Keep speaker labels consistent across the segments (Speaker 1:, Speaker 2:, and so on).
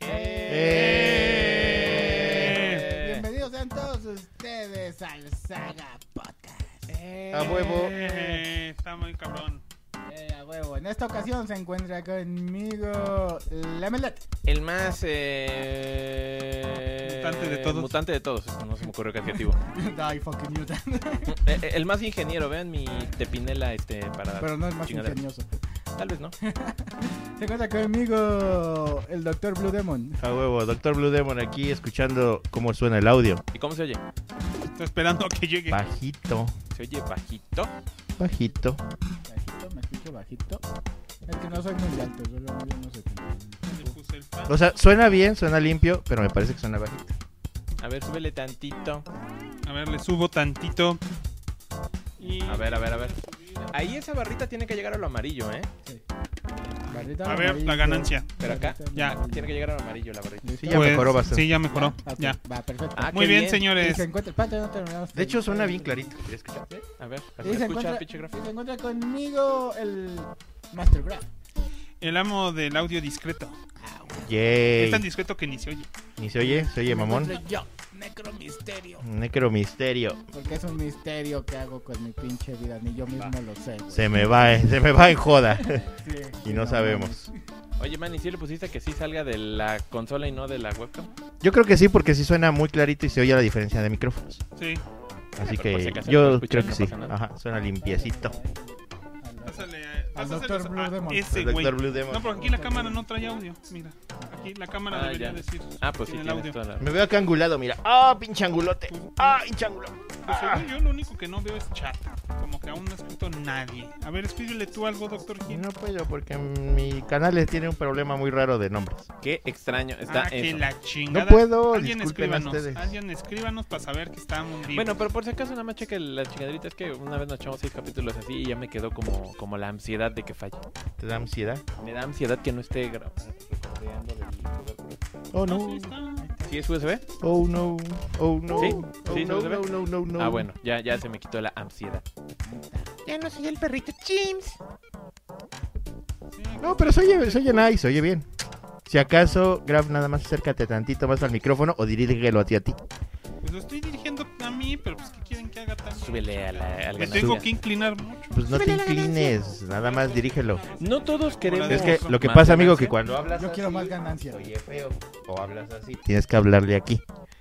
Speaker 1: Eh.
Speaker 2: al Saga Podcast.
Speaker 3: A huevo.
Speaker 4: Eh, está muy cabrón.
Speaker 2: Eh, a huevo. En esta ocasión se encuentra conmigo la Melet.
Speaker 1: El más. Eh...
Speaker 4: Mutante de todos.
Speaker 1: Mutante de todos. No se me ocurrió qué adjetivo.
Speaker 2: Die fucking mutant.
Speaker 1: Eh, eh, el más ingeniero. Vean mi tepinela este, para.
Speaker 2: Pero no es más
Speaker 1: chingadera.
Speaker 2: ingenioso.
Speaker 1: Tal vez no.
Speaker 2: Se encuentra conmigo el Dr. Blue Demon.
Speaker 3: A huevo, Doctor Blue Demon aquí escuchando cómo suena el audio.
Speaker 1: ¿Y cómo se oye?
Speaker 4: Estoy esperando a que llegue.
Speaker 3: Bajito,
Speaker 1: Se oye bajito.
Speaker 3: bajito.
Speaker 2: Bajito, me escucho bajito. Es que no soy muy alto, solo yo no sé.
Speaker 4: Le puse el pan.
Speaker 3: O sea, suena bien, suena limpio, pero me parece que suena bajito.
Speaker 1: A ver, súbele tantito.
Speaker 4: A ver, le subo tantito. Y-
Speaker 1: A ver, a ver, a ver. Ahí esa barrita tiene que llegar a lo amarillo, ¿eh?
Speaker 2: Barrita
Speaker 4: A ver, la
Speaker 2: amarilla,
Speaker 4: ganancia.
Speaker 1: Pero acá
Speaker 2: barrita
Speaker 4: ya,
Speaker 2: amarilla.
Speaker 1: Tiene que llegar a lo amarillo la barrita.
Speaker 2: ¿Listo?
Speaker 3: Sí, ya mejoró bastante.
Speaker 4: pues, Sí, ya mejoró.
Speaker 2: Ok,
Speaker 4: Ya.
Speaker 2: Va, perfecto.
Speaker 1: Ah,
Speaker 4: Muy
Speaker 1: qué
Speaker 4: bien,
Speaker 1: bien.
Speaker 2: Y se
Speaker 4: señores.
Speaker 2: encuentra, espérate, no terminamos.
Speaker 3: De hecho, suena bien clarito. ¿Quieres escuchar?
Speaker 1: A
Speaker 2: Y
Speaker 1: ver,
Speaker 2: se,
Speaker 1: escucha,
Speaker 2: encuentra,
Speaker 1: pinche
Speaker 2: y
Speaker 1: gráfico.
Speaker 2: se encuentra conmigo el Master Graph.
Speaker 4: El amo del audio discreto. Es tan
Speaker 3: Yay.
Speaker 4: discreto que ni se oye.
Speaker 3: ¿Ni se oye? ¿Se oye, mamón?
Speaker 2: Encuentro Yo, Necromisterio.
Speaker 3: Necromisterio.
Speaker 2: Porque es un misterio que hago con mi pinche vida, ni yo mismo lo sé. güey.
Speaker 3: Se me va, eh, se me va en joda.
Speaker 2: Sí,
Speaker 3: Y no sabemos.
Speaker 1: Oye, man, ¿y si le pusiste que sí salga de la consola y no de la webcam?
Speaker 3: Yo creo que sí, porque sí suena muy clarito y se oye la diferencia de micrófonos.
Speaker 4: Sí.
Speaker 3: Así
Speaker 1: Pero por si
Speaker 3: que
Speaker 1: acaso no
Speaker 3: yo
Speaker 1: escuchas,
Speaker 3: creo que
Speaker 1: no
Speaker 3: sí.
Speaker 1: pasa nada.
Speaker 3: Ajá, suena limpiecito.
Speaker 4: Pásale, eh,
Speaker 2: Al
Speaker 4: pásaselos
Speaker 2: Dr. Blue
Speaker 4: a
Speaker 2: Demon.
Speaker 4: Ese
Speaker 3: Al Dr.
Speaker 4: güey.
Speaker 3: Blue Demon.
Speaker 4: No, porque aquí la cámara no trae audio. Mira. Aquí la cámara
Speaker 1: Ah,
Speaker 4: debería
Speaker 1: ya.
Speaker 4: decir.
Speaker 1: Ah, pues sí,
Speaker 4: en el
Speaker 1: tienes
Speaker 4: audio.
Speaker 1: toda la...
Speaker 3: Me veo acá angulado, mira. ¡Ah, pinche angulote! ¡Ah, pinche Ah. angulote!
Speaker 4: Pues según yo, lo único que no veo es chat. Como que aún no escucho nadie. A ver, escríbele tú algo, doctor
Speaker 3: Y
Speaker 4: Gil.
Speaker 3: No puedo porque mi canal le tiene un problema muy raro de nombres.
Speaker 1: Qué extraño está
Speaker 4: ah, que
Speaker 1: eso.
Speaker 4: la chingada.
Speaker 3: No puedo,
Speaker 4: Alguien
Speaker 3: disculpen a
Speaker 4: escríbanos.
Speaker 3: ustedes.
Speaker 4: Alguien escríbanos para saber que estamos vivos.
Speaker 1: Bueno, pero por si acaso nada más cheque la chingadrita es que una vez nos echamos seis capítulos así y ya me quedó como, como la ansiedad de que falle.
Speaker 3: ¿Te da ansiedad?
Speaker 1: Me da ansiedad que no esté grabando.
Speaker 3: Oh
Speaker 4: No,
Speaker 2: Ah,
Speaker 3: no,
Speaker 4: Ah, sí está.
Speaker 1: ¿Sí es USB?
Speaker 3: oh no, oh no.
Speaker 1: ¿Sí?
Speaker 3: Oh,
Speaker 1: ¿Sí se
Speaker 3: no,
Speaker 1: ve?
Speaker 3: no, no, no, no.
Speaker 1: Ah, bueno, ya, ya se me quitó la ansiedad.
Speaker 5: Ya no soy el perrito James.
Speaker 4: Sí,
Speaker 3: No, pero se oye, se oye nice, se oye bien. Si acaso, Graf, nada más acércate tantito más al micrófono o dirígelo a ti a ti.
Speaker 4: Pues lo estoy dirigiendo a mí, pero pues ¿qué quieren que haga tan
Speaker 1: Súbele a la, al
Speaker 4: Me
Speaker 1: ganancia.
Speaker 4: tengo que inclinar mucho.
Speaker 3: Pues no te
Speaker 5: Súbele la
Speaker 3: inclines, nada más dirígelo.
Speaker 1: No todos queremos.
Speaker 3: Es que lo que
Speaker 1: más
Speaker 3: pasa, amigo,
Speaker 1: ganancia.
Speaker 3: que cuando hablas
Speaker 2: Yo quiero más ganancia.
Speaker 3: feo o hablas así, tienes que hablarle aquí.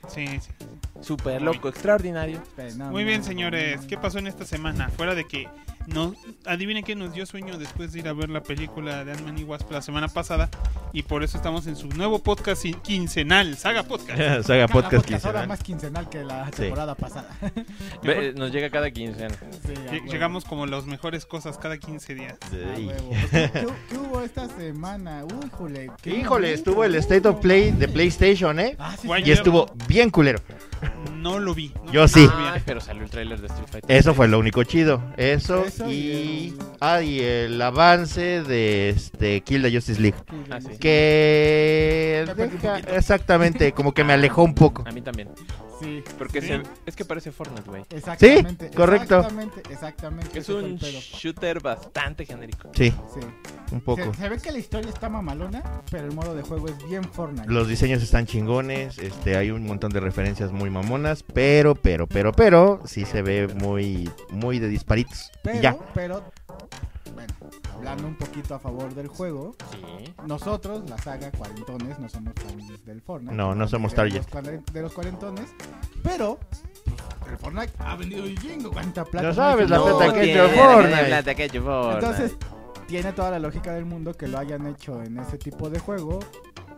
Speaker 4: Sí, sí.
Speaker 1: Súper loco, extraordinario.
Speaker 2: Pero no,
Speaker 4: Muy
Speaker 2: Ah, no,
Speaker 4: bien,
Speaker 2: no,
Speaker 4: señores.
Speaker 2: no,
Speaker 4: ¿Qué pasó en esta semana? Fuera de que no adivinen que nos dio sueño después de ir a ver la película de Ant-Man y Wasp la semana pasada y por eso estamos en su nuevo podcast in- quincenal, Saga Podcast.
Speaker 2: Cada
Speaker 3: Saga podcast
Speaker 2: ahora
Speaker 3: quincenal.
Speaker 2: más quincenal que la
Speaker 3: Sí.
Speaker 2: temporada pasada.
Speaker 1: Ve, eh, nos llega cada quincena.
Speaker 2: Sí, a
Speaker 4: Lle-
Speaker 2: huevo.
Speaker 4: Llegamos como las mejores cosas cada 15 días.
Speaker 2: A
Speaker 3: Ey.
Speaker 2: Ah, huevo. ¿Qué, qué hubo esta semana? Uy, Híjole, qué
Speaker 3: Híjole,
Speaker 2: momento.
Speaker 3: estuvo el State of Play de PlayStation, ¿eh?
Speaker 2: Ah, sí,
Speaker 4: Guay,
Speaker 3: Y
Speaker 2: cierto.
Speaker 3: estuvo bien culero.
Speaker 4: No lo vi. no
Speaker 3: Yo
Speaker 4: lo
Speaker 3: sí.
Speaker 4: vi.
Speaker 1: Ah, pero salió el tráiler de Street Fighter.
Speaker 3: Eso fue lo único chido. Eso,
Speaker 2: Eso y
Speaker 3: y.
Speaker 2: el-
Speaker 3: Ah, y el avance de este Kill the Justice League.
Speaker 2: Sí,
Speaker 1: Ah,
Speaker 2: sí,
Speaker 1: sí.
Speaker 3: Que.
Speaker 2: Me perdí un
Speaker 3: deja-
Speaker 2: poquito.
Speaker 3: Exactamente, como que me alejó un poco.
Speaker 1: A mí también.
Speaker 2: Sí,
Speaker 1: Porque
Speaker 4: Sí.
Speaker 1: se- es que parece Fortnite, güey.
Speaker 2: exactamente.
Speaker 3: correcto.
Speaker 2: Exactamente, exactamente.
Speaker 1: Es
Speaker 2: ese fue
Speaker 1: un
Speaker 2: el pedo.
Speaker 1: shooter bastante genérico.
Speaker 3: Sí,
Speaker 2: Sí.
Speaker 3: un
Speaker 2: Se,
Speaker 3: poco.
Speaker 2: se ve que la historia está mamalona, pero el modo de juego es bien Fortnite.
Speaker 3: Los diseños están chingones, este, hay un montón de referencias muy mamonas, pero, pero, pero, pero, sí se ve muy, muy de disparitos. Y
Speaker 2: Pero,
Speaker 3: Ya.
Speaker 2: pero, bueno, hablando un poquito a favor del juego,
Speaker 1: Sí.
Speaker 2: nosotros, la saga cuarentones, no somos fans del Fortnite.
Speaker 3: No, no somos
Speaker 2: de
Speaker 3: target.
Speaker 2: Los cuaren- de los cuarentones, pero pues, el Fortnite ha vendido un chingo. ¿Cuánta plata?
Speaker 3: Ya sabes, la
Speaker 2: No,
Speaker 3: plata que
Speaker 1: tiene
Speaker 3: entra
Speaker 1: la
Speaker 3: Fortnite.
Speaker 1: plata que entra Fortnite.
Speaker 2: Entonces, tiene toda la lógica del mundo que lo hayan hecho en ese tipo de juego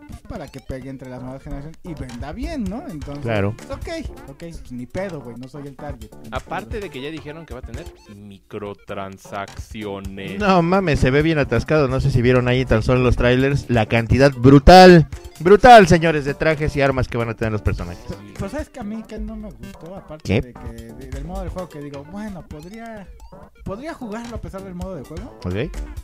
Speaker 2: pues, para que pegue entre las nuevas generaciones y venda bien, ¿no? Entonces,
Speaker 3: Claro.
Speaker 2: pues, ok, ok, pues, ni pedo, güey, no soy el target. ni
Speaker 1: Aparte de que ya dijeron que va a tener microtransacciones.
Speaker 3: No mames, se ve bien atascado. No sé si vieron ahí tan solo los trailers. La cantidad brutal, brutal, señores, de trajes y armas que van a tener los personajes.
Speaker 2: Pero, pero sabes que a mí que no me gustó, aparte
Speaker 3: ¿Qué?
Speaker 2: de que de- del modo del juego que digo, bueno, podría podría jugarlo a pesar del modo de juego,
Speaker 3: ¿Ok?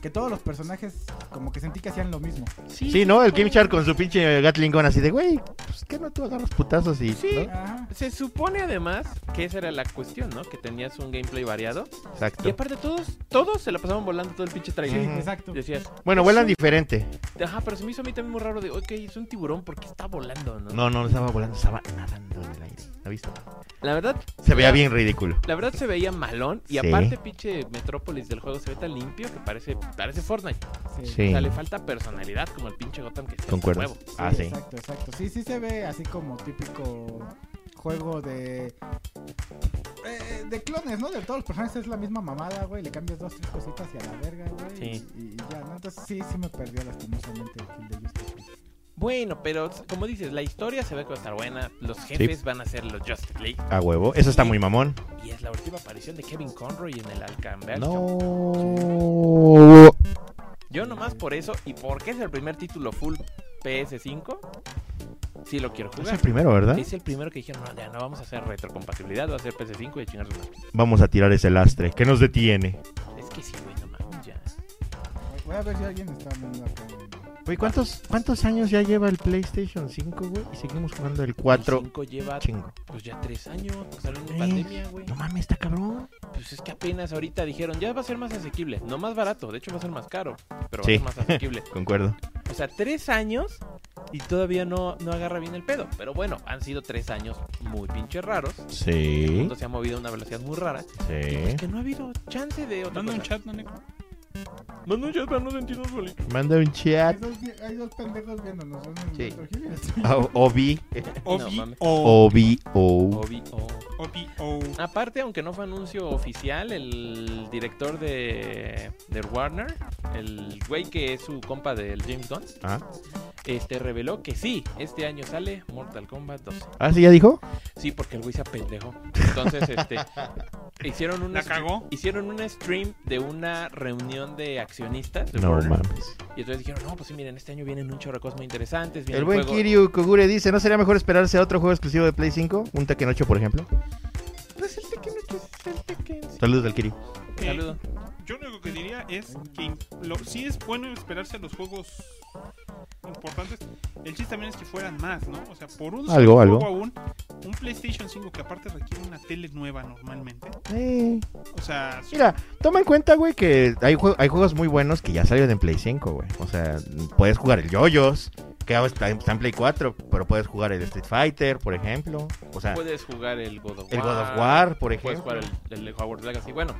Speaker 2: que todos los personajes como que sentí que hacían lo mismo.
Speaker 3: Sí, ¿no? El Kim Char con su su pinche Gatling gun así de, güey, pues que no tú agarras putazos y.
Speaker 1: Sí.
Speaker 3: ¿no?
Speaker 2: Ajá.
Speaker 1: Se supone además que esa era la cuestión, ¿no? Que tenías un gameplay variado. Y
Speaker 3: Exacto.
Speaker 1: aparte todos, todos se la pasaban volando todo el pinche
Speaker 2: Sí,
Speaker 1: trailer.
Speaker 3: Ujú.
Speaker 2: exacto.
Speaker 1: Decías,
Speaker 3: Bueno, vuelan diferente.
Speaker 1: ajá, pero se me hizo a mí también muy raro de, ok, es un tiburón, ¿por qué está volando, no?
Speaker 3: No, no, estaba volando, estaba nadando en el aire. ¿La viste?
Speaker 1: La verdad,
Speaker 3: Se veía bien ridículo.
Speaker 1: la verdad se veía malón. Y
Speaker 3: Sí.
Speaker 1: aparte, pinche Metrópolis del juego se ve tan limpio que parece, parece Fortnite. O
Speaker 3: Sí.
Speaker 1: sea, le falta personalidad como el pinche Gotham que está en su
Speaker 3: Concuerdo.
Speaker 1: huevo.
Speaker 2: Sí,
Speaker 3: Ah, sí.
Speaker 2: Exacto, exacto. Sí, sí se ve así como típico juego de. eh, de clones, ¿no? De todos los personajes es la misma mamada, güey. Le cambias dos, tres cositas y a la verga, güey.
Speaker 1: Sí.
Speaker 2: Y, y ya, ¿no? Entonces sí, sí me perdió lastimosamente el kill de Justice League.
Speaker 1: Bueno, pero como dices, la historia se ve que va a estar buena. Los jefes van a ser los Justice League.
Speaker 3: A huevo. Eso está muy mamón.
Speaker 1: Y es la última aparición de Kevin Conroy en el Alcanverso.
Speaker 3: No.
Speaker 1: Yo nomás por eso, y porque es el primer título full PS5, sí lo quiero
Speaker 3: Es
Speaker 1: jugar.
Speaker 3: el primero, ¿verdad?
Speaker 1: Es el primero que dijeron, no, ya no vamos a hacer retrocompatibilidad, va a ser PS5 y a chingar su madre".
Speaker 3: Vamos a tirar ese lastre. ¿Qué nos detiene?
Speaker 1: Es que sí, güey, no mames, ya.
Speaker 2: Voy- Voy a ver si alguien está hablando acá. en-
Speaker 3: Güey, ¿cuántos, ¿cuántos años ya lleva el PlayStation 5, güey? Y seguimos jugando el
Speaker 1: El
Speaker 3: 4.
Speaker 1: 5 lleva,
Speaker 3: Chingo.
Speaker 1: pues ya 3 años, pues, salió en
Speaker 3: Eh.
Speaker 1: pandemia, güey.
Speaker 3: No mames, está cabrón.
Speaker 1: Pues es que apenas ahorita dijeron, ya va a ser más asequible. No más barato, de hecho va a ser más caro, pero
Speaker 3: Sí.
Speaker 1: va a ser más asequible.
Speaker 3: Concuerdo.
Speaker 1: O sea, 3 años y todavía no, no agarra bien el pedo. Pero bueno, han sido 3 años muy pinche raros. El
Speaker 3: Sí.
Speaker 1: mundo se ha movido a una velocidad muy rara. Y pues
Speaker 3: Sí.
Speaker 1: que no ha habido chance de otra
Speaker 4: Manda un
Speaker 1: cosa.
Speaker 4: chat, no Neko?
Speaker 1: Manda un chat para no sentirnos solitos.
Speaker 3: Manda un
Speaker 2: Hay
Speaker 3: chat.
Speaker 2: dos, vi- hay dos pendejos viéndonos. uno en el
Speaker 3: Sí.
Speaker 2: otro giro y otro-
Speaker 3: Ah, Obi.
Speaker 4: Obi,
Speaker 1: mames.
Speaker 4: o,
Speaker 3: Obi. O.
Speaker 1: Obi- oh.
Speaker 4: Obi, o.
Speaker 1: Aparte, aunque no fue anuncio oficial, el director de, de Warner, el güey que es su compa del James Gunn,
Speaker 3: Ah.
Speaker 1: este reveló que sí, este año sale Mortal Kombat 12.
Speaker 3: Ah, sí, ya dijo.
Speaker 1: Sí, porque el güey se apendejó. Entonces, este hicieron un
Speaker 4: ¿La
Speaker 1: str-
Speaker 4: cagó?
Speaker 1: hicieron un stream de una reunión de accionistas de
Speaker 3: No
Speaker 1: Warner,
Speaker 3: mames.
Speaker 1: y entonces dijeron, "No, pues sí, miren, este año vienen un chorro de cosas muy interesantes, viene
Speaker 3: El buen
Speaker 1: juego-
Speaker 3: Kiryu Kogure dice: ¿No sería mejor esperarse a otro juego exclusivo de Play 5? Un Tekken 8, por ejemplo.
Speaker 1: Pues el Tekken ocho es el Tekken, sí.
Speaker 3: Saludos del Kiryu.
Speaker 4: Eh,
Speaker 1: Saludo.
Speaker 4: Yo lo único que diría es que lo, sí es bueno esperarse a los juegos importantes. El chiste también es que fueran más, ¿no? O sea, por un
Speaker 3: Algo,
Speaker 4: solo
Speaker 3: algo.
Speaker 4: juego aún, un PlayStation 5 que aparte requiere una tele nueva normalmente.
Speaker 3: Eh,
Speaker 4: O sea, su-
Speaker 3: Mira, toma en cuenta, güey, que hay, jue- hay juegos muy buenos que ya salieron en Play 5, güey. O sea, puedes jugar el Yoyos, que ahora está en, está en Play 4, pero puedes jugar el Street Fighter, por ejemplo. O sea,
Speaker 1: Puedes jugar el God of War.
Speaker 3: el God of War, por
Speaker 1: Puedes
Speaker 3: ejemplo.
Speaker 1: jugar el, el Hogwarts Legacy. Bueno,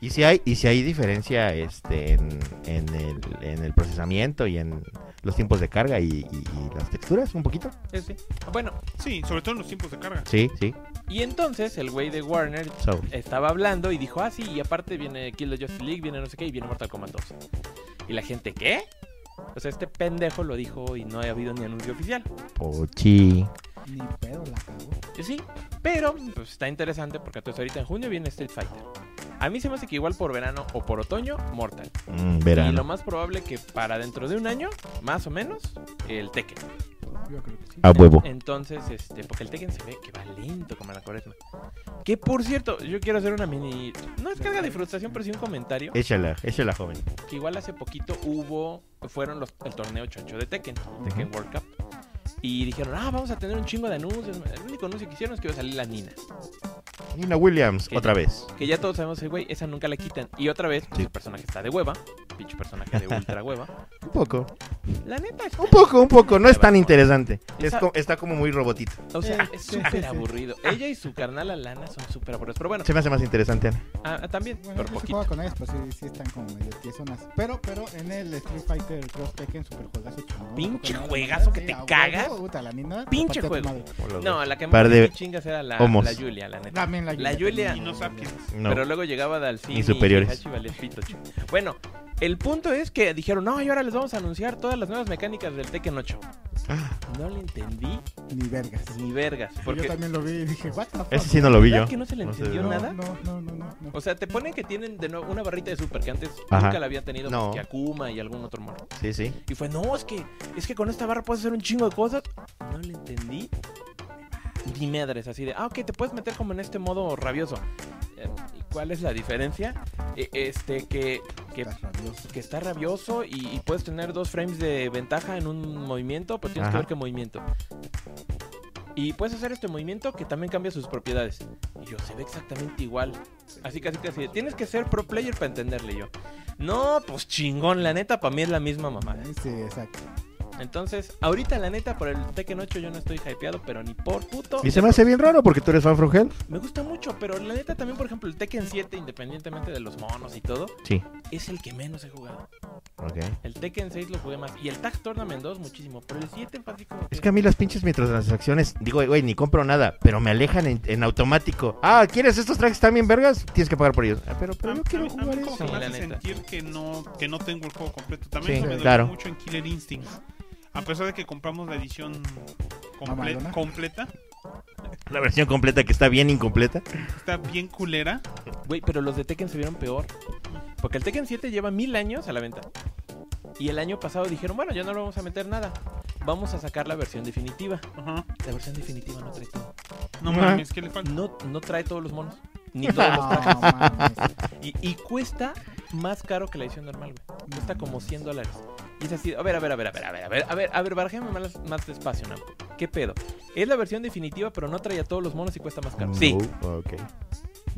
Speaker 3: Y si hay, y si hay diferencia este, en, en el, en el procesamiento y en los tiempos de carga y, y- y las texturas, un poquito.
Speaker 1: ese. Bueno,
Speaker 4: sí, sobre todo en los tiempos de carga.
Speaker 3: Sí, sí.
Speaker 1: y entonces el güey de Warner
Speaker 3: Sorry.
Speaker 1: estaba hablando y dijo, ah, sí, y aparte viene Kill the Justice League, viene no sé qué, y viene Mortal Kombat 12. Y la gente, ¿qué? O sea, este pendejo lo dijo y no ha habido ni anuncio oficial.
Speaker 3: Pochi.
Speaker 2: Ni pedo la cagó.
Speaker 1: Yo sí, pero pues, está interesante porque entonces ahorita en junio viene Street Fighter. A mí se me hace que igual por verano o por otoño, Mortal.
Speaker 3: Mm,
Speaker 1: Y lo
Speaker 3: verano.
Speaker 1: más probable que para dentro de un año, más o menos, el Tekken.
Speaker 2: Yo creo que sí.
Speaker 3: A huevo.
Speaker 1: Entonces, este, porque el Tekken se ve que va lento como la cuaresma. Que por cierto, yo quiero hacer una mini. No es carga de frustración, pero sí un comentario.
Speaker 3: Échala, échala, joven.
Speaker 1: Que igual hace poquito hubo. Fueron los, el torneo choncho de Tekken, Tekken World Cup. Y dijeron, ah, vamos a tener un chingo de anuncios. El único anuncio que hicieron es que iba a salir la Nina.
Speaker 3: Nina Williams,
Speaker 1: ¿Qué?
Speaker 3: otra vez.
Speaker 1: Que ya todos sabemos, eh, güey, esa nunca la quitan. Y otra vez, pues,
Speaker 3: Sí.
Speaker 1: el personaje está de hueva. Pinche personaje de ultra hueva.
Speaker 3: Un poco.
Speaker 1: La neta,
Speaker 3: Un poco, un poco. No es tan interesante. Es
Speaker 1: Esa-
Speaker 3: co- está como muy robotito.
Speaker 1: o sea, es
Speaker 2: Eh, Sí, sí,
Speaker 1: súper
Speaker 2: sí.
Speaker 1: aburrido. Ella y su carnal Alana son súper aburridos. Pero bueno,
Speaker 3: Se me hace más interesante. Ana.
Speaker 1: ah, ah, también,
Speaker 2: Bueno, yo
Speaker 1: pero
Speaker 2: sí
Speaker 1: poquito.
Speaker 2: juego con ellas, pues sí, sí están como medio tiesonas. Pero, pero en el Street Fighter Cross Tekken, super juegazo chingón.
Speaker 1: Pinche
Speaker 2: poca madre,
Speaker 1: juegazo
Speaker 2: madre,
Speaker 1: que te
Speaker 2: a huevo,
Speaker 1: cagas.
Speaker 2: puta, la nina,
Speaker 1: Pinche
Speaker 2: aparte a tu
Speaker 1: juego.
Speaker 2: madre.
Speaker 1: No, la que
Speaker 3: Par
Speaker 1: más
Speaker 3: de
Speaker 1: me chingas era la,
Speaker 3: homos.
Speaker 1: la Julia, la neta.
Speaker 2: También la
Speaker 1: La Julia.
Speaker 4: Y no sapiens.
Speaker 3: No.
Speaker 1: Pero luego llegaba Dalcini
Speaker 3: Ni superiores.
Speaker 1: Hachi, Valepito, ch- Bueno, el punto es que dijeron, no, y ahora les vamos a anunciar todas las nuevas mecánicas del Tekken 8.
Speaker 3: Ah.
Speaker 1: No le entendí
Speaker 2: Ni vergas.
Speaker 1: ni vergas. Porque
Speaker 2: Yo también lo vi y dije, what the fuck.
Speaker 3: Ese sí no lo vi yo.
Speaker 1: ¿verdad que no se le
Speaker 3: No sé,
Speaker 1: entendió
Speaker 3: no.
Speaker 1: nada?
Speaker 2: No, no, no, no. no.
Speaker 1: O sea, te ponen que tienen de nuevo una barrita de super que antes
Speaker 3: Ajá.
Speaker 1: nunca la había tenido
Speaker 3: No.
Speaker 1: porque Akuma y algún otro mono.
Speaker 3: Sí, sí.
Speaker 1: Y fue, no, es que, es que con esta barra puedes hacer un chingo de cosas. No le entendí. Ni madres, así de, ah, ok, te puedes meter como en E, este modo rabioso. Eh, ¿Y cuál es la diferencia? Eh, Este, que que,
Speaker 2: Estás rabioso.
Speaker 1: que está rabioso y, y puedes tener dos frames de ventaja en un movimiento, pero tienes
Speaker 3: Ajá.
Speaker 1: que ver qué movimiento. Y puedes hacer este movimiento que también cambia sus propiedades. Y yo, se ve exactamente igual. Así casi casi. Tienes que ser pro player para entenderle yo. No, pues chingón, la neta, para mí es la misma mamada.
Speaker 2: Sí, exacto.
Speaker 1: Entonces, ahorita la neta, por el Tekken 8 yo no estoy hypeado, pero ni por puto.
Speaker 3: Y se me hace bien raro porque tú eres fan From Hell.
Speaker 1: Me gusta mucho, pero la neta también, por ejemplo, el Tekken 7, independientemente de los monos y todo,
Speaker 3: Sí.
Speaker 1: es el que menos he jugado.
Speaker 3: Ok.
Speaker 1: El Tekken 6 lo jugué más. Y el Tag Tournament 2 muchísimo, pero el 7 en así como que-
Speaker 3: Es que a mí las pinches microtransacciones, digo, güey, ni compro nada, pero me alejan en, en automático. Ah, ¿quieres estos trajes también, vergas? Tienes que pagar por ellos. Ah, pero, pero yo quiero jugar
Speaker 4: como
Speaker 3: eso.
Speaker 4: que
Speaker 1: Sí,
Speaker 4: me
Speaker 1: la
Speaker 4: hace
Speaker 1: neta.
Speaker 4: sentir que no, que no tengo el juego completo. También
Speaker 3: Sí,
Speaker 4: eso me dolió
Speaker 3: claro.
Speaker 4: mucho en Killer Instinct. A pesar de que compramos la edición comple-
Speaker 2: Mamalona.
Speaker 4: completa,
Speaker 3: La versión completa que está bien incompleta.
Speaker 4: está bien culera.
Speaker 1: Güey, pero los de Tekken se vieron peor. Porque el Tekken 7 lleva mil años a la venta. Y el año pasado dijeron, bueno, ya no le vamos a meter nada. Vamos a sacar la versión definitiva.
Speaker 4: Ajá.
Speaker 1: La versión definitiva no trae todo.
Speaker 4: No
Speaker 3: Ajá.
Speaker 4: mames, ¿qué le falta?
Speaker 1: No, no trae todos los monos. Ni
Speaker 2: No,
Speaker 1: todos los trajes.
Speaker 2: mames.
Speaker 1: Y, y cuesta más caro que la edición normal, güey. Cuesta como 100 dólares. Y es así, a ver, a ver, a ver, a ver, a ver, a ver, a ver, a ver, barajéame más, más despacio, Namco. ¿Qué pedo? Es la versión definitiva, pero no trae a todos los monos y cuesta más caro. Sí.
Speaker 3: No, ok.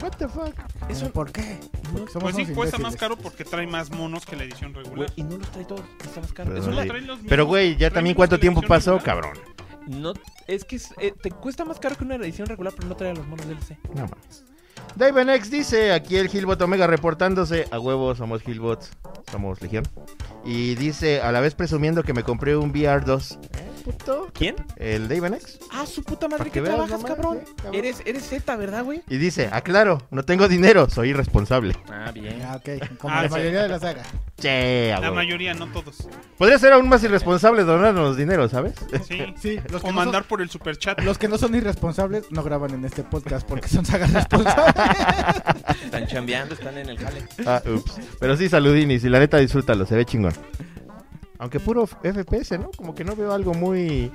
Speaker 3: What the fuck?
Speaker 2: ¿Pero
Speaker 1: Eso
Speaker 2: ¿Por qué? Porque somos
Speaker 4: Pues sí,
Speaker 2: unos
Speaker 4: cuesta más
Speaker 2: imbéciles.
Speaker 4: caro porque trae más monos que la edición
Speaker 1: güey,
Speaker 4: regular.
Speaker 1: y no los trae todos, está más caro.
Speaker 3: Pero
Speaker 1: Es
Speaker 3: no
Speaker 1: una-
Speaker 3: le-
Speaker 4: Trae los mismos-
Speaker 3: Pero, güey, ya
Speaker 4: trae
Speaker 3: también
Speaker 4: menos
Speaker 3: cuánto
Speaker 4: que la
Speaker 3: tiempo
Speaker 4: edición
Speaker 3: pasó,
Speaker 4: regular.
Speaker 3: cabrón.
Speaker 1: no, es que es- eh, te cuesta más caro que una edición regular, pero no trae a los monos DLC.
Speaker 3: No mames. Dave X dice, aquí el Gilbot Omega reportándose, a huevo somos Gilbots, somos Legión. Y dice, a la vez presumiendo que me compré un VR2.
Speaker 1: ¿Quién?
Speaker 3: El Dave X.
Speaker 1: Ah, su puta madre
Speaker 3: Para
Speaker 1: que,
Speaker 3: que veas
Speaker 1: trabajas,
Speaker 3: nomás,
Speaker 1: cabrón.
Speaker 3: eh, cabrón.
Speaker 1: Eres, eres Z, ¿verdad, güey?
Speaker 3: Y dice, aclaro, no tengo dinero, soy irresponsable.
Speaker 1: Ah, bien.
Speaker 2: Ah, ok. Como
Speaker 4: Ah,
Speaker 2: la
Speaker 4: sí.
Speaker 2: mayoría de la saga.
Speaker 3: Che, a
Speaker 4: La
Speaker 3: huevo.
Speaker 4: mayoría, no todos.
Speaker 3: Podría ser aún más irresponsable donarnos dinero, ¿sabes?
Speaker 4: Sí.
Speaker 2: Sí, los que,
Speaker 4: o
Speaker 2: no
Speaker 4: mandar
Speaker 2: son,
Speaker 4: por el superchat.
Speaker 2: los que no son irresponsables no graban en este podcast porque son sagas responsables.
Speaker 1: Están chambeando, están en el jale.
Speaker 3: Ah, ups. Pero sí, saludini, si la neta disfrútalo, se ve chingón. Aunque puro FPS, ¿no? Como que no veo algo muy...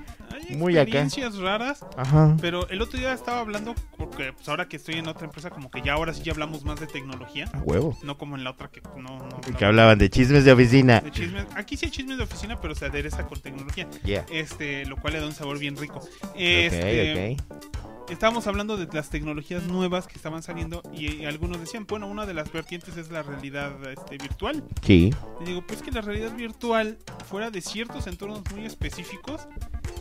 Speaker 4: Hay
Speaker 3: Muy acá.
Speaker 4: experiencias raras.
Speaker 3: Ajá.
Speaker 4: Pero el otro día estaba hablando, porque pues ahora que estoy en otra empresa, como que ya ahora sí ya hablamos más de tecnología.
Speaker 3: A huevo.
Speaker 4: No como en la otra que no, no
Speaker 3: Y
Speaker 4: hablaba
Speaker 3: que hablaban de chismes de oficina.
Speaker 4: de chismes. Aquí sí hay chismes de oficina, pero se adereza con tecnología.
Speaker 3: Yeah.
Speaker 4: Este, lo cual le da un sabor bien rico.
Speaker 3: Ok,
Speaker 4: Este, Estábamos hablando de las tecnologías nuevas que estaban saliendo y, eh, algunos decían, bueno, una de las vertientes es la realidad este, virtual.
Speaker 3: ok. Sí.
Speaker 4: Y digo, pues que la realidad virtual, fuera de ciertos entornos muy específicos,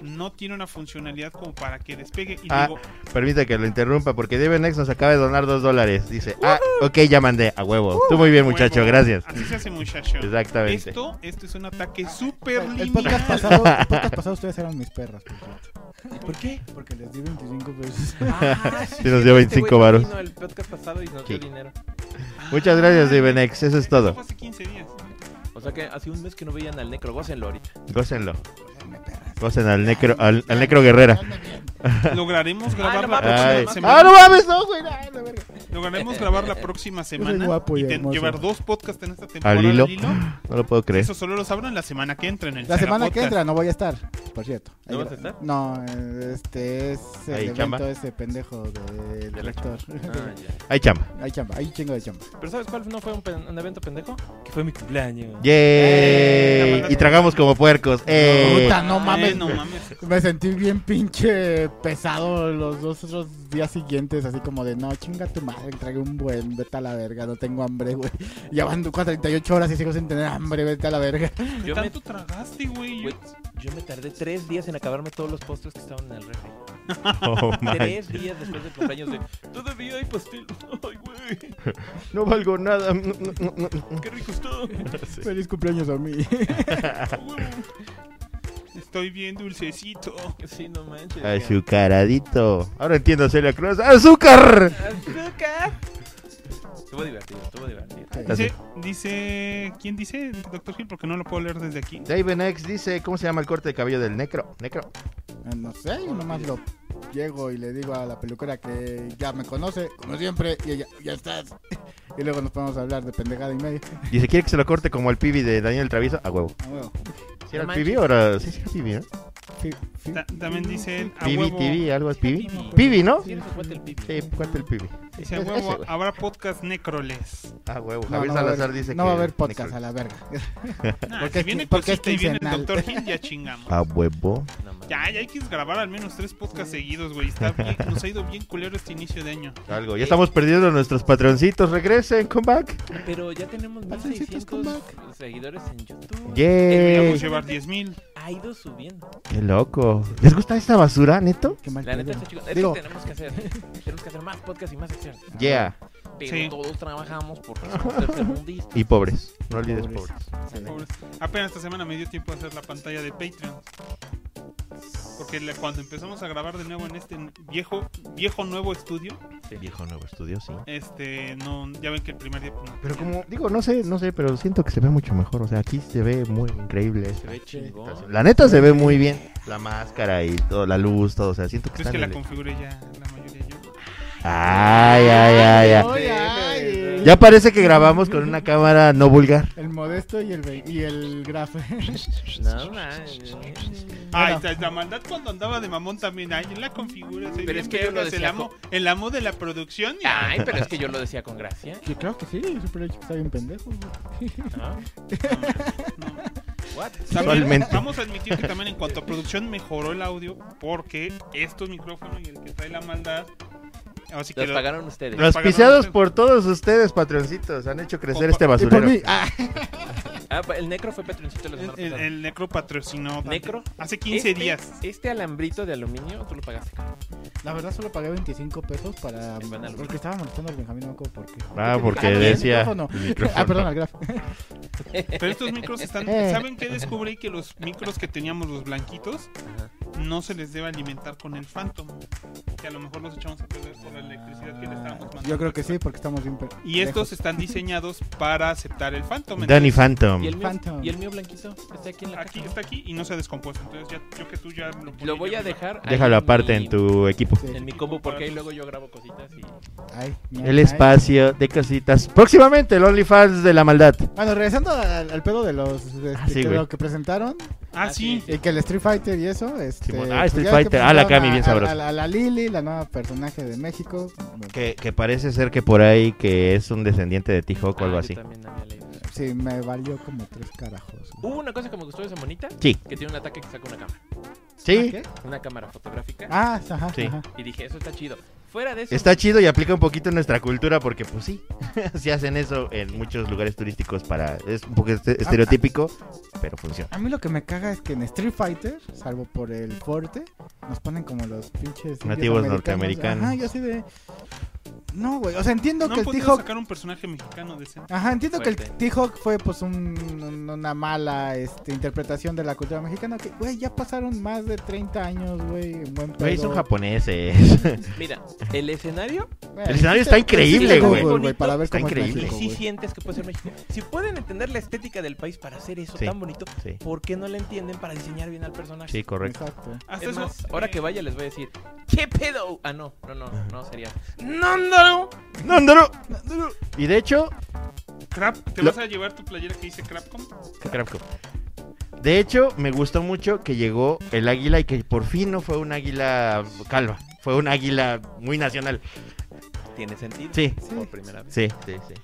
Speaker 4: no tiene una funcionalidad como para que despegue. Y
Speaker 3: Ah.
Speaker 4: digo,
Speaker 3: Permite que lo interrumpa porque Devenex nos acaba de donar dos dólares. Dice, ah, ok, ya mandé. A huevo. Tú muy bien, muchacho,
Speaker 4: huevo,
Speaker 3: gracias.
Speaker 4: Así se hace, muchacho.
Speaker 3: Exactamente.
Speaker 4: Esto, esto es un ataque súper
Speaker 2: El podcast
Speaker 4: lineal.
Speaker 2: pasado, el podcast pasado ustedes eran mis perras, por cierto,
Speaker 1: ¿Por qué?
Speaker 2: porque les di 25 pesos.
Speaker 1: Ah,
Speaker 3: Sí nos dio
Speaker 1: este
Speaker 3: 25
Speaker 1: güey
Speaker 3: varos.
Speaker 1: vino el podcast pasado y nos dio
Speaker 3: Sí.
Speaker 1: dinero.
Speaker 3: Muchas gracias, Devenex. Eso es todo.
Speaker 4: fue hace 15 días.
Speaker 1: O sea que hace un mes que no veían al necro, gócenlo ahorita.
Speaker 3: Gócenlo.
Speaker 2: Dame, perras.
Speaker 3: Gocen al necro, al, al necro guerrera.
Speaker 2: Dame bien. Ah,
Speaker 4: Lograremos grabar
Speaker 1: no
Speaker 4: la
Speaker 1: mames,
Speaker 3: Ay.
Speaker 4: próxima semana.
Speaker 3: Ah, no mames, no, güey. no, la verga.
Speaker 4: Lograremos grabar la próxima semana.
Speaker 2: guapo y
Speaker 4: te-
Speaker 2: hermoso.
Speaker 4: llevar dos podcasts en esta temporada.
Speaker 3: Al hilo. No lo puedo creer.
Speaker 4: Eso solo lo sabrán la semana que entra en el
Speaker 2: La
Speaker 4: Cera
Speaker 2: semana que
Speaker 4: Podcast.
Speaker 2: entra no voy a estar, por cierto.
Speaker 1: ¿No
Speaker 2: Ahí
Speaker 1: vas a
Speaker 2: va-
Speaker 1: estar?
Speaker 2: No, eh, este es el
Speaker 3: Ahí,
Speaker 2: evento
Speaker 3: chamba.
Speaker 2: ese pendejo del
Speaker 1: De la
Speaker 2: director.
Speaker 1: Ah, ya.
Speaker 3: Hay chamba.
Speaker 2: hay chamba, hay chingo de chamba.
Speaker 1: Pero ¿sabes cuál no fue un, pen- un evento pendejo? Que fue mi cumpleaños.
Speaker 3: ¡Yay! Y tragamos como puercos. ¡Eh!
Speaker 2: Puta, no
Speaker 1: Ay,
Speaker 2: mames.
Speaker 4: Ay, no mames.
Speaker 2: Me sentí bien pinche pesado los dos otros días siguientes, así como de, no, chinga tu madre, tragué un buen, vete a la verga, no tengo hambre, güey. Ya van 48 horas y sigo sin tener hambre, vete a la verga.
Speaker 4: ¿Qué
Speaker 1: Yo me,
Speaker 4: tanto tragaste, güey?
Speaker 1: güey, yo me tardé tres días en acabarme todos los postres que estaban en el refri.
Speaker 3: Oh, my.
Speaker 1: Tres días después del cumpleaños de... Todavía hay pastel. Ay, güey.
Speaker 3: No valgo nada. Mm, mm, mm, mm.
Speaker 1: Qué rico está.
Speaker 2: Feliz cumpleaños a mí.
Speaker 4: Estoy bien dulcecito.
Speaker 1: Sí, no manches.
Speaker 3: Azucaradito. Ahora entiendo, Celia Cruz. ¡Azúcar!
Speaker 1: Azúcar. Estuvo divertido, estuvo divertido.
Speaker 4: Dice, dice, ¿quién dice? Doctor Gil, porque no lo puedo leer desde aquí.
Speaker 3: David X dice, ¿cómo se llama el corte de cabello del necro? Necro.
Speaker 2: Ah, No sé, yo nomás lo llego y le digo a la peluquera que ya me conoce, como siempre, y ella, ya estás. Y luego nos podemos hablar de pendejada y media. Ah,
Speaker 3: Dice, ¿quiere que se lo corte como el pibi de Daniel Travieso? A huevo.
Speaker 2: A huevo.
Speaker 3: ¿Si era el
Speaker 1: No
Speaker 3: pibi o era...? Sí, sí era el pibi, ¿no?
Speaker 2: Fi- fi-
Speaker 4: Ta- también dice él, ah, a
Speaker 3: Pibi,
Speaker 4: huevo,
Speaker 3: Tibi, algo así. Pibi.
Speaker 1: Pibi.
Speaker 3: Pibi, ¿no?
Speaker 1: Sí, eres el cuate, el pibi.
Speaker 3: Sí, cuenta el Pibi.
Speaker 4: dice, a
Speaker 3: Ese,
Speaker 4: huevo,
Speaker 3: güey.
Speaker 4: habrá podcast necroles.
Speaker 3: Ah, huevo.
Speaker 2: No,
Speaker 3: Javier
Speaker 2: no va a haber-
Speaker 3: Salazar dice
Speaker 2: No
Speaker 3: que.
Speaker 2: va a haber podcast a
Speaker 3: Necro-
Speaker 2: la verga.
Speaker 4: Nah,
Speaker 2: Porque
Speaker 4: si
Speaker 2: es
Speaker 4: viene
Speaker 2: quin- porque es
Speaker 4: Cosita y viene el
Speaker 2: quincenal.
Speaker 4: Doctor Gil, ya chingamos.
Speaker 3: A huevo.
Speaker 1: No mames.
Speaker 4: Ya, ya hay que grabar al menos tres podcasts seguidos, güey. Está bien- nos ha ido bien culero este inicio de año.
Speaker 3: Algo. Ya estamos perdiendo a nuestros patroncitos. Regresen, comeback.
Speaker 1: Pero ya tenemos
Speaker 2: Patroncitos con
Speaker 1: 1600 seguidores en YouTube.
Speaker 3: Yeah.
Speaker 4: Deberíamos llevar 10.000.
Speaker 1: Ha ido subiendo.
Speaker 3: Qué loco. ¿Les gusta esta basura, neto?
Speaker 2: Qué mal
Speaker 1: La neta,
Speaker 2: pedo.
Speaker 1: está chico. Es
Speaker 2: Digo,
Speaker 1: que tenemos que hacer. Tenemos que hacer más podcasts y más secciones.
Speaker 3: Yeah.
Speaker 1: Pero
Speaker 4: Sí.
Speaker 1: todos trabajamos porque somos tercermundistas.
Speaker 3: Y pobres. No olvides
Speaker 2: Pobres.
Speaker 3: pobres.
Speaker 4: Pobres. Apenas esta semana me dio tiempo a hacer la pantalla de Patreon. Porque la- cuando empezamos a grabar de nuevo en este viejo, viejo nuevo estudio,
Speaker 3: Viejo nuevo estudio, sí.
Speaker 4: este, no, ya ven que el primer día. pues, no.
Speaker 3: Pero como, digo, no sé, no sé, pero siento que se ve mucho mejor. O sea, aquí se ve muy increíble.
Speaker 1: Se ve chingón.
Speaker 3: La neta se ve muy bien. La máscara y todo, la luz, todo. O sea, siento que
Speaker 4: Pues es
Speaker 3: están
Speaker 4: que la
Speaker 3: en el-
Speaker 4: configuré ya la mayoría yo.
Speaker 3: Ay, ay, ay, ay.
Speaker 2: Ay, ay.
Speaker 3: Ya parece que grabamos con una cámara no vulgar.
Speaker 2: El modesto y el, ve- y el graf.
Speaker 1: No mames.
Speaker 4: Ay, la, la maldad cuando andaba de mamón también. Ay, yo la configuré.
Speaker 1: Pero
Speaker 4: soy bien
Speaker 1: es que yo lo
Speaker 4: vergas, el
Speaker 1: decía Ah,
Speaker 4: amo, el amo de la producción. y-
Speaker 1: Ay, pero es que yo lo decía con gracia.
Speaker 2: Que claro que sí, el Super H está bien pendejo. güey.
Speaker 1: ¿Ah?
Speaker 4: No.
Speaker 1: What?
Speaker 4: También
Speaker 3: Usualmente.
Speaker 4: Vamos a admitir que también en cuanto a producción mejoró el audio porque estos micrófonos y el que trae la maldad. Así que
Speaker 1: Los
Speaker 4: lo-
Speaker 1: pagaron ustedes.
Speaker 4: Los-
Speaker 3: Auspiciados por todos ustedes, patroncitos. Han hecho crecer
Speaker 4: Opa.
Speaker 3: este
Speaker 2: Y por
Speaker 3: basurero.
Speaker 2: mí, ah,
Speaker 1: Ah, pa- el necro fue Petroncito la semana
Speaker 4: el, el-
Speaker 1: pasada.
Speaker 4: el necro patrocinó. Dante.
Speaker 1: Necro.
Speaker 4: Hace 15
Speaker 1: Este-
Speaker 4: días.
Speaker 1: Este alambrito de aluminio, tú lo pagaste. caro?
Speaker 2: la verdad solo pagué 25 pesos para.
Speaker 1: Sí, van al-
Speaker 2: Porque estaba molestando al Benjamín, no me acuerdo por qué.
Speaker 3: Ah, porque
Speaker 2: Ah, no, el
Speaker 3: decía.
Speaker 2: micrófono.
Speaker 3: el micrófono.
Speaker 2: Ah, perdón, al graf.
Speaker 4: Pero estos micros están.
Speaker 2: Eh.
Speaker 4: ¿Saben qué descubrí? Que los micros que teníamos los blanquitos
Speaker 1: Ajá.
Speaker 4: no se les debe alimentar con el Phantom. Que a lo mejor nos echamos a perder por la electricidad que le estábamos mandando.
Speaker 2: Yo creo que sí, porque estamos bien. pe-
Speaker 4: Y estos
Speaker 2: pendejos.
Speaker 4: están diseñados para aceptar el Phantom.
Speaker 3: Danny
Speaker 4: entonces,
Speaker 3: Phantom.
Speaker 1: ¿Y el, mío,
Speaker 2: Phantom.
Speaker 1: y el mío blanquito está aquí en la
Speaker 4: Aquí
Speaker 1: caja.
Speaker 4: está aquí y no se ha descompuesto. Entonces, ya, yo que tú ya lo,
Speaker 1: Lo
Speaker 4: ponía
Speaker 1: voy
Speaker 4: yo
Speaker 1: a
Speaker 4: arriba.
Speaker 1: dejar. ahí
Speaker 3: Déjalo aparte
Speaker 1: mi-
Speaker 3: en tu equipo.
Speaker 2: Sí.
Speaker 1: En mi combo porque ahí luego yo grabo cositas y...
Speaker 2: Ay, mi-
Speaker 3: El
Speaker 2: ay.
Speaker 3: espacio de cositas. Próximamente, el OnlyFans de la maldad.
Speaker 2: Bueno, regresando al, al pedo de los este,
Speaker 3: Ah, sí,
Speaker 2: que
Speaker 3: güey.
Speaker 2: lo que presentaron,
Speaker 4: Ah, sí.
Speaker 2: y que el Street Fighter y eso, este,
Speaker 3: Simón. Ah,
Speaker 2: pues
Speaker 3: Street
Speaker 2: ya ves que
Speaker 3: Fighter. Ah, la
Speaker 2: presentaron
Speaker 3: Cami,
Speaker 2: a-
Speaker 3: bien
Speaker 2: a-
Speaker 3: sabrosa.
Speaker 2: A, la- a la Lili, la nueva personaje de México.
Speaker 3: Que, que parece ser que por ahí que es un descendiente de T-Hawk o
Speaker 1: Ah,
Speaker 3: algo
Speaker 1: yo
Speaker 3: así.
Speaker 1: también había leído.
Speaker 2: Sí, me valió como tres carajos. güey.
Speaker 1: Hubo una cosa que me gustó de esa monita.
Speaker 3: Sí.
Speaker 1: Que tiene un ataque que saca una cámara.
Speaker 3: Sí,
Speaker 2: ¿Ah, ¿Qué?
Speaker 1: Una cámara fotográfica.
Speaker 2: Ah, ajá,
Speaker 3: Sí.
Speaker 2: ajá.
Speaker 1: Y dije, eso está chido. Fuera de eso...
Speaker 3: está chido y aplica un poquito nuestra cultura porque pues sí, sí hacen eso en muchos lugares turísticos para... Es un poco este- estereotípico, pero funciona.
Speaker 2: A mí lo que me caga es que en Street Fighter, salvo por el fuerte, nos ponen como los pinches indios
Speaker 3: Nativos
Speaker 2: americanos.
Speaker 3: norteamericanos.
Speaker 2: Ajá, yo así de. No, güey. O sea, entiendo
Speaker 4: No
Speaker 2: que
Speaker 4: han
Speaker 2: el
Speaker 4: podido
Speaker 2: T-Hawk.
Speaker 4: sacar un personaje mexicano decente.
Speaker 2: Ajá, entiendo que el
Speaker 1: Fuerte.
Speaker 2: T-Hawk fue pues un- un- una mala este, interpretación de la cultura mexicana. Que, güey, ya pasaron más de 30 años, güey. En buen
Speaker 3: Güey,
Speaker 2: pedo.
Speaker 3: son japoneses.
Speaker 1: Mira, el escenario
Speaker 2: Güey,
Speaker 3: El escenario está
Speaker 2: visita
Speaker 3: increíble,
Speaker 2: Google,
Speaker 1: güey.
Speaker 2: Para ver
Speaker 3: Está
Speaker 2: cómo es
Speaker 3: increíble.
Speaker 2: México,
Speaker 1: sí
Speaker 2: güey.
Speaker 1: sientes que puede ser México. Si pueden entender la estética del país para hacer eso
Speaker 3: Sí.
Speaker 1: tan bonito,
Speaker 3: Sí,
Speaker 1: ¿por qué no la entienden para diseñar bien al personaje?
Speaker 3: sí, correcto.
Speaker 2: Exacto.
Speaker 4: Hasta
Speaker 1: Es
Speaker 4: eso,
Speaker 1: más,
Speaker 4: eh,
Speaker 1: ahora que vaya les voy a decir, ¿qué pedo? Ah, no, no, no, no sería.
Speaker 5: No, no.
Speaker 3: No, no, no. Y de hecho,
Speaker 4: Crap, ¿te
Speaker 3: Lo-
Speaker 4: vas a llevar tu playera que dice Crapcom?
Speaker 3: Crapco. De hecho, me gustó mucho que llegó el águila y que por fin no fue un águila calva. Fue un águila muy nacional.
Speaker 1: Tiene sentido.
Speaker 3: Sí,
Speaker 2: Sí.
Speaker 1: Por primera vez.
Speaker 3: sí, sí. sí.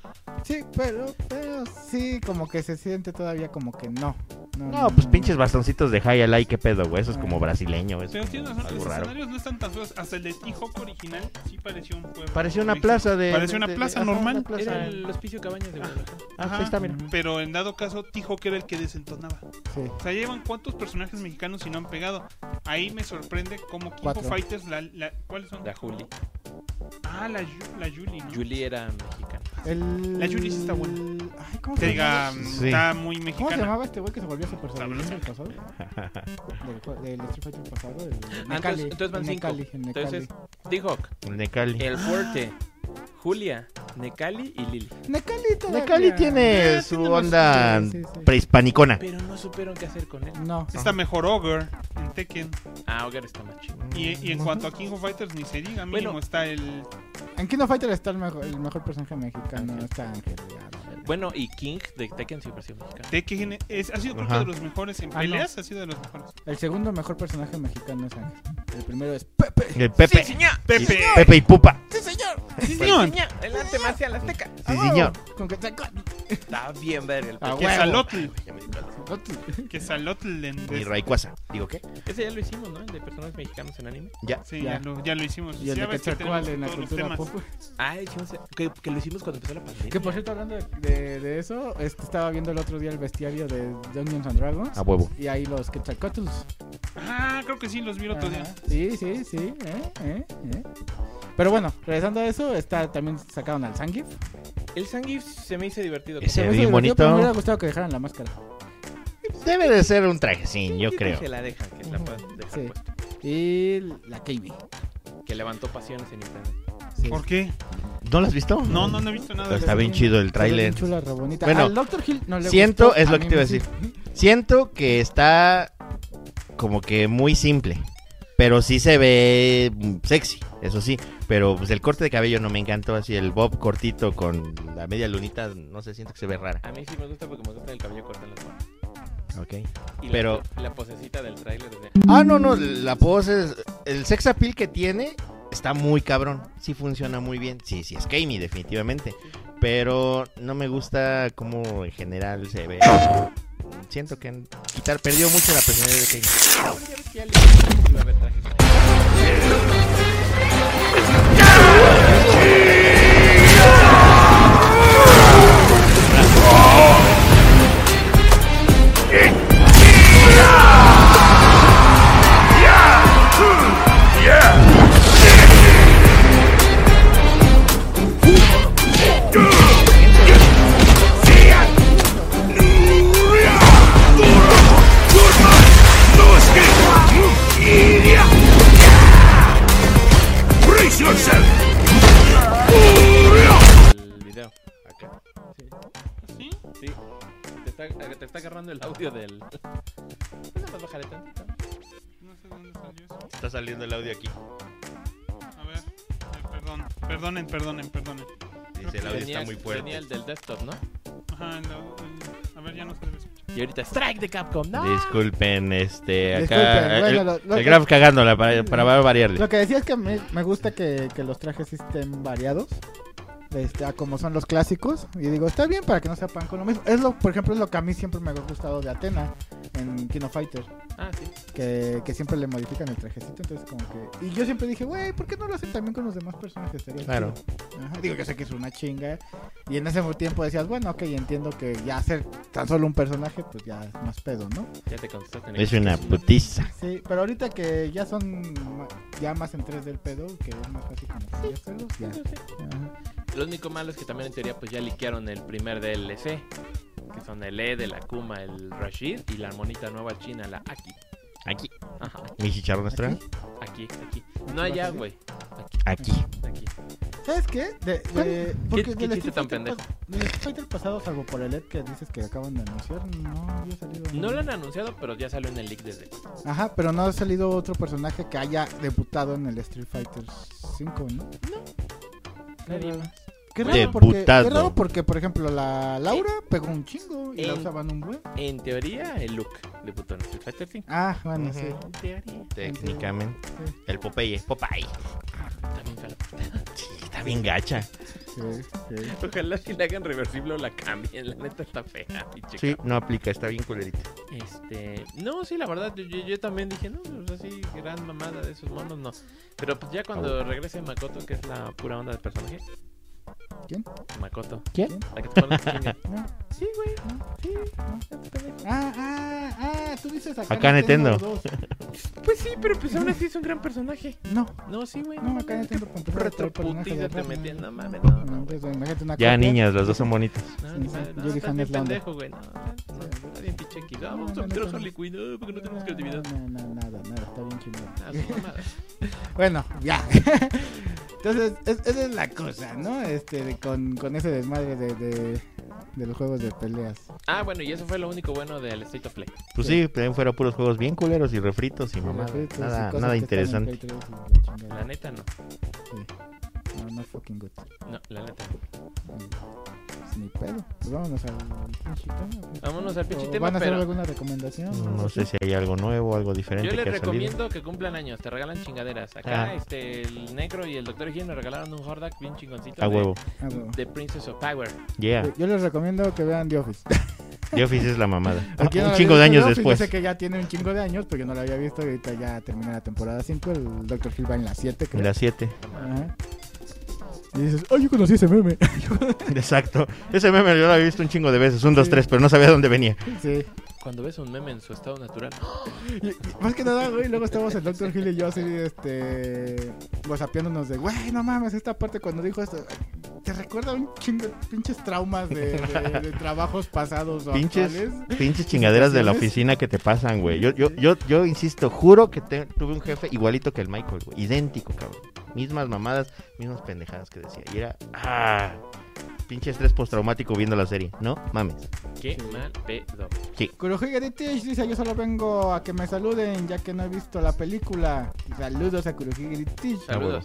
Speaker 2: Sí, pero, pero sí, como que se siente todavía como que no. No,
Speaker 3: No, pues pinches bastoncitos de Hayalai, qué pedo, güey. Eso es como brasileño, eso
Speaker 4: Pero
Speaker 3: es
Speaker 4: tienes
Speaker 3: como
Speaker 4: razón,
Speaker 3: algo
Speaker 4: los
Speaker 3: raro.
Speaker 4: escenarios no están tan feos. Hasta el de T-Hawk original sí pareció un pueblo.
Speaker 3: Parecía una
Speaker 4: Parecía-
Speaker 3: plaza de.
Speaker 4: Parecía una
Speaker 3: de- de-
Speaker 4: plaza
Speaker 3: ajá,
Speaker 4: normal.
Speaker 3: una plaza.
Speaker 1: Era el hospicio Cabañas
Speaker 3: Ah.
Speaker 1: de Guadalajara.
Speaker 3: Ajá, ahí está, mira.
Speaker 4: Pero en dado caso, T-Hawk era el que desentonaba.
Speaker 2: Sí.
Speaker 4: O sea, llevan cuántos personajes mexicanos si no han pegado. Ahí me sorprende cómo King
Speaker 2: Cuatro.
Speaker 4: of Fighters, la, la- ¿cuáles son?
Speaker 1: La Juli.
Speaker 4: Ah, la, Yu- la Yuli, ¿no?
Speaker 1: Juli era mexicana.
Speaker 2: El...
Speaker 4: La Yuri sí está buena.
Speaker 2: Ay, ¿cómo
Speaker 4: Que
Speaker 2: se
Speaker 4: diga,
Speaker 2: llama?
Speaker 4: mm,
Speaker 3: Sí.
Speaker 4: está muy
Speaker 2: ¿Cómo se
Speaker 4: mexicana.
Speaker 2: llamaba este güey que se volvió super
Speaker 4: Sabroso.
Speaker 2: sobreviviente el pasado? Del, jue- del Street Fighter pasado. El Necali,
Speaker 1: Ah, entonces- entonces van
Speaker 2: el
Speaker 1: cinco.
Speaker 2: Necali, el Necali.
Speaker 1: Entonces, T-Hawk,
Speaker 3: El Necali.
Speaker 1: El Fuerte, Julia, Necali y Lili.
Speaker 2: Necali todavía.
Speaker 3: Necali tiene
Speaker 2: Eh,
Speaker 3: su
Speaker 2: tiene más-
Speaker 3: onda
Speaker 2: sí, sí, sí.
Speaker 3: prehispanicona.
Speaker 1: Pero no supieron qué hacer con él.
Speaker 2: No.
Speaker 4: Está mejor Ogre en Tekken.
Speaker 1: Ah, Hogar está más chido.
Speaker 4: Y, y en cuanto a King of Fighters, ni se diga, mínimo
Speaker 1: Bueno.
Speaker 4: está el
Speaker 2: En King of Fighter está el mejor, el mejor personaje mexicano.
Speaker 1: Ángel.
Speaker 2: Está Ángel. ya, la verdad.
Speaker 1: Bueno, y King de Tekken sí versión mexicana.
Speaker 4: Tekken es, ha sido creo que
Speaker 3: Ajá.
Speaker 4: de los mejores en
Speaker 2: Ah, no.
Speaker 4: peleas, ha sido de los mejores.
Speaker 2: El segundo mejor personaje mexicano es Ángel. El primero es Pepe.
Speaker 3: El Pepe.
Speaker 4: Pepe.
Speaker 3: Pepe y Pupa.
Speaker 2: ¡Sí, señor!
Speaker 4: Sí, señor.
Speaker 1: Adelante, Marcial Azteca.
Speaker 3: Sí, señor.
Speaker 2: Oh, Con que saca-
Speaker 1: Está bien ver el
Speaker 2: Ah,
Speaker 1: Pepe.
Speaker 2: huevo.
Speaker 4: Quetzalotl.
Speaker 2: No te-
Speaker 4: Quetzalotl en
Speaker 3: Y
Speaker 4: des-
Speaker 3: Rayquaza. Digo, ¿qué?
Speaker 1: Ese ya lo hicimos, ¿no? El de personajes mexicanos en anime.
Speaker 3: Ya.
Speaker 4: Sí,
Speaker 2: Ya.
Speaker 4: ya, lo, ya lo hicimos.
Speaker 2: Y el de
Speaker 4: Ya ves que
Speaker 2: Quetzalcóatl
Speaker 4: tenemos
Speaker 2: en la
Speaker 4: todos los
Speaker 2: cultura
Speaker 4: temas.
Speaker 2: pop.
Speaker 1: Ah, hicimos. Que, que lo hicimos cuando empezó la pandemia.
Speaker 2: Que por cierto, hablando de, de- de eso, este, estaba viendo el otro día el bestiario de Dungeons and Dragons.
Speaker 3: A huevo.
Speaker 2: Y ahí los Quetzalcoatlus.
Speaker 4: Ah, creo que sí, los vi el otro
Speaker 2: Ajá.
Speaker 4: día.
Speaker 2: Sí, sí, sí. eh, eh, eh. Pero bueno, regresando a eso, está, también sacaron al Zangief.
Speaker 1: El Zangief se me hizo divertido.
Speaker 3: Ese- Se
Speaker 2: me
Speaker 3: ve
Speaker 2: hizo
Speaker 3: bien
Speaker 2: divertido,
Speaker 3: bonito.
Speaker 2: pero Me hubiera gustado que dejaran la máscara.
Speaker 3: Debe de ser un trajecín, yo
Speaker 1: que
Speaker 3: creo.
Speaker 1: Se la dejan, que la puedan dejar
Speaker 2: Sí.
Speaker 1: puesta.
Speaker 2: Y la Kami.
Speaker 1: Que levantó pasiones en internet.
Speaker 2: Sí.
Speaker 4: ¿Por qué?
Speaker 3: ¿No lo has visto?
Speaker 4: No, no, no he visto nada
Speaker 3: Pero
Speaker 4: de
Speaker 3: está
Speaker 4: eso.
Speaker 3: bien chido el
Speaker 2: Se ve bien
Speaker 3: tráiler.
Speaker 2: chula, re bonita.
Speaker 3: Bueno,
Speaker 2: Al Dr. Hill no le
Speaker 3: siento,
Speaker 2: gustó,
Speaker 3: es lo
Speaker 2: a
Speaker 3: que
Speaker 2: mí
Speaker 3: te iba a
Speaker 2: sí.
Speaker 3: Siento que está como que muy simple. Pero sí se ve mm, sexy, eso sí. Pero pues el corte de cabello no me encantó. Así el bob cortito con la media lunita, no sé, siento que se ve rara.
Speaker 1: A mí sí me gusta porque me gusta el cabello corto en las manos.
Speaker 3: Ok.
Speaker 1: Y la-
Speaker 3: Pero-
Speaker 1: La, posecita del tráiler de...
Speaker 3: Ah, no, no, la pose, es- el sex appeal que tiene está muy cabrón. Sí funciona muy bien. Sí, sí, es Kami, definitivamente. Pero no me gusta cómo en general se ve. Siento que han quitar, perdió mucho la personalidad de Kami.
Speaker 1: Ya ves que ya le dije que iba a haber trajes.
Speaker 6: Brace yourself!
Speaker 1: El video. Acá.
Speaker 4: ¿Sí?
Speaker 1: Sí. Te está, eh, te está agarrando el audio del... Nada más bájale tantito.
Speaker 4: No sé dónde salió eso.
Speaker 3: Está saliendo el audio aquí.
Speaker 4: A ver. eh, Perdón, perdonen, perdonen, perdonen.
Speaker 3: Dice, el audio
Speaker 1: Tenía-
Speaker 3: está muy
Speaker 1: Tenía
Speaker 3: fuerte.
Speaker 1: el del desktop, ¿no?
Speaker 4: Ajá, la- el- a ver, ya no se debe escuchar.
Speaker 1: Y ahorita Strike de Capcom. ¡No!
Speaker 3: Disculpen, este, acá.
Speaker 2: Disculpen, bueno,
Speaker 3: el,
Speaker 2: lo- lo-
Speaker 3: el Graf cagándola para, para variarle.
Speaker 2: Lo que decía es que me, me gusta que, que los trajes estén variados. Este, a como son los clásicos. Y digo, está bien para que no se apan con lo mismo. Es lo, por ejemplo, es lo que a mí siempre me ha gustado de Atena en Kino Fighter.
Speaker 1: Ah, sí.
Speaker 2: Que, que siempre le modifican el trajecito. Entonces, como que. Y yo siempre dije, güey, ¿por qué no lo hacen también con los demás personajes? Estaría
Speaker 3: Claro.
Speaker 2: chido". Ajá, Digo, yo sé que es una chinga. Y en ese tiempo decías, bueno, ok, entiendo que ya hacer tan solo un personaje, pues ya es más pedo, ¿no?
Speaker 1: Ya te contestaste. en este el-
Speaker 3: Es una putiza.
Speaker 2: Sí, pero ahorita que ya son ma- ya más en 3 del pedo, que es más fácil como que ya hacerlos, ya. Ajá.
Speaker 1: Lo único malo es que también en teoría pues ya liquearon el primer DLC. Que son el E de la Kuma, el Rashid y la armonita nueva china, la Aki.
Speaker 3: Aquí.
Speaker 1: Ajá,
Speaker 3: Mi chicharrón está
Speaker 1: aquí, aquí.
Speaker 2: va
Speaker 1: No
Speaker 2: a
Speaker 1: allá,
Speaker 2: salir?
Speaker 1: güey.
Speaker 3: aquí.
Speaker 1: Aquí.
Speaker 2: ¿Sabes qué? De, de,
Speaker 1: Eh, qué
Speaker 2: del
Speaker 1: chiste
Speaker 2: Street
Speaker 1: tan
Speaker 2: Fighter
Speaker 1: pendejo?
Speaker 2: pas- Del Street Fighter pasado, salvo por el LED que dices que acaban de anunciar, no había salido.
Speaker 1: No lo han anunciado, pero ya salió en el leak desde.
Speaker 2: Ajá, pero no ha salido otro personaje que haya debutado en el Street Fighter 5, ¿no?
Speaker 1: Nadie
Speaker 2: raro.
Speaker 1: más.
Speaker 2: Qué raro, porque, qué
Speaker 3: Debutado.
Speaker 2: raro porque, por ejemplo, la Laura pegó un chingo y la
Speaker 1: En-
Speaker 2: usaban un buen.
Speaker 1: En teoría, el look debutó en Street Fighter V.
Speaker 2: Ah, bueno, sí.
Speaker 3: Ujú.
Speaker 1: En teoría.
Speaker 3: Técnicamente.
Speaker 2: Sí,
Speaker 3: El Popeye. Popeye.
Speaker 1: También fue la-
Speaker 3: Sí, está bien gacha.
Speaker 2: sí, sí.
Speaker 1: Ojalá si la hagan reversible o la cambien. La neta está fea. pinche
Speaker 3: Sí, no aplica, está bien culerita.
Speaker 1: Este, no, sí, la verdad, yo, yo- yo también dije, no, pues así, gran mamada de esos monos, no. Pero
Speaker 2: Ah,
Speaker 1: pues ya cuando regrese Makoto, que es la pura onda del personaje.
Speaker 2: ¿Quién?
Speaker 1: Makoto.
Speaker 2: ¿Quién?
Speaker 1: La que te pones chinga.
Speaker 2: No.
Speaker 1: Sí, güey, sí, este pendejo.
Speaker 2: Ah, ah, ah, tú dices acá,
Speaker 3: Acá Nintendo.
Speaker 2: dos.
Speaker 1: Pues sí, pero pues aún así es un gran personaje.
Speaker 2: No,
Speaker 1: No, sí, güey.
Speaker 2: no, acá Nintendo con tu
Speaker 1: Retroputiza te metí, no mames, no, no, güey.
Speaker 2: pues, imagínate una
Speaker 3: Ya,
Speaker 2: copia.
Speaker 3: niñas, las dos son bonitas.
Speaker 1: No,
Speaker 2: Sí,
Speaker 1: ni
Speaker 2: sí,
Speaker 1: madre,
Speaker 2: yo
Speaker 1: no,
Speaker 2: dije,
Speaker 1: estás
Speaker 2: no
Speaker 1: bien
Speaker 2: es la onda.
Speaker 1: pendejo, güey. No, no, está bien pinche aquí. Ah, vamos
Speaker 2: No,
Speaker 1: a meter a
Speaker 2: neta, no.
Speaker 1: Harley Quinn, ah, porque no tenemos creatividad.
Speaker 2: No, no, no, nada, nada, está bien chingón.
Speaker 1: Ah, su mamada.
Speaker 2: Bueno, ya. Entonces, es- esa es la cosa, ¿no? Este, de- con, con ese desmadre de, de, de los juegos de peleas.
Speaker 1: Ah, bueno, y eso fue lo único bueno del State of Play.
Speaker 3: Pues sí, también fueron puros juegos bien culeros y refritos y
Speaker 2: Los
Speaker 3: mamadas.
Speaker 2: retos pues, y
Speaker 3: Nada,
Speaker 2: cosas
Speaker 3: nada
Speaker 2: que están en
Speaker 3: interesante.
Speaker 2: Play 3 y la chingada.
Speaker 1: La neta, no.
Speaker 2: No, no, not fucking good.
Speaker 1: No, la neta.
Speaker 2: Pues ni pedo. Pues vámonos al pinche tema. pues.
Speaker 1: Vámonos al pinche
Speaker 2: ¿O
Speaker 1: tema,
Speaker 2: ¿Van a hacer
Speaker 1: pero-
Speaker 2: alguna recomendación?
Speaker 3: No sé si hay algo nuevo, algo diferente
Speaker 1: Yo les
Speaker 3: que ha salido.
Speaker 1: recomiendo que cumplan años, te regalan chingaderas. Acá
Speaker 3: Ah.
Speaker 1: este, el negro y el doctor Higgins me regalaron un Hordak bien chingoncito.
Speaker 3: A
Speaker 1: de-
Speaker 3: huevo.
Speaker 2: Ah, bueno.
Speaker 1: De Princess of Power.
Speaker 3: Yeah.
Speaker 2: Eh, Yo les recomiendo que vean The Office.
Speaker 3: The Office es la mamada.
Speaker 2: Porque yo no
Speaker 3: un
Speaker 2: la
Speaker 3: chingo de
Speaker 2: había visto The
Speaker 3: años
Speaker 2: Office,
Speaker 3: después.
Speaker 2: Yo sé que ya tiene un chingo de años, porque no la había visto y ahorita ya terminé la temporada 5. El Dr. Phil va en la 7, creo.
Speaker 3: En las 7.
Speaker 2: Ajá. Y dices, oh, yo conocí ese meme.
Speaker 3: Exacto. Ese meme yo lo había visto un chingo de veces. Un, dos,
Speaker 2: Sí.
Speaker 3: tres, pero no sabía dónde venía.
Speaker 2: sí.
Speaker 1: Cuando ves un meme en su estado natural.
Speaker 2: Y- y más que nada, güey, luego estábamos el Dr. Hill y yo así, este, whatsappiándonos de, güey, no mames, esta parte cuando dijo esto, te recuerda un chingo, pinches traumas de, de- de trabajos pasados o
Speaker 3: Pinches.
Speaker 2: actuales.
Speaker 3: Pinches chingaderas de la
Speaker 2: Situaciones.
Speaker 3: oficina que te pasan, güey. Yo, yo, yo, yo insisto, juro que te- tuve un jefe igualito que el Michael, güey. Idéntico, cabrón. Mismas mamadas, mismas pendejadas que decía. Y era. ¡Ah! Pinche estrés postraumático viendo la serie. No mames.
Speaker 1: Qué
Speaker 2: Sí.
Speaker 1: mal pedo.
Speaker 2: Kurohiga de Teach dice, yo solo vengo a que me saluden, ya que no he visto la película. Saludos a Kurohiga de Teach.
Speaker 3: Ah, bueno.
Speaker 1: Saludos.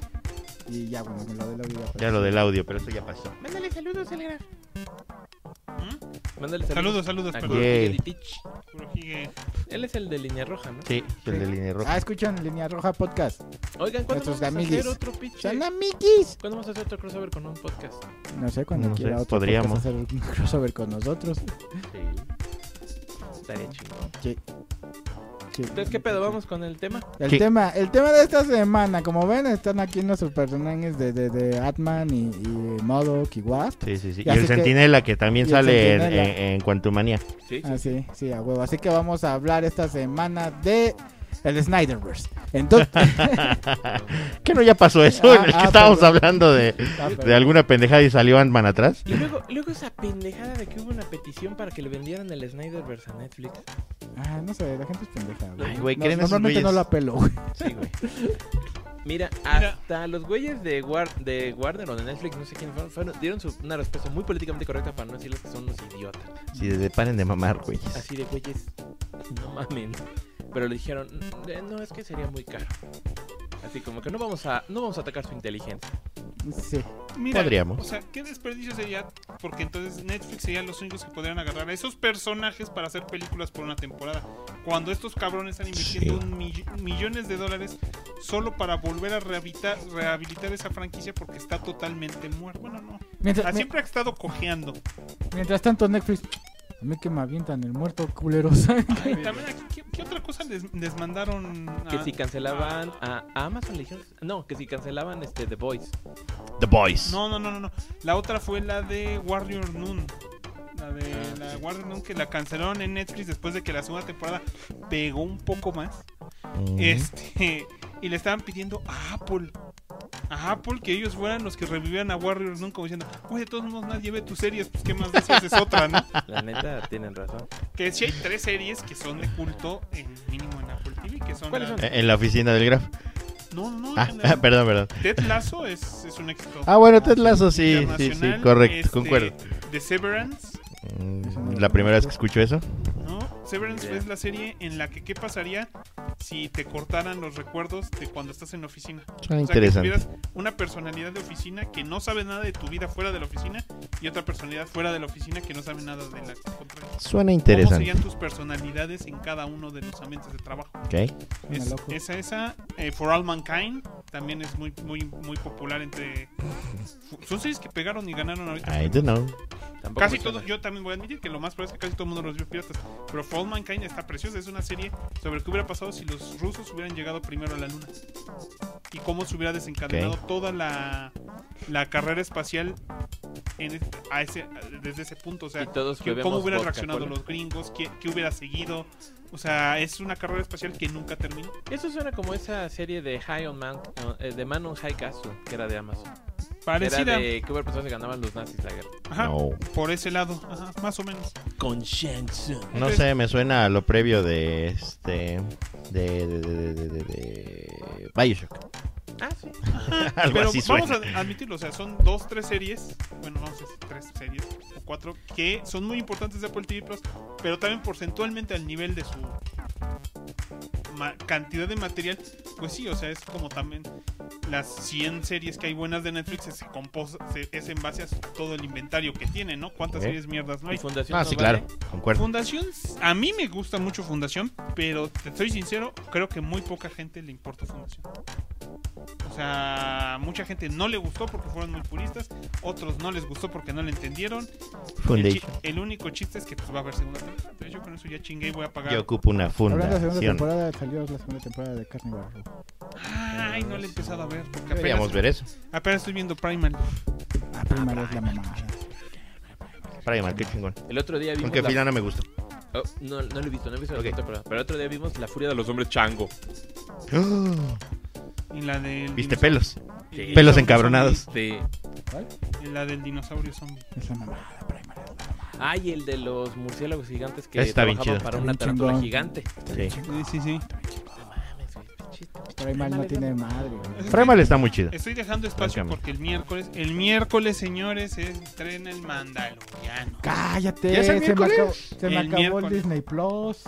Speaker 2: Y ya, bueno, con lo de la vida. pues.
Speaker 3: Ya lo del audio, pero eso ya pasó.
Speaker 5: Mándale saludos al Graf.
Speaker 4: ¿Mm?
Speaker 1: Mándale
Speaker 4: Saludos, saludos,
Speaker 1: a
Speaker 4: perdón.
Speaker 3: Yay.
Speaker 1: Kurohige Ditich.
Speaker 4: Kurohige.
Speaker 1: Él es el de línea roja, ¿no?
Speaker 3: Sí, el de línea roja.
Speaker 2: Ah, escuchan Línea Roja Podcast.
Speaker 1: Oigan, ¿cuándo
Speaker 2: Nuestros
Speaker 1: vamos a hacer
Speaker 2: gamilis.
Speaker 1: otro pinche?
Speaker 2: ¡Son amiguis!
Speaker 1: ¿Cuándo vamos a hacer otro crossover con un podcast?
Speaker 2: No sé, cuando
Speaker 3: No sé,
Speaker 2: quiera otro
Speaker 3: podríamos.
Speaker 2: podcast hacer un crossover con nosotros.
Speaker 1: Estaría chingón.
Speaker 2: Sí.
Speaker 1: Entonces, ¿qué pedo? ¿Vamos con el tema?
Speaker 2: El
Speaker 3: Sí.
Speaker 2: tema, el tema de esta semana, como ven, están aquí nuestros personajes de, de, de Atman y, y Modok y Wasp.
Speaker 3: Sí, sí, sí.
Speaker 2: Y
Speaker 3: Y,
Speaker 2: así
Speaker 3: el
Speaker 2: que-
Speaker 3: Centinela que también
Speaker 2: y el
Speaker 3: sale en,
Speaker 2: Centinela.
Speaker 3: en, en Quantumania.
Speaker 1: Sí,
Speaker 2: Ah, sí, sí, a huevo. Así que vamos a hablar esta semana de el Snyderverse. Entonces,
Speaker 3: ¿Qué no ya pasó eso? en
Speaker 2: Ah,
Speaker 3: el que
Speaker 2: ah,
Speaker 3: estábamos
Speaker 2: perdón.
Speaker 3: hablando de,
Speaker 2: Ah, perdón.
Speaker 3: de alguna pendejada y salió Ant-Man atrás.
Speaker 1: Y luego, luego esa pendejada de que hubo una petición para que le vendieran el Snyderverse a Netflix.
Speaker 2: Ah, no sé, la gente es pendeja, güey.
Speaker 3: Ay, güey,
Speaker 2: No-
Speaker 3: ¿creen esos
Speaker 2: normalmente no
Speaker 3: güeyes?
Speaker 2: lo apelo, güey.
Speaker 1: Sí, güey. Mira, hasta los güeyes de, War- de Warner o de Netflix, no sé quién fueron, fueron- dieron su- una respuesta muy políticamente correcta para no decirles que son unos idiotas.
Speaker 3: Sí, desde paren de mamar, güey.
Speaker 1: Así de güeyes, no mamen. Pero le dijeron, "Mm, no, es que sería muy caro. Así como que no vamos a, no vamos a atacar su inteligencia.
Speaker 2: Sí.
Speaker 4: Mira,
Speaker 3: Podríamos.
Speaker 4: O sea, qué desperdicio sería, porque entonces Netflix serían los únicos que podrían agarrar a esos personajes para hacer películas por una temporada. Cuando estos cabrones están invirtiendo
Speaker 3: Sí.
Speaker 4: un mill- millones de dólares solo para volver a rehabilitar, rehabilitar esa franquicia porque está totalmente muerta. Bueno, no. O sea,
Speaker 2: Mientras,
Speaker 4: siempre ha estado cojeando.
Speaker 2: mi- mientras tanto, Netflix. A mí que me avientan el muerto, culeros.
Speaker 4: Y también aquí, ¿qué, qué otra cosa les, les mandaron? a-
Speaker 1: Que si cancelaban a, a Amazon, le dijeron, no, que si cancelaban este The Voice.
Speaker 3: The Boys.
Speaker 4: No, no, no, no, no. La otra fue la de Warrior Noon. La de la
Speaker 3: Ah,
Speaker 4: Warrior Noon que la cancelaron en Netflix después de que la segunda temporada pegó un poco más.
Speaker 3: Mm.
Speaker 4: Este. Y le estaban pidiendo a Apple. A Apple que ellos fueran los que revivieran a Warrior Noon como diciendo, güey, de todos modos nadie ve tus series, pues qué más decías es otra, ¿no?
Speaker 1: La neta, tienen razón.
Speaker 4: Que sí hay tres series que son de culto, en mínimo en Apple TV, que son...
Speaker 1: ¿Cuáles
Speaker 4: la-
Speaker 1: son?
Speaker 3: Eh, En la oficina del Graf.
Speaker 4: No, no, no. en
Speaker 3: Ah,
Speaker 4: general.
Speaker 3: perdón, perdón.
Speaker 4: Ted Lasso es, es un éxito.
Speaker 3: Ah, bueno, Ted Lasso, sí, sí, sí,
Speaker 4: internacional,
Speaker 3: correcto,
Speaker 4: este,
Speaker 3: concuerdo.
Speaker 4: The Severance,
Speaker 3: Mm,
Speaker 2: Eso no lo
Speaker 3: La primera vez
Speaker 2: conozco.
Speaker 3: que escucho eso.
Speaker 4: ¿no? Severance
Speaker 1: Ni idea.
Speaker 4: es la serie en la que qué pasaría si te cortaran los recuerdos de cuando estás en la oficina.
Speaker 3: Suena
Speaker 4: O sea, que
Speaker 3: interesante.
Speaker 4: tuvieras una personalidad de oficina que no sabe nada de tu vida fuera de la oficina y otra personalidad fuera de la oficina que no sabe nada de la contraria. ¿Cómo
Speaker 3: Suena interesante.
Speaker 4: serían tus personalidades en cada uno de los ambientes de trabajo?
Speaker 3: Ok.
Speaker 2: Suena
Speaker 4: Es-
Speaker 2: loco.
Speaker 4: esa, esa. eh, For All Mankind también es muy, muy, muy popular entre. Son series que pegaron y ganaron ahorita.
Speaker 3: I don't know.
Speaker 1: Tampoco
Speaker 4: Casi
Speaker 1: me suena.
Speaker 4: todos, yo también voy a admitir que lo más probable es que casi todo el mundo los vio piratas. Pero For All Mankind está preciosa, es una serie sobre qué hubiera pasado si los rusos hubieran llegado primero a la luna. Y cómo se hubiera desencadenado toda la, la carrera espacial en, es- a ese- desde ese punto. O sea,
Speaker 1: Y todos
Speaker 4: que-
Speaker 1: bebemos
Speaker 4: cómo hubieran
Speaker 1: vodka,
Speaker 4: reaccionado
Speaker 1: cola.
Speaker 4: los gringos, qué, qué hubiera seguido. O sea, es una carrera espacial que nunca termina.
Speaker 1: Eso suena como esa serie de High on Man, no, eh, de Man on High Castle, que era de Amazon. Que
Speaker 4: Parecida.
Speaker 1: Era de que hubo personas que ganaban los nazis la guerra.
Speaker 4: Ajá,
Speaker 3: No.
Speaker 4: por ese lado, ajá, más o menos.
Speaker 1: Con Shang Tsung.
Speaker 3: No sé, me suena a lo previo de este. De. de, de, de, de- de- Bioshock.
Speaker 1: Ah, sí.
Speaker 3: Algo
Speaker 4: Pero
Speaker 3: así
Speaker 4: vamos
Speaker 3: suena.
Speaker 4: a admitirlo, o sea, son dos, tres series, bueno, no sé, tres series o cuatro, que son muy importantes de Apple TV Plus, pero también porcentualmente al nivel de su ma- cantidad de material, pues sí, o sea, es como también las 100 series que hay buenas de Netflix se composa, se- es en base a todo el inventario que tienen, ¿no? ¿Cuántas
Speaker 3: Sí.
Speaker 4: series mierdas no
Speaker 1: Y
Speaker 4: hay?
Speaker 1: Fundación
Speaker 3: Ah,
Speaker 1: no
Speaker 3: sí,
Speaker 1: vale.
Speaker 3: claro. Concuerdo.
Speaker 4: Fundación, a mí me gusta mucho Fundación, pero te soy sincero, creo que muy poca gente le importa Fundación. O sea, mucha gente no le gustó porque fueron muy puristas, otros no les gustó porque no le entendieron. El, chi-
Speaker 3: Foundation.
Speaker 4: el único chiste es que pues, va a haber segunda temporada. De hecho, con eso ya chingué y voy a pagar.
Speaker 3: Yo ocupo una
Speaker 2: Hablando de segunda
Speaker 3: fundación.
Speaker 2: temporada, salió la segunda temporada de Carnival. Row.
Speaker 4: Ay, no le he empezado a ver porque
Speaker 3: Deberíamos
Speaker 4: apenas,
Speaker 3: ver eso.
Speaker 4: apenas estoy viendo Primal.
Speaker 2: Ah, primero es la mamada.
Speaker 3: Primal, qué chingón.
Speaker 1: El otro día vimos.
Speaker 3: Aunque al
Speaker 1: la-
Speaker 3: final no me gustó.
Speaker 1: Oh, no, no lo he visto, no he visto la
Speaker 3: Ok.
Speaker 1: segunda temporada. Pero el otro día vimos La Furia de los Hombres Chango.
Speaker 4: Y la del
Speaker 3: Viste
Speaker 4: dinosaurio-
Speaker 3: pelos.
Speaker 4: el dinosaurio
Speaker 3: Pelos encabronados.
Speaker 1: Este.
Speaker 4: zombie. Y la del dinosaurio zombie.
Speaker 2: Es la mamada, Primal. es la mamada.
Speaker 1: Ay, el de los murciélagos gigantes que
Speaker 3: Ese está bien
Speaker 1: trabajaban
Speaker 3: chido.
Speaker 1: para
Speaker 2: Está
Speaker 1: una
Speaker 2: bien
Speaker 1: tarántula
Speaker 2: chingón.
Speaker 1: gigante.
Speaker 3: Sí.
Speaker 4: Sí, sí, sí.
Speaker 2: Primal no tiene madre. güey.
Speaker 3: Primal está muy chido.
Speaker 4: Estoy dejando espacio
Speaker 3: Básicamente.
Speaker 4: porque el miércoles, el miércoles, señores, es estrena el Mandaloriano.
Speaker 2: Cállate,
Speaker 3: ¿Ya es el
Speaker 2: se me
Speaker 3: miércoles?
Speaker 2: acabó, se me
Speaker 4: El
Speaker 2: acabó
Speaker 4: miércoles.
Speaker 2: el Disney Plus.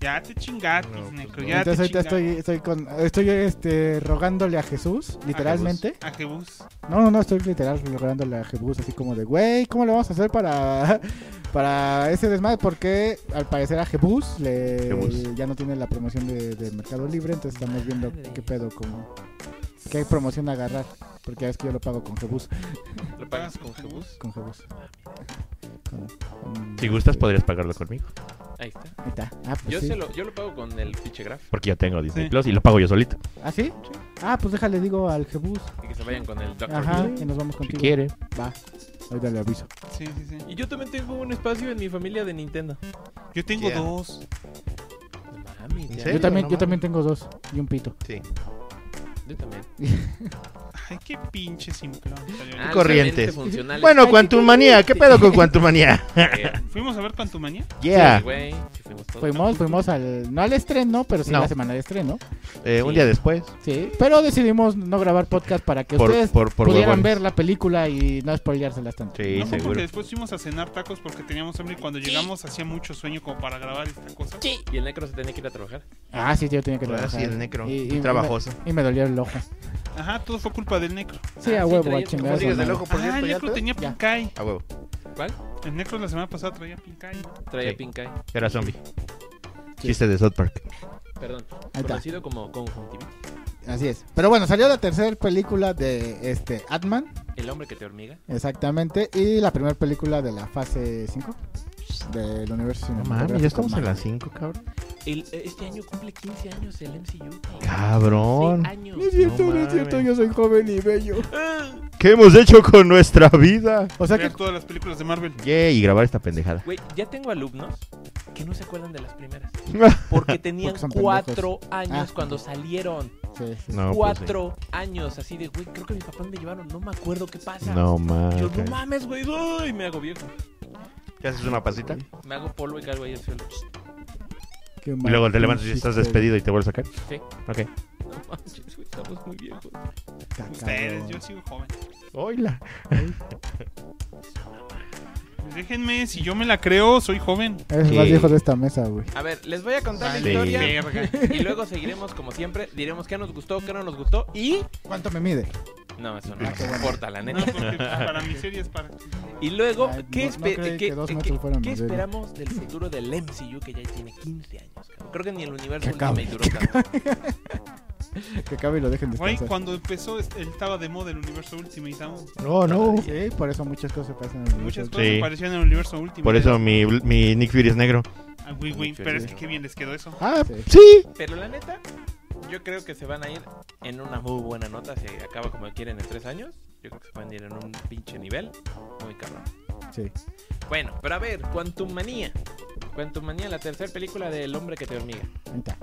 Speaker 4: Ya te chingaste,
Speaker 3: No, pues
Speaker 4: Necro,
Speaker 3: no.
Speaker 4: ya
Speaker 2: Entonces
Speaker 4: te
Speaker 2: ahorita
Speaker 4: chingaste.
Speaker 2: estoy, estoy con, estoy este rogándole a Jesús, literalmente.
Speaker 4: A Jebus.
Speaker 2: No, no, no, estoy literal rogándole a Jebus así como de, güey, ¿cómo le vamos a hacer para, para ese desmadre? Porque al parecer a Jebus le
Speaker 3: Jebus.
Speaker 2: ya no tiene la promoción de, de Mercado Libre, entonces estamos viendo qué pedo como qué promoción agarrar, porque ya es que yo lo pago con Jebus,
Speaker 1: ¿Lo pagas con Jebus?
Speaker 2: con Jebus.
Speaker 3: Si gustas, podrías pagarlo conmigo.
Speaker 1: Ahí está.
Speaker 2: Ahí está. Ah, pues
Speaker 1: Yo,
Speaker 2: sí.
Speaker 1: se lo, yo lo pago con el pinche graph.
Speaker 3: Porque yo tengo Disney
Speaker 4: Sí.
Speaker 3: Plus y lo pago yo solito.
Speaker 2: ¿Ah, sí? Ah, pues déjale digo al Jebus.
Speaker 1: Y que se vayan con el Doctor
Speaker 2: Ajá,
Speaker 1: Who.
Speaker 2: y nos vamos
Speaker 3: Si
Speaker 2: contigo.
Speaker 3: quiere.
Speaker 2: Va, ahorita le aviso.
Speaker 4: Sí, sí, sí.
Speaker 1: Y yo también tengo un espacio en mi familia de Nintendo. Ah,
Speaker 4: Yo tengo
Speaker 3: Yeah.
Speaker 4: dos.
Speaker 1: No mames,
Speaker 3: ¿En
Speaker 1: ya.
Speaker 3: serio?
Speaker 2: Yo también,
Speaker 3: no
Speaker 2: yo
Speaker 3: mames.
Speaker 2: también tengo dos y un pito.
Speaker 3: Sí.
Speaker 1: Yo también.
Speaker 4: Ay, qué pinche simplón.
Speaker 1: Ah,
Speaker 3: Corrientes.
Speaker 1: funcionales.
Speaker 3: Bueno, Quantum Manía. ¿Qué pedo con Quantum Manía?
Speaker 1: Eh,
Speaker 4: Fuimos a ver Pantumania.
Speaker 1: sí,
Speaker 3: Yeah.
Speaker 1: güey. Sí, fuimos todos.
Speaker 2: Fuimos, fuimos al, no al estreno, pero sí
Speaker 3: No.
Speaker 2: la semana de estreno.
Speaker 3: Eh, un
Speaker 1: Sí.
Speaker 3: día después.
Speaker 2: Sí, pero decidimos no grabar podcast para que
Speaker 3: Por,
Speaker 2: ustedes
Speaker 3: por, por
Speaker 2: pudieran
Speaker 3: huevones.
Speaker 2: ver la película y no spoilárselas tanto.
Speaker 3: Sí,
Speaker 4: no,
Speaker 3: seguro.
Speaker 4: porque después fuimos a cenar tacos porque teníamos hambre y cuando llegamos hacía mucho sueño como para grabar esta cosa.
Speaker 1: Sí. Y el necro se tenía que ir a trabajar.
Speaker 2: Ah, sí, yo tenía que
Speaker 3: Ah,
Speaker 2: trabajar.
Speaker 3: sí, el necro.
Speaker 2: Y- y-
Speaker 3: Muy trabajoso.
Speaker 2: Y me, y me dolía el ojo.
Speaker 4: Ajá, todo fue culpa del Necro.
Speaker 2: Sí,
Speaker 1: Ah,
Speaker 2: a
Speaker 1: sí,
Speaker 2: huevo,
Speaker 1: traía-
Speaker 2: a chingar.
Speaker 1: ¿cómo
Speaker 2: a su
Speaker 1: sigues
Speaker 2: madre.
Speaker 4: Ah, el Necro tenía
Speaker 2: Ya.
Speaker 4: Pincay.
Speaker 3: A huevo.
Speaker 1: ¿Cuál?
Speaker 4: El Necro la semana pasada traía Pincay. ¿no?
Speaker 1: Traía
Speaker 3: Sí.
Speaker 1: Pinkai.
Speaker 3: Era zombie.
Speaker 2: Sí.
Speaker 3: Chiste de South Park.
Speaker 1: Perdón.
Speaker 2: Ahí está.
Speaker 1: Conocido como conjuntivitis.
Speaker 2: Así es. Pero bueno, salió la tercera película de este Atman,
Speaker 1: El hombre que te hormiga.
Speaker 2: exactamente, y la primera película de la fase 5 del universo
Speaker 3: No
Speaker 2: cinematográfico.
Speaker 3: mames, ya estamos en
Speaker 2: Marvel.
Speaker 3: las 5, cabrón.
Speaker 1: El- este año cumple 15 años el MCU. güey.
Speaker 3: Cabrón.
Speaker 1: 15 años.
Speaker 2: No es cierto,
Speaker 3: No
Speaker 2: no es cierto,
Speaker 3: mames.
Speaker 2: yo soy joven y bello.
Speaker 3: ¿Qué hemos hecho con nuestra vida?
Speaker 2: O sea que
Speaker 4: Ver todas las películas de Marvel.
Speaker 3: Yeah, y grabar esta pendejada.
Speaker 1: Güey, ya tengo alumnos que no se acuerdan de las primeras. Porque tenían
Speaker 2: Porque son
Speaker 1: cuatro años
Speaker 2: Ah.
Speaker 1: cuando salieron.
Speaker 2: Sí, sí.
Speaker 3: No, pues, sí.
Speaker 1: cuatro años. Así de, güey, creo que mis papás me llevaron. No me acuerdo qué pasa.
Speaker 3: No
Speaker 1: Yo, no
Speaker 3: mames.
Speaker 1: mames, güey. Uy, me hago viejo.
Speaker 3: ¿Te haces una pasita?
Speaker 1: Me hago polvo y caigo ahí al suelo.
Speaker 2: Qué
Speaker 3: Y
Speaker 2: mal
Speaker 3: luego te levantas y estás
Speaker 2: chiste.
Speaker 3: despedido y te vuelves a caer.
Speaker 1: Sí.
Speaker 3: Ok.
Speaker 1: No manches, güey, estamos muy viejos.
Speaker 2: Está
Speaker 4: Ustedes,
Speaker 2: cabrón.
Speaker 4: yo sigo joven.
Speaker 3: Oila.
Speaker 4: Déjenme, si yo me la creo, soy joven.
Speaker 2: Eres el
Speaker 3: Sí.
Speaker 2: más viejo de esta mesa, güey.
Speaker 1: A ver, les voy a contar
Speaker 3: Vale,
Speaker 1: la historia.
Speaker 4: verga.
Speaker 1: Y luego seguiremos, como siempre. Diremos qué nos gustó, qué no nos gustó. Y.
Speaker 2: ¿Cuánto me mide?
Speaker 1: No, eso
Speaker 2: Ah,
Speaker 1: no nos importa, la
Speaker 4: No,
Speaker 1: neta.
Speaker 4: porque para mi serie es para.
Speaker 1: Y luego,
Speaker 2: Ay,
Speaker 1: ¿qué,
Speaker 2: no- no
Speaker 1: espe-
Speaker 2: creí
Speaker 1: qué-
Speaker 2: que dos
Speaker 1: qué-
Speaker 2: metros fueran
Speaker 1: qué
Speaker 2: mis dedos.
Speaker 1: esperamos del futuro del MCU que ya tiene 15 años? cabrón? Creo que ni el universo
Speaker 2: Que acabe,
Speaker 1: Ultimate duró tanto.
Speaker 2: Que acabe y lo dejen
Speaker 4: Güey,
Speaker 2: descansar.
Speaker 4: cuando empezó, es- él estaba de moda el universo Ultimate. aún.
Speaker 3: No, no.
Speaker 2: Sí, por eso muchas cosas pasan en el
Speaker 4: Muchas
Speaker 2: universo.
Speaker 4: cosas
Speaker 3: Sí.
Speaker 4: parecían en el universo Ultimate.
Speaker 3: Por eso mi, mi Nick Fury es negro.
Speaker 4: Ah, güey, güey, pero es que qué bien les quedó eso.
Speaker 2: Ah, sí.
Speaker 3: Sí.
Speaker 1: Pero la neta, yo creo que se van a ir en una muy buena nota. Si acaba como quieren en 3 años, yo creo que se pueden ir en un pinche nivel. Muy cabrón.
Speaker 2: sí.
Speaker 1: Bueno, pero a ver, Quantum Manía. Quantum Manía, la tercera película del hombre que te hormiga.
Speaker 2: Ahí está.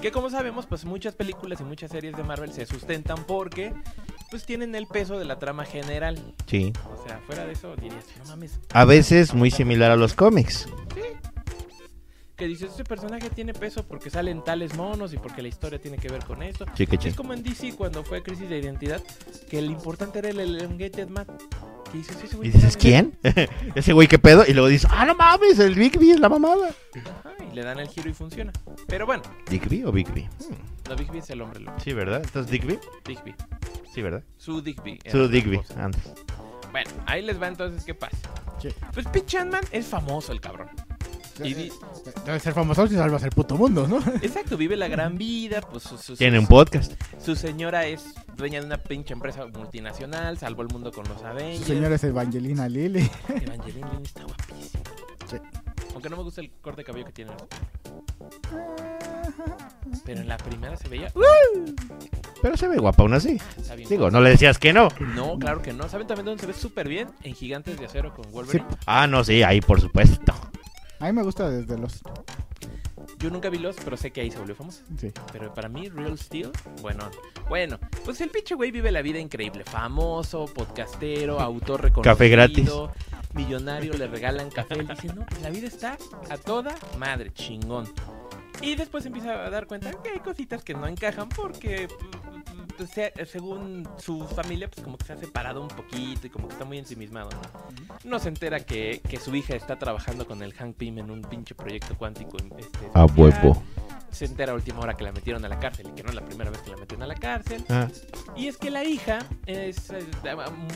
Speaker 1: Que como sabemos, pues muchas películas y muchas series de Marvel se sustentan porque pues tienen el peso de la trama general.
Speaker 3: Sí.
Speaker 1: O sea, fuera de eso dirías, no mames,
Speaker 3: A veces muy similar a los cómics.
Speaker 1: que dices, este personaje tiene peso porque salen tales monos y porque la historia tiene que ver con esto.
Speaker 3: Sí, que
Speaker 1: Es
Speaker 3: ching.
Speaker 1: como en DC cuando fue Crisis de Identidad, que el importante era el elongated man. Que dices, "Ese güey
Speaker 3: Y dices,
Speaker 1: solamente-"
Speaker 3: ¿quién? Ese güey, ¿qué pedo? Y luego dices, ah, no mames, el Big B es la mamada.
Speaker 1: Ajá, y le dan el giro y funciona. Pero bueno,
Speaker 3: ¿Digby o Bigby? Hmm.
Speaker 1: no, Digby es el hombre lobo.
Speaker 3: Sí, ¿verdad? ¿Entonces Digby?
Speaker 1: Digby.
Speaker 3: Sí, ¿verdad?
Speaker 1: Su Digby. era
Speaker 3: Su
Speaker 1: otra
Speaker 3: Digby,
Speaker 1: cosa.
Speaker 3: antes.
Speaker 1: Bueno, ahí les va entonces qué pasa.
Speaker 2: Sí.
Speaker 1: Pues Pitch Ant-Man es famoso el cabrón. Y di-
Speaker 2: Debe ser famoso si salvas el puto mundo, ¿no?
Speaker 1: Exacto, vive la gran vida, pues su, su-
Speaker 3: Tiene un
Speaker 1: su-
Speaker 3: podcast.
Speaker 1: su señora es dueña de una pinche empresa multinacional, salvó el mundo con los
Speaker 2: Su
Speaker 1: Avengers.
Speaker 2: señora es Evangelina Lily.
Speaker 1: Evangeline Lilly está guapísima.
Speaker 2: Sí.
Speaker 1: Aunque no me gusta el corte de cabello que tiene. Pero en la primera se veía.
Speaker 3: Pero se ve guapa aún así.
Speaker 1: Está bien
Speaker 3: Digo, no le decías que no.
Speaker 1: guapa. No, claro que no. ¿Saben también dónde se ve súper bien? En Gigantes de Acero con Wolverine.
Speaker 3: Ah, no, sí, ahí por supuesto.
Speaker 2: A mí me gusta desde los.
Speaker 1: Yo nunca vi los, pero sé que ahí se volvió famoso.
Speaker 2: Sí.
Speaker 1: Pero para mí, Real Steel, bueno. Bueno, pues el pinche güey vive la vida increíble. Famoso, podcastero, autor reconocido.
Speaker 3: Café gratis.
Speaker 1: Millonario, le regalan café. Él dice, no, pues la vida está a toda madre, chingón. Y después empieza a dar cuenta que hay cositas que no encajan porque, pues, se- según su familia, pues como que se ha separado un poquito y como que está muy ensimismado, ¿no? No se entera que, que su hija está trabajando con el Hank Pym en un pinche proyecto cuántico. Este,
Speaker 3: A
Speaker 1: especial.
Speaker 3: huevo.
Speaker 1: Se entera a última hora que la metieron a la cárcel y que no es la primera vez que la meten a la cárcel.
Speaker 3: Ah,
Speaker 1: Y es que la hija es eh,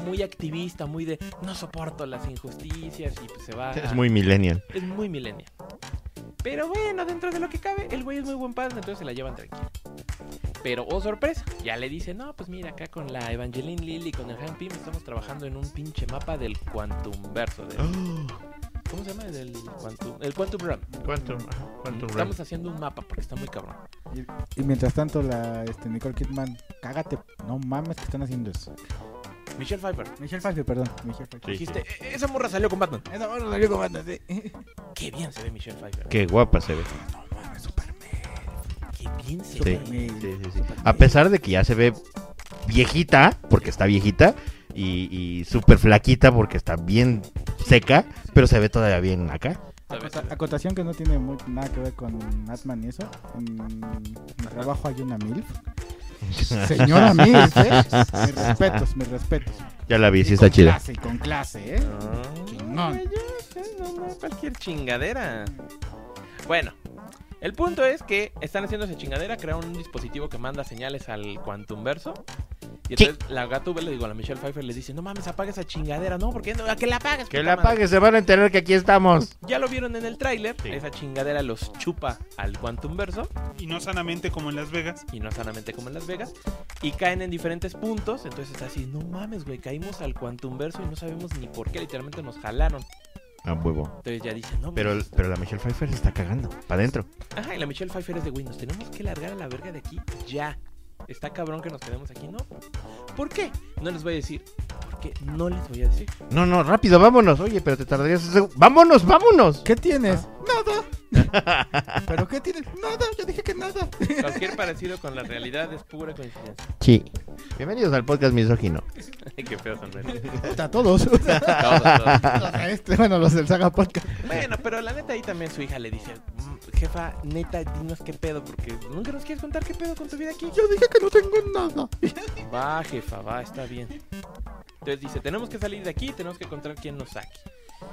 Speaker 1: muy activista, muy de no soporto las injusticias y pues se va.
Speaker 3: es
Speaker 1: a-
Speaker 3: muy millennial.
Speaker 1: es muy millennial. Pero bueno, dentro de lo que cabe, el güey es muy buen padre, entonces se la llevan tranquila. Pero, oh sorpresa, ya le dicen, no, pues mira, acá con la Evangeline Lilly, con el Hank Pym, estamos trabajando en un pinche mapa del Quantum Verso.
Speaker 3: Ah.
Speaker 1: ¿Cómo se llama? Del Quantum, el Quantum Realm.
Speaker 3: ¿Cuánto?
Speaker 1: Estamos haciendo un mapa porque está muy cabrón.
Speaker 2: Y mientras tanto, la este, Nicole Kidman, cágate. No mames que están haciendo eso.
Speaker 1: Michelle Pfeiffer,
Speaker 2: Michelle Pfeiffer, perdón. Michelle Pfeiffer.
Speaker 3: Sí,
Speaker 1: dijiste, "E- esa morra salió con Batman.
Speaker 2: Esa mano salió como anda, sí.
Speaker 1: Qué bien se ve Michelle Pfeiffer.
Speaker 3: Qué guapa se ve.
Speaker 2: No mames, Superman.
Speaker 1: Qué bien se
Speaker 3: Sí.
Speaker 1: ve.
Speaker 2: Superman.
Speaker 3: A pesar de que ya se ve viejita, porque está viejita, y, y súper flaquita, porque está bien seca, pero se ve todavía bien acá.
Speaker 1: Pues
Speaker 2: Acota- acotación que no tiene muy- nada que ver con Atman y eso. En mi trabajo hay una MILF. Señora MILF, ¿eh? Mis respetos, mis respetos.
Speaker 3: Ya la vi, sí
Speaker 2: Y
Speaker 3: está
Speaker 2: con
Speaker 3: chida.
Speaker 2: Clase, con clase, ¿eh?
Speaker 1: Ah,
Speaker 2: Chingón.
Speaker 1: ya sé, no, no, cualquier chingadera. Bueno, el punto es que están haciendo esa chingadera, crearon un dispositivo que manda señales al Quantum Verso. Y entonces la Gatúbel le digo a la Michelle Pfeiffer, le dice, no mames, apaga esa chingadera, no, porque no, a que la apagues.
Speaker 3: Que
Speaker 1: puta
Speaker 3: la
Speaker 1: madre?".
Speaker 3: apague, se van a enterar que aquí estamos.
Speaker 1: Ya lo vieron en el tráiler,
Speaker 3: Sí.
Speaker 1: esa chingadera los chupa al Quantum Verso,
Speaker 4: Y no sanamente como en Las Vegas.
Speaker 1: y no sanamente como en Las Vegas, y caen en diferentes puntos, entonces está así, no mames, güey, caímos al Quantum Verso y no sabemos ni por qué, literalmente nos jalaron.
Speaker 3: A Ah, huevo.
Speaker 1: Entonces ya dicen, no,
Speaker 3: Pero,
Speaker 1: pues,
Speaker 3: pero la Michelle Pfeiffer se está cagando, para adentro.
Speaker 1: Ajá, y la Michelle Pfeiffer es de Windows. Tenemos que largar a la verga de aquí ya. Está cabrón que nos quedemos aquí, ¿no? ¿Por qué? No les voy a decir. Porque no les voy a decir.
Speaker 3: No, no, rápido, vámonos. Oye, pero te tardarías. un seg- ¡Vámonos, vámonos!
Speaker 2: ¿Qué tienes? Nada. ¿Pero qué tienes? Nada, yo dije que nada.
Speaker 1: Cualquier parecido con la realidad es pura coincidencia.
Speaker 3: Sí. Bienvenidos al podcast misógino.
Speaker 1: Qué feo sonreír.
Speaker 2: A todos. Este, bueno, los del Saga Podcast.
Speaker 1: Bueno, pero la neta ahí también su hija le dice, "Mm, jefa, neta, dinos qué pedo, porque nunca nos quieres contar qué pedo con tu vida aquí.
Speaker 2: Yo dije que no tengo nada.
Speaker 1: Va, jefa, va, está bien. Entonces dice, tenemos que salir de aquí, tenemos que encontrar quién nos saque.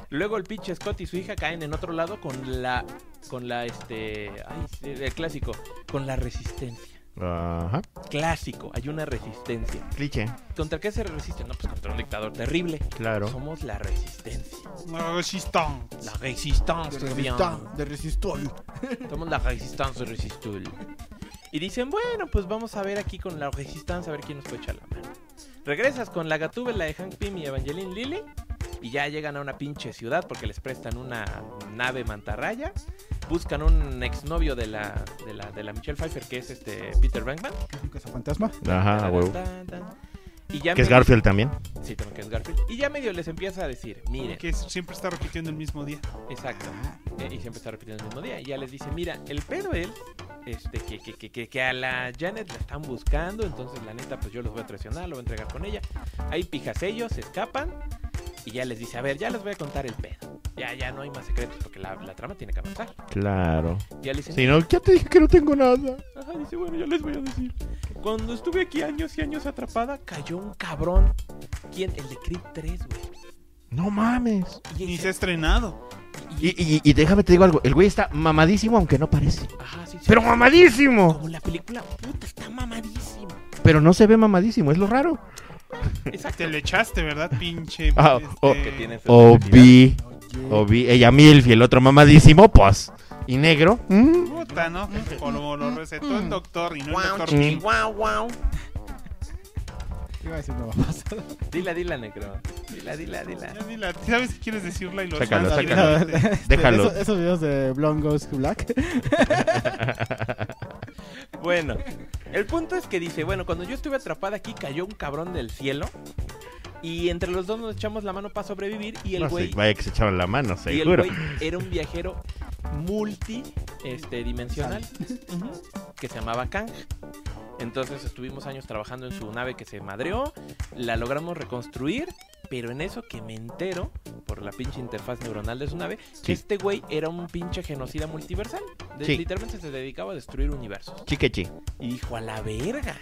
Speaker 1: Luego el pinche Scott y su hija caen en otro lado con la, con la, este, ay, sí, el clásico, con la resistencia.
Speaker 3: Ajá.
Speaker 1: Clásico, hay una resistencia.
Speaker 3: Cliché,
Speaker 1: ¿Contra qué se resisten? No, pues contra un dictador terrible.
Speaker 3: claro.
Speaker 1: Somos la resistencia.
Speaker 4: No, she's tongue.
Speaker 1: La resistencia. bien.
Speaker 2: de resistol.
Speaker 1: Somos la resistencia resistul. Y dicen, bueno, pues vamos a ver aquí con la resistencia, a ver quién nos puede echar la mano. Regresas con la gatúbela de Hank Pym y Evangeline Lilly. Y ya llegan a una pinche ciudad porque les prestan una nave mantarraya. Buscan un exnovio de la, de la, de la Michelle Pfeiffer, que es este Peter Bankman.
Speaker 2: ¿Un fantasma?
Speaker 3: Ajá, a Ah, huevo.
Speaker 1: Tan, tan, tan. Y ya
Speaker 3: Que es
Speaker 1: medio-
Speaker 3: Garfield también.
Speaker 1: Sí, también que es Garfield. Y ya medio les empieza a decir, miren,
Speaker 4: Que es- siempre está repitiendo el mismo día.
Speaker 1: exacto. Eh, y siempre está repitiendo el mismo día. Y ya les dice, mira, el pedo es este, que, que, que, que, que a la Janet la están buscando, entonces la neta, pues yo los voy a traicionar, lo voy a entregar con ella. Ahí pijas ellos, se escapan y ya les dice, a ver, ya les voy a contar el pedo. Ya, ya no hay más secretos porque la, la trama tiene que avanzar.
Speaker 3: Claro.
Speaker 1: Ya le dicen,
Speaker 3: Si no, ya te dije que no tengo nada.
Speaker 1: ajá, dice, bueno, ya les voy a decir. Cuando estuve aquí años y años atrapada, cayó un cabrón. ¿Quién? El de Creed 3, güey.
Speaker 3: No mames.
Speaker 4: Ni se ha estrenado.
Speaker 3: Y, y- y déjame te digo algo, el güey está mamadísimo aunque no parece.
Speaker 1: Ajá, sí, sí.
Speaker 3: Pero mamadísimo.
Speaker 1: Como la película, puta, está mamadísima.
Speaker 3: Pero no se ve mamadísimo, es lo raro.
Speaker 4: Te le echaste, ¿verdad, pinche? Este,
Speaker 3: Ah, oh,
Speaker 1: Que tiene
Speaker 2: Oye,
Speaker 3: Obi, Obi, ella Milf y el otro mamadísimo, pues. Y negro. mm.
Speaker 4: Puta, ¿no? Como lo recetó
Speaker 1: Mm.
Speaker 4: el doctor y no el
Speaker 5: Wow,
Speaker 4: doctor
Speaker 5: chiqui,
Speaker 4: Pim.
Speaker 5: wow, wow.
Speaker 2: iba a decir, no,
Speaker 3: Pues
Speaker 2: vamos.
Speaker 1: Dila, dila, negro. Dila, dila, dila.
Speaker 4: Ya dila, ¿Sabes si quieres decirla y lo
Speaker 3: Sácalo,
Speaker 4: sabes?
Speaker 3: sácalo.
Speaker 4: Este,
Speaker 3: Déjalo.
Speaker 2: Esos, esos videos de Blonde Goes Black.
Speaker 1: Bueno, el punto es que dice, bueno, cuando yo estuve atrapada aquí cayó un cabrón del cielo y entre los dos nos echamos la mano para sobrevivir y el
Speaker 3: No sé,
Speaker 1: güey
Speaker 3: vaya que se echaron la mano,
Speaker 1: y el
Speaker 3: seguro.
Speaker 1: güey era un viajero multi este, dimensional que se llamaba Kang. Entonces estuvimos años trabajando en su nave que se madreó, la logramos reconstruir, pero en eso que me entero por la pinche interfaz neuronal de su nave,
Speaker 3: Sí.
Speaker 1: que este güey era un pinche genocida multiversal. De-
Speaker 3: Sí.
Speaker 1: Literalmente se dedicaba a destruir universos.
Speaker 3: Chiquechi.
Speaker 1: Y dijo, a la verga.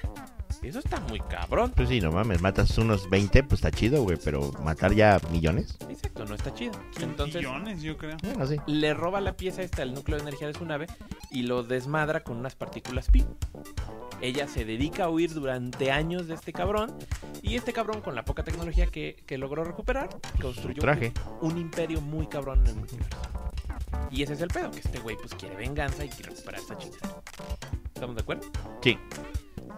Speaker 1: Eso está muy cabrón.
Speaker 3: Pues sí, no mames, matas unos 20, pues está chido, güey, pero matar ya millones. eh,
Speaker 1: Exacto, no está chido.
Speaker 4: Entonces,
Speaker 1: Entonces
Speaker 4: millones, yo creo.
Speaker 3: Bueno, sí.
Speaker 1: le roba la pieza esta al núcleo de energía de su nave y lo desmadra con unas partículas pi. Ella se dedica a huir durante años de este cabrón y este cabrón con la poca tecnología que, que logró recuperar
Speaker 3: Su
Speaker 1: construyó un-
Speaker 3: traje.
Speaker 1: un imperio muy cabrón en el multiverso. Y ese es el pedo, que este güey pues quiere venganza y quiere recuperar esa chingadera. ¿Estamos de acuerdo?
Speaker 3: Sí.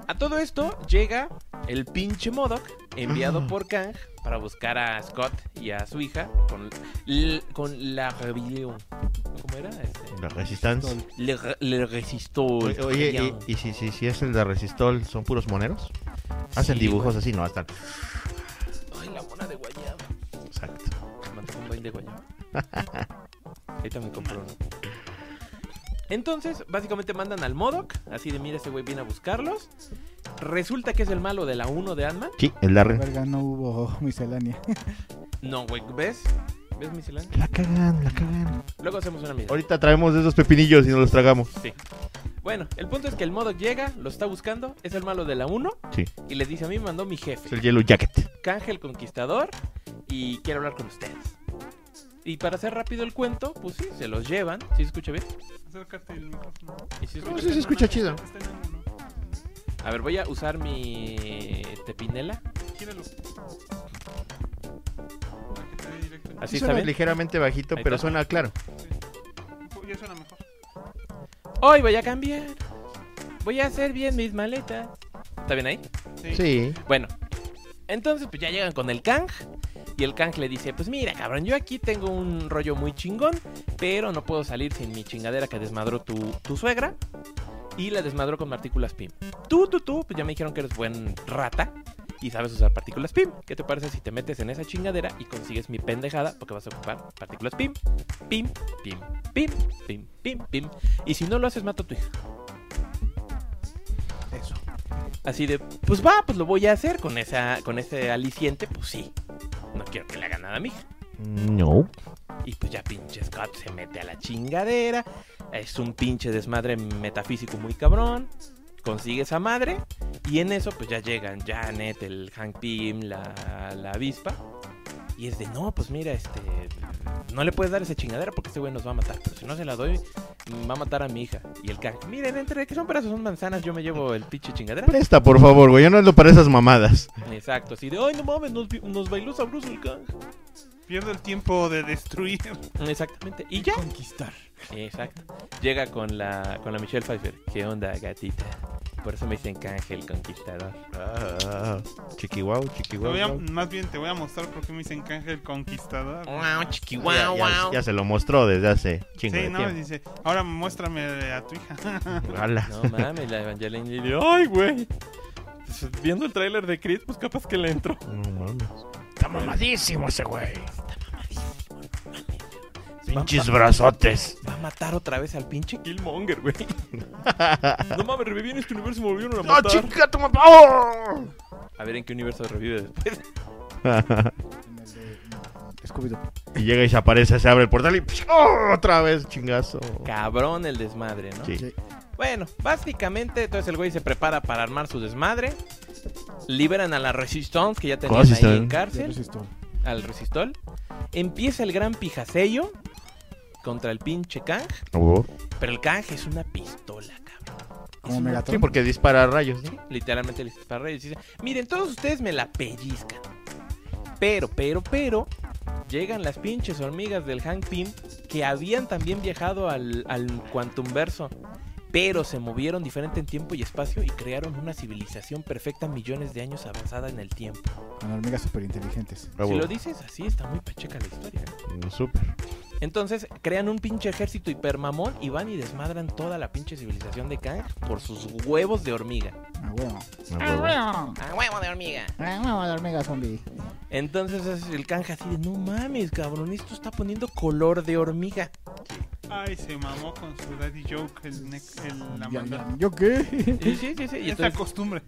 Speaker 1: A todo esto llega el pinche Modoc enviado por Kang para buscar a Scott y a su hija con, l- con la rebelión. ¿Cómo era? Este,
Speaker 3: La Resistance.
Speaker 1: le, re- le resistó.
Speaker 3: Oye, Oye, y, y si, si, si es el de Resistol, ¿son puros moneros? Hacen dibujos así, no, hasta.
Speaker 1: Ay, la mona de guayaba.
Speaker 3: Exacto.
Speaker 1: Me antojó un buen de guayaba. Ahorita me compro uno. Entonces, básicamente mandan al Modoc, así de mira, ese güey viene a buscarlos. Resulta que es el malo de la 1 de Ant-Man.
Speaker 3: Sí, el Darren.
Speaker 2: Verga, no hubo miscelánea.
Speaker 1: No, güey, ¿ves? ¿Ves, Michelin?
Speaker 3: La cagan, la cagan.
Speaker 1: Luego hacemos una mierda.
Speaker 3: Ahorita traemos de esos pepinillos y nos los tragamos.
Speaker 1: Bueno, el punto es que el Modoc llega, lo está buscando, es el malo de la 1
Speaker 3: Sí.
Speaker 1: y les dice, a mí me mandó mi
Speaker 3: Es
Speaker 1: jefe,
Speaker 3: el Yellow Jacket.
Speaker 1: Canje el Conquistador y quiero hablar con ustedes. Y para hacer rápido el cuento, pues sí, se los llevan, ¿sí se escucha bien?
Speaker 4: Acércate el micrófono.
Speaker 1: ¿Y sí se escucha?
Speaker 4: Creo que
Speaker 3: se
Speaker 4: está en
Speaker 3: escucha
Speaker 4: una-
Speaker 3: chido.
Speaker 4: está en ángulo.
Speaker 1: A ver, voy a usar mi tepinela.
Speaker 4: Gíralo. Para Ah, que te dé directo.
Speaker 1: Así
Speaker 3: suena
Speaker 1: está bien.
Speaker 3: ligeramente bajito,
Speaker 1: Ahí
Speaker 3: pero
Speaker 1: está.
Speaker 3: suena claro.
Speaker 4: Sí. Oh, Ya suena mejor.
Speaker 1: Hoy voy a cambiar. Voy a hacer bien mis maletas. ¿Está bien ahí?
Speaker 3: Sí.
Speaker 1: Bueno, entonces pues ya llegan con el Kang. Y el Kang le dice, pues mira, cabrón, yo aquí tengo un rollo muy chingón, pero no puedo salir sin mi chingadera que desmadró tu, tu suegra. Y la desmadró con partículas PIM. Tú, tú, tú, pues ya me dijeron que eres buen rata y sabes usar partículas PIM. ¿Qué te parece si te metes en esa chingadera y consigues mi pendejada? Porque vas a ocupar partículas PIM, PIM, PIM, PIM, PIM, PIM, PIM. Y si no lo haces, mato a tu hija.
Speaker 2: Eso.
Speaker 1: Así de, pues va, pues lo voy a hacer con esa con ese aliciente, pues sí. No quiero que le haga nada a mi hija.
Speaker 3: No.
Speaker 1: Y pues ya pinche Scott se mete a la chingadera. Es un pinche desmadre metafísico muy cabrón. Consigue esa madre. Y en eso pues ya llegan Janet, el Hank Pym, la, la avispa. Y es de, no, pues mira, este... No le puedes dar esa chingadera porque este güey nos va a matar. Pero si no se la doy, va a matar a mi hija. Y el Kang, miren, entre que son pedazos, son manzanas, yo me llevo el pinche chingadera.
Speaker 3: Presta, por favor, güey. Yo no ando para esas mamadas.
Speaker 1: Exacto, así de, ay, no mames, nos, vi- nos bailó sabroso el Kang.
Speaker 4: Pierdo el tiempo de destruir.
Speaker 1: Exactamente, y ya.
Speaker 2: Conquistar.
Speaker 1: Exacto. Llega con la, con la Michelle Pfeiffer. ¿Qué onda, gatita? Por eso me dicen Cángel Conquistador.
Speaker 3: Ah, chiquihuau,
Speaker 4: Te voy a-
Speaker 3: chiquihuau.
Speaker 4: más bien te voy a mostrar por qué me dicen Canje el Conquistador.
Speaker 1: Ah,
Speaker 5: Wow, chiqui,
Speaker 3: Ya,
Speaker 5: wow,
Speaker 3: ya-
Speaker 5: wow.
Speaker 3: ya se lo mostró desde hace chingo
Speaker 4: Sí,
Speaker 3: de
Speaker 4: no,
Speaker 3: tiempo.
Speaker 4: dice, ahora muéstrame a tu hija.
Speaker 3: Ojalá.
Speaker 1: No mames, la Evangeline le dio, ¡ay, güey! Pues, Viendo el tráiler de Creed, pues capaz que le entró.
Speaker 3: No mames.
Speaker 6: Está mamadísimo ese güey.
Speaker 3: Pinches brazotes.
Speaker 1: Va a matar otra vez al pinche Killmonger, güey. no mames, reviví en este universo y me volvieron a
Speaker 3: Ah,
Speaker 6: ¡No,
Speaker 1: matar.
Speaker 6: chica, tu mamá! ¡Oh!
Speaker 1: a ver en qué universo revive después.
Speaker 2: En el de Scooby-Doo.
Speaker 3: y llega y se aparece, se abre el portal y ¡oh! otra vez, chingazo.
Speaker 1: Cabrón el desmadre, ¿no?
Speaker 3: Sí.
Speaker 2: Sí.
Speaker 1: Bueno, básicamente, entonces el güey se prepara para armar su desmadre. Liberan a la Resistance, que ya tenían ahí
Speaker 3: Resistance.
Speaker 1: en
Speaker 2: Ya lo
Speaker 1: cárcel,
Speaker 2: hiciste tú.
Speaker 1: al Resistol. Empieza el gran pijasello contra el pinche Kang. Pero el Kang es una pistola, cabrón.
Speaker 2: Como
Speaker 1: Es una-
Speaker 2: Megatron.
Speaker 3: Sí, porque dispara rayos, ¿no?
Speaker 1: Literalmente les disparó y les dice, miren, todos ustedes me la pellizcan. Pero, pero, pero, llegan las pinches hormigas del Hank Pym que habían también viajado al, al Quantum Verso. Pero se movieron diferente en tiempo y espacio y crearon una civilización perfecta millones de años avanzada en el tiempo.
Speaker 2: Con hormigas súper inteligentes.
Speaker 1: Si
Speaker 3: Ah, huevo.
Speaker 1: lo dices así, está muy pacheca la historia.
Speaker 3: Mm, Súper.
Speaker 1: Entonces crean un pinche ejército hipermamón y van y desmadran toda la pinche civilización de Kang por sus huevos de hormiga.
Speaker 2: Ah, huevo.
Speaker 3: Ah,
Speaker 5: ¡Ah,
Speaker 3: huevo.
Speaker 5: huevo!
Speaker 1: ¡A huevo de hormiga!
Speaker 2: Ah, huevo de hormiga zombie.
Speaker 1: Entonces es el canja así de no mames, cabrón, esto está poniendo color de hormiga.
Speaker 4: Ay, se mamó con su daddy joke el, nec- el- la
Speaker 2: Ya,
Speaker 4: mandó.
Speaker 2: ya, ¿Yo qué?
Speaker 1: Sí, sí, sí, sí. Y,
Speaker 4: Y esta
Speaker 1: entonces-
Speaker 4: costumbre.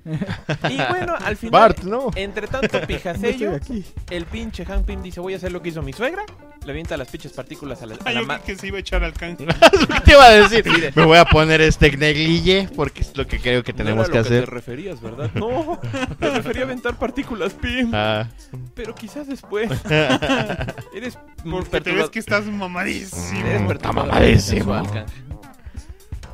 Speaker 1: y bueno, al final,
Speaker 3: Bart, no.
Speaker 1: entre tanto
Speaker 2: No estoy
Speaker 1: pijasello,
Speaker 2: aquí.
Speaker 1: el pinche Hank Pym dice voy a hacer lo que hizo mi suegra. Le avienta las pinches partículas a la, a
Speaker 4: Ay,
Speaker 1: la
Speaker 4: yo
Speaker 1: ma-
Speaker 4: creí que se iba a echar al can.
Speaker 3: ¿Qué te iba a decir? Me voy a poner este neglige porque es lo que creo que
Speaker 1: No era
Speaker 3: tenemos
Speaker 1: lo
Speaker 3: que
Speaker 1: Te
Speaker 3: hacer.
Speaker 1: referías, ¿verdad? No, me refería a aventar partículas, Pym.
Speaker 3: Ah.
Speaker 1: Pero quizás después. Eres
Speaker 4: Porque te ves que estás mamadísimo.
Speaker 1: Eres
Speaker 3: Mm,
Speaker 1: perturbador
Speaker 3: mamadísimo.
Speaker 1: sexual, Kang.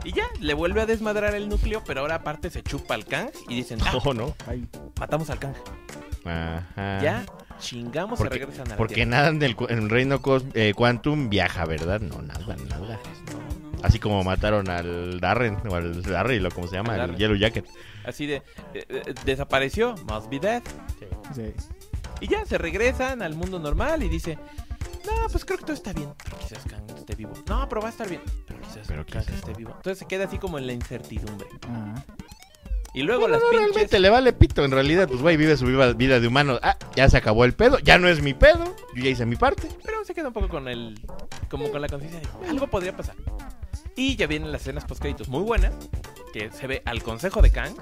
Speaker 1: Y ya, le vuelve a desmadrar el núcleo, pero ahora aparte se chupa al Kang y dicen, "Ah,
Speaker 3: No, no.
Speaker 2: Ay,
Speaker 1: matamos al Kang.
Speaker 3: Ajá.
Speaker 1: Ya, chingamos y
Speaker 3: Porque-
Speaker 1: regresan a la
Speaker 3: Porque
Speaker 1: Tierra.
Speaker 3: nada en el, cu- en el reino cos- eh, Quantum viaja, ¿verdad? No, nada, nada. Así como mataron al Darren, o al Darryl, o como se llama,
Speaker 1: Al
Speaker 3: el
Speaker 1: Darryl.
Speaker 3: Yellow Jacket.
Speaker 1: Así de, eh, eh, desapareció, must be dead.
Speaker 2: sí.
Speaker 1: Y ya, se regresan al mundo normal y dice, no, pues creo que todo está bien. Pero quizás Kang esté vivo. No, pero va a estar bien. Pero quizás
Speaker 3: Pero
Speaker 1: Kang
Speaker 3: quizás
Speaker 1: esté
Speaker 3: no.
Speaker 1: vivo. Entonces se queda así como en la incertidumbre.
Speaker 2: Ah,
Speaker 1: Y luego
Speaker 3: No,
Speaker 1: las pinches...
Speaker 3: realmente le vale pito. En realidad, pues, güey, vive su viva- vida de humano. Ah, ya se acabó el pedo. Ya no es mi pedo. Yo ya hice mi parte.
Speaker 1: Pero se queda un poco con el. Como con la conciencia de. Algo podría pasar. Y ya vienen las escenas postcréditos muy buenas. Que se ve al consejo de Kang.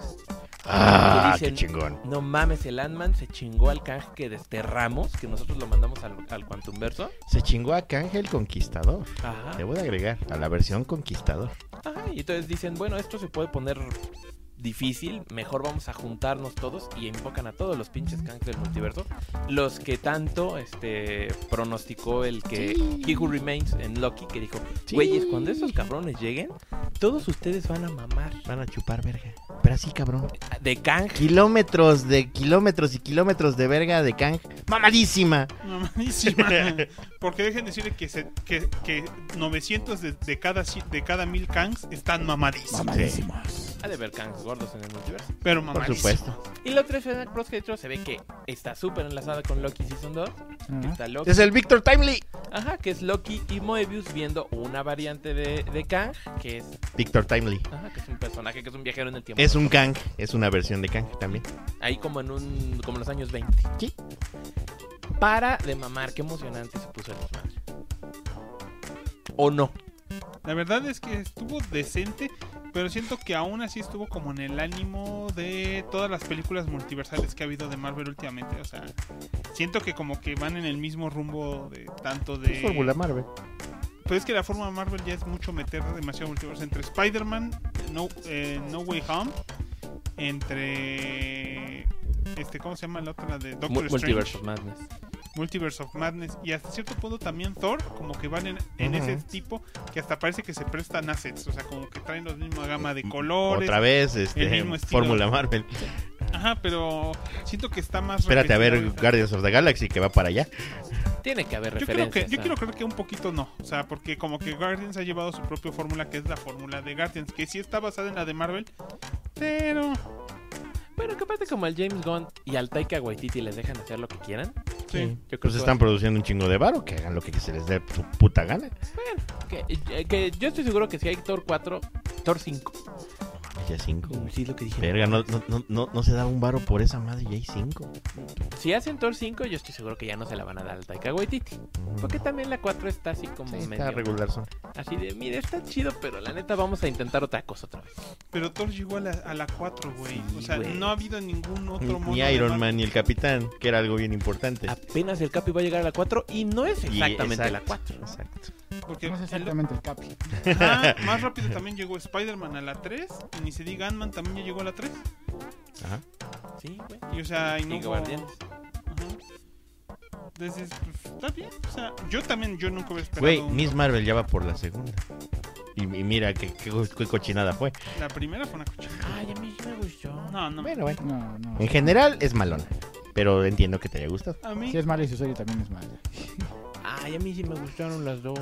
Speaker 3: Ah,
Speaker 1: Que
Speaker 3: qué
Speaker 1: dicen-
Speaker 3: chingón.
Speaker 1: No mames, el Ant-Man se chingó al Kang que desterramos. Que nosotros lo mandamos al, al Quantum Verso.
Speaker 3: Se chingó a Kang el Conquistador.
Speaker 1: Ajá.
Speaker 3: Debo de agregar a la versión Conquistador.
Speaker 1: Ajá. Y entonces dicen, bueno, esto se puede poner difícil. Mejor vamos a juntarnos todos. Y invocan a todos los pinches Kangs del multiverso. Los que tanto este pronosticó el que. He Who Remains en Loki. Que dijo,
Speaker 3: Sí.
Speaker 1: Güeyes, cuando esos cabrones lleguen, todos ustedes van a mamar.
Speaker 3: Van a chupar verga. Pero así, cabrón.
Speaker 1: De Kang.
Speaker 3: Kilómetros de kilómetros y kilómetros de verga de Kang. Mamadísima.
Speaker 4: Mamadísima. Porque dejen de decirle que, se, que, que 900 de, de cada, ci- de cada 1000 Kangs están mamadísimos.
Speaker 2: mamadísimos.
Speaker 1: Ha de ver Kangs gordos en el multiverso.
Speaker 4: Pero
Speaker 3: Por
Speaker 4: mamadísimos.
Speaker 3: supuesto.
Speaker 1: Y la otra escena post se ve que está súper enlazada con Loki Season 2. que
Speaker 2: Ah,
Speaker 1: está Loki.
Speaker 3: Es el Victor Timely.
Speaker 1: Ajá, que es Loki y Moebius viendo una variante de, de Kang, que es,
Speaker 3: Victor Timely.
Speaker 1: ajá, que es un personaje, que es un viajero en el tiempo.
Speaker 3: Es un Kang. Es una versión de Kang también.
Speaker 1: Ahí como en un. como en los años 20.
Speaker 3: Sí.
Speaker 1: Para de mamar, qué emocionante se puso el desmadre. O no.
Speaker 4: La verdad es que estuvo decente, pero siento que aún así estuvo como en el ánimo de todas las películas multiversales que ha habido de Marvel últimamente. O sea, siento que como que van en el mismo rumbo de tanto de...
Speaker 3: Es Fórmula Marvel.
Speaker 4: Pero es que la forma de Marvel ya es mucho meter demasiado multiverso. Entre Spider-Man, no, eh, no Way Home, entre. Este, ¿Cómo se llama la otra? La de Doctor
Speaker 1: Mu-
Speaker 4: Strange.
Speaker 1: Multiversos Madness.
Speaker 4: Multiverse of Madness. Y hasta cierto punto también Thor, como que van en, en
Speaker 3: Ujú.
Speaker 4: ese tipo que hasta parece que se prestan assets. O sea, como que traen la misma gama de colores.
Speaker 3: Otra vez,
Speaker 4: el
Speaker 3: este,
Speaker 4: mismo estilo.
Speaker 3: Fórmula Marvel.
Speaker 4: Ajá, pero siento que está más.
Speaker 3: Espérate a ver
Speaker 4: repetido ahorita.
Speaker 3: Guardians of the Galaxy que va para allá.
Speaker 1: Tiene que haber
Speaker 4: Yo, creo que,
Speaker 1: referencias.
Speaker 4: yo
Speaker 1: a-
Speaker 4: quiero creer que un poquito no. O sea, porque como que Guardians ha llevado su propia fórmula, que es la fórmula de Guardians, que sí está basada en la de Marvel, pero.
Speaker 1: Bueno, que aparte como al James Gunn y al Taika Waititi les dejan hacer lo que quieran.
Speaker 4: Sí.
Speaker 1: Yo creo
Speaker 3: Pues
Speaker 1: que,
Speaker 3: están
Speaker 1: va
Speaker 3: produciendo un chingo de varo, que hagan lo que se les dé su puta gana.
Speaker 1: a- que, eh, que yo estoy seguro que si hay Thor 4, Thor 5.
Speaker 3: Ya cinco.
Speaker 1: Sí, lo que dije.
Speaker 3: Verga, no, no, no, no, no se da un varo por esa madre, ya hay cinco.
Speaker 1: Si hacen Thor 5, yo estoy seguro que ya no se la van a dar al Taika Waititi. Porque también la 4 está así como
Speaker 3: Sí,
Speaker 1: medio...
Speaker 3: está regular son.
Speaker 1: Así de, mira, está chido, pero la neta vamos a intentar otra cosa otra vez.
Speaker 4: Pero Thor llegó a la, a la 4, güey.
Speaker 1: Sí,
Speaker 4: o sea,
Speaker 1: güey.
Speaker 4: no ha habido ningún otro mono.
Speaker 3: Ni
Speaker 4: de
Speaker 3: Iron
Speaker 4: Marvel.
Speaker 3: Man ni el Capitán, que era algo bien importante.
Speaker 1: Ah, Apenas el Capi va a llegar a la 4 y no es
Speaker 3: Y-
Speaker 1: exactamente
Speaker 3: exacto,
Speaker 1: la 4.
Speaker 3: Exacto.
Speaker 4: Porque
Speaker 2: No es
Speaker 4: el-
Speaker 2: exactamente el Capi.
Speaker 4: Ajá, más rápido también llegó Spider-Man a la 3. Y ni se diga Ant-Man también ya llegó a la 3.
Speaker 3: Ajá.
Speaker 1: Sí, güey.
Speaker 4: Y o sea, y
Speaker 1: Y
Speaker 4: no hubo-
Speaker 1: Guardianes.
Speaker 4: Ajá. dices, pues, está bien. O sea, yo también, yo nunca hubiera esperado
Speaker 3: Güey,
Speaker 4: un-
Speaker 3: Miss Marvel ya va por la segunda. Y, y mira qué, qué co- qué cochinada fue.
Speaker 4: La primera fue una cochinada.
Speaker 1: Ay, a mí sí me gustó.
Speaker 4: No, no.
Speaker 3: Bueno, bueno.
Speaker 2: No, no.
Speaker 3: En general es malona. Pero entiendo que te haya gustado.
Speaker 4: A mí,
Speaker 2: Si es mala y su serie también es mala.
Speaker 1: Ay, a mí sí me gustaron las dos.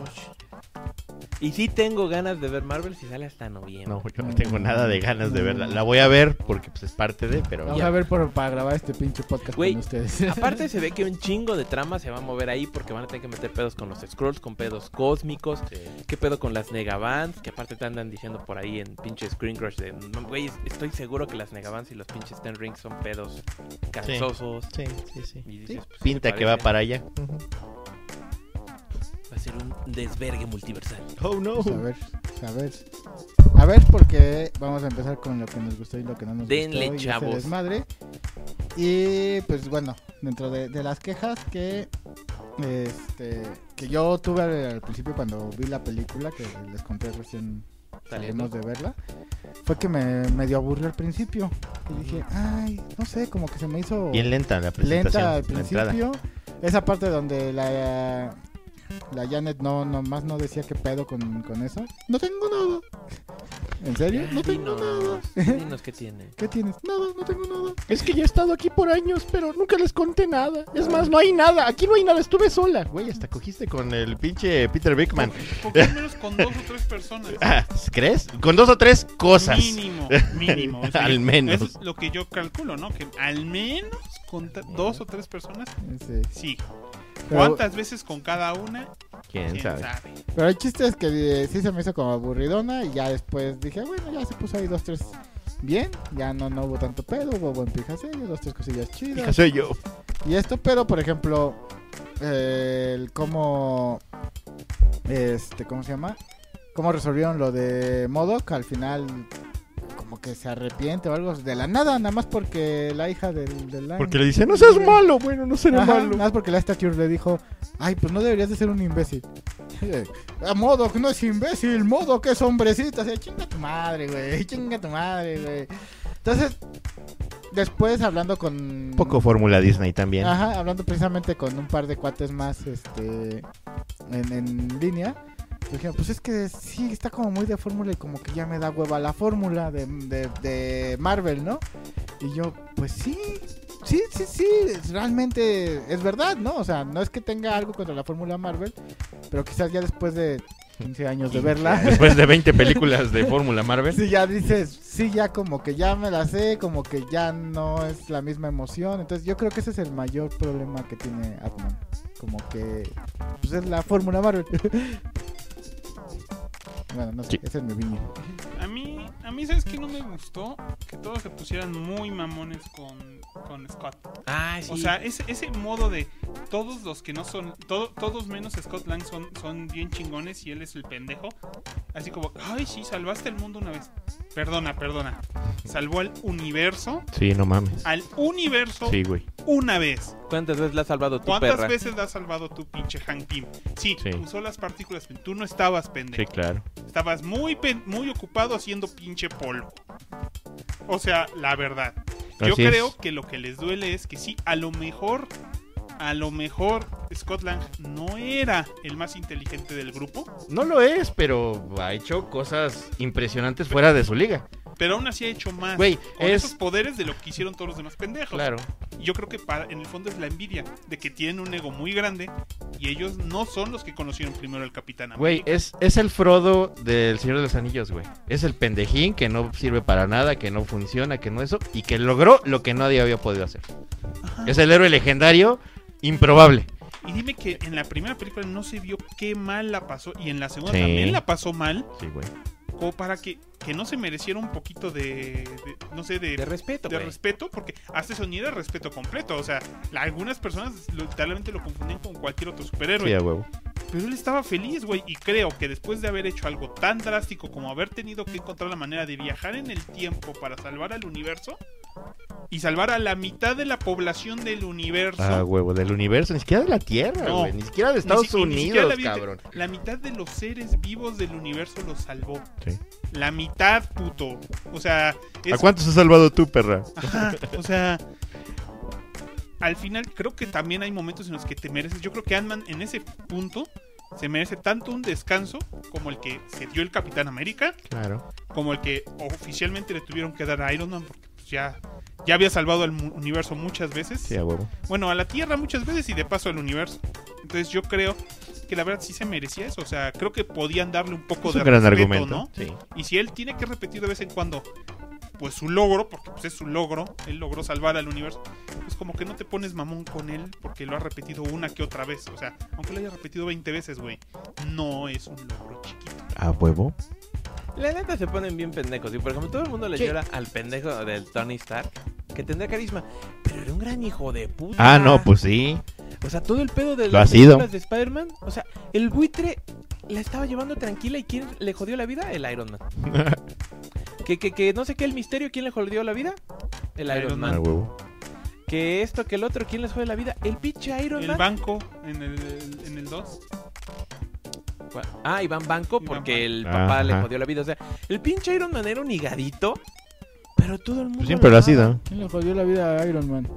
Speaker 1: Y sí tengo ganas de ver Marvel si sale hasta noviembre.
Speaker 3: No, yo no tengo nada de ganas de verla. La voy a ver porque pues, es parte de, pero...
Speaker 2: Vamos a ver por, para grabar este pinche podcast
Speaker 1: Güey,
Speaker 2: con ustedes.
Speaker 1: Aparte se ve que un chingo de trama se va a mover ahí porque van a tener que meter pedos con los scrolls, con pedos cósmicos, qué pedo con las negabands, que aparte te andan diciendo por ahí en pinche Screen Crush de, "No, güey, estoy seguro que las negabands y los pinches Ten Rings son pedos cansosos.
Speaker 3: Sí, sí, sí.
Speaker 1: Y dices, pues,
Speaker 3: Pinta
Speaker 1: ¿qué
Speaker 3: que va
Speaker 1: parece?
Speaker 3: para allá.
Speaker 1: Va a ser un desvergue multiversal.
Speaker 3: Oh, no.
Speaker 2: Pues a ver, a ver. A ver, porque vamos a empezar con lo que nos gustó y lo que no nos
Speaker 1: Denle,
Speaker 2: gustó. y ese
Speaker 1: chavos.
Speaker 2: desmadre. Y pues bueno, dentro de, de las quejas que este que yo tuve al, al principio cuando vi la película, que les conté recién salimos de verla, fue que me medio aburrió al principio. Y dije,
Speaker 1: Mm.
Speaker 2: ay, no sé, como que se me hizo
Speaker 3: Bien lenta la presentación.
Speaker 2: lenta al
Speaker 3: la entrada.
Speaker 2: principio. Esa parte donde la la Janet no nomás no decía qué pedo con, con eso. No tengo nada. ¿En serio?
Speaker 1: Ya,
Speaker 2: No tengo
Speaker 1: dinos,
Speaker 2: nada.
Speaker 1: dinos qué tiene.
Speaker 2: ¿Qué tienes? Nada, no tengo nada.
Speaker 6: Es que yo he estado aquí por años, pero nunca les conté nada. Es más, no hay nada. Aquí no hay nada. Estuve sola.
Speaker 3: Güey, hasta cogiste con el pinche Peter Bickman.
Speaker 4: porque al menos con dos o tres personas.
Speaker 3: Ah, ¿Crees? Con dos o tres cosas.
Speaker 4: Mínimo, mínimo. O sea,
Speaker 3: Al menos.
Speaker 4: Es lo que yo calculo, ¿no? Que al menos con ta- dos o tres personas,
Speaker 2: Sí.
Speaker 4: sí.
Speaker 2: Pero-
Speaker 4: ¿Cuántas veces con cada una?
Speaker 3: ¿Quién
Speaker 4: ¿Quién
Speaker 3: sabe?
Speaker 4: sabe?
Speaker 2: Pero el chiste es que eh, sí se me hizo como aburridona y ya después dije, bueno, ya se puso ahí dos, tres bien, ya no, no hubo tanto pedo, hubo buen pijasello, dos, tres cosillas chidas.
Speaker 3: Hija, soy yo.
Speaker 2: Y esto, pero por ejemplo, eh, el cómo. Este, ¿cómo se llama? ¿Cómo resolvieron lo de Modoc? Al final, como que se arrepiente o algo de la nada, nada más porque la hija del. del
Speaker 3: Porque le dice, no
Speaker 6: No
Speaker 3: seas
Speaker 6: seas
Speaker 3: mal.
Speaker 6: malo. Bueno, no será
Speaker 2: Ajá,
Speaker 6: malo.
Speaker 2: Nada más porque la estature le dijo: Ay, pues no deberías de ser un imbécil. A Modoc no es imbécil, Modoc es hombrecito. O sea, chinga tu madre, güey. Chinga tu madre, güey. Entonces, después hablando con.
Speaker 3: Poco fórmula Disney también.
Speaker 2: Ajá, hablando precisamente con un par de cuates más este en, en línea. Dije, pues es que sí, está como muy de fórmula y como que ya me da hueva la fórmula de, de, de Marvel, ¿no? Y yo, pues sí, sí, sí, sí, es- realmente es verdad, ¿no? O sea, no es que tenga algo contra la fórmula Marvel, pero quizás ya después de 15 años de verla,
Speaker 3: Después de 20 películas de fórmula Marvel.
Speaker 2: Sí, ya dices, sí, ya como que ya me la sé, como que ya no es la misma emoción. Entonces yo creo que ese es el mayor problema que tiene Atman. Como que pues es la fórmula Marvel. bueno, no sé,
Speaker 3: Sí.
Speaker 2: ese es mi opinión.
Speaker 4: A mí, a mí, ¿sabes qué no me gustó? Que todos se pusieran muy mamones con, con Scott.
Speaker 1: Ah, sí.
Speaker 4: O sea, ese, ese modo de todos los que no son, todo- todos menos Scott Lang son, son bien chingones y él es el pendejo. Así como, ay, sí, salvaste el mundo una vez. Perdona, perdona. Salvó al universo,
Speaker 3: Sí, no mames.
Speaker 4: al universo
Speaker 3: Sí, güey.
Speaker 4: una vez.
Speaker 1: ¿cuántas veces la has salvado tu
Speaker 4: ¿Cuántas
Speaker 1: perra?
Speaker 4: veces la has salvado tú, pinche Hank Pym? Sí,
Speaker 3: Sí.
Speaker 4: usó las partículas. Tú no estabas pendejo.
Speaker 3: Sí, claro.
Speaker 4: Estabas muy, pen- muy ocupado haciendo pinche polvo. O sea, la verdad. Yo
Speaker 3: Así es.
Speaker 4: creo que lo que les duele es que sí, a lo mejor, a lo mejor Scott Lang no era el más inteligente del grupo,
Speaker 3: No lo es, pero ha hecho cosas impresionantes fuera de su liga.
Speaker 4: pero aún así ha hecho más
Speaker 3: Güey,
Speaker 4: Ah, con esos
Speaker 3: es...
Speaker 4: poderes de lo que hicieron todos los demás pendejos.
Speaker 3: Claro.
Speaker 4: Y Yo creo que para- en el fondo es la envidia de que tienen un ego muy grande y ellos no son los que conocieron primero al Capitán
Speaker 3: Güey,
Speaker 4: América.
Speaker 3: es, es el Frodo del Señor de los Anillos, güey. Es el pendejín que no sirve para nada, que no funciona, que no eso, y que logró lo que nadie había podido hacer. Es el héroe legendario improbable.
Speaker 4: Y dime que en la primera película no se vio qué mal la pasó y en la segunda
Speaker 3: Sí.
Speaker 4: también la pasó mal.
Speaker 3: Sí, güey.
Speaker 4: como para que, que no se mereciera un poquito de, de- no sé, de,
Speaker 1: De
Speaker 4: de
Speaker 1: respeto, güey.
Speaker 4: respeto, porque hasta eso ni era respeto completo. O sea, la- algunas personas lo- literalmente lo confundían con cualquier otro superhéroe.
Speaker 3: Sí, a huevo.
Speaker 4: Pero él estaba feliz, güey, y creo que después de haber hecho algo tan drástico como haber tenido que encontrar la manera de viajar en el tiempo para salvar al universo y salvar a la mitad de la población del universo.
Speaker 1: Ah,
Speaker 3: A huevo, del universo, ni siquiera de la Tierra,
Speaker 4: No.
Speaker 3: güey. Ni siquiera de
Speaker 4: Ni
Speaker 3: Estados
Speaker 4: si- y ni siquiera
Speaker 3: Unidos,
Speaker 4: la vi-
Speaker 3: cabrón.
Speaker 4: La mitad de los seres vivos del universo los salvó.
Speaker 3: Sí.
Speaker 4: La mitad, puto. O sea, es Ah.
Speaker 3: cuántos has salvado tú, perra?
Speaker 4: Ajá, o sea, al final creo que también hay momentos en los que te mereces. Yo creo que Ant-Man en ese punto se merece tanto un descanso como el que se dio el Capitán América,
Speaker 3: Claro.
Speaker 4: como el que oficialmente le tuvieron que dar a Iron Man porque pues, ya, ya había salvado al mu- universo muchas veces.
Speaker 3: Sí, a huevo.
Speaker 4: Bueno, a la Tierra muchas veces y de paso al universo. Entonces yo creo que la verdad sí se merecía eso. O sea, creo que podían darle un poco
Speaker 3: Es
Speaker 4: de
Speaker 3: un gran
Speaker 4: respeto,
Speaker 3: argumento.
Speaker 4: ¿no?
Speaker 3: Sí.
Speaker 4: Y si él tiene que repetir de vez en cuando, pues su logro, porque pues, es su logro, él logró salvar al universo, pues como que no te pones mamón con él porque lo ha repetido una que otra vez. O sea, aunque lo haya repetido 20 veces, güey, no es un logro chiquito.
Speaker 3: A huevo.
Speaker 1: La neta se ponen bien pendejos. Y por ejemplo, todo el mundo le
Speaker 2: Sí.
Speaker 1: llora al pendejo del Tony Stark, que tendría carisma. Pero era un gran hijo de puta.
Speaker 3: Ah, no, pues sí.
Speaker 1: O sea, todo el pedo de
Speaker 3: Lo
Speaker 1: las
Speaker 3: ha sido.
Speaker 1: películas de Spider-Man. O sea, el buitre la estaba llevando tranquila y ¿quién le jodió la vida? El Iron Man. que, que, que no sé qué, el misterio, ¿quién le jodió la vida? El Iron,
Speaker 4: Iron
Speaker 1: Man.
Speaker 3: A huevo. Pues
Speaker 1: Que esto, que el otro, ¿quién les jode la vida? El pinche Iron
Speaker 4: El
Speaker 1: Man.
Speaker 4: banco en el, en el 2.
Speaker 1: Ah, Iván Banco, porque el
Speaker 3: Banco.
Speaker 1: papá le
Speaker 3: Ajá.
Speaker 1: jodió la vida. O sea, el pinche Iron Man era un higadito, pero todo el mundo.
Speaker 3: Pues siempre lo ha
Speaker 1: amaba.
Speaker 3: sido.
Speaker 2: ¿Quién le jodió la vida a Iron Man?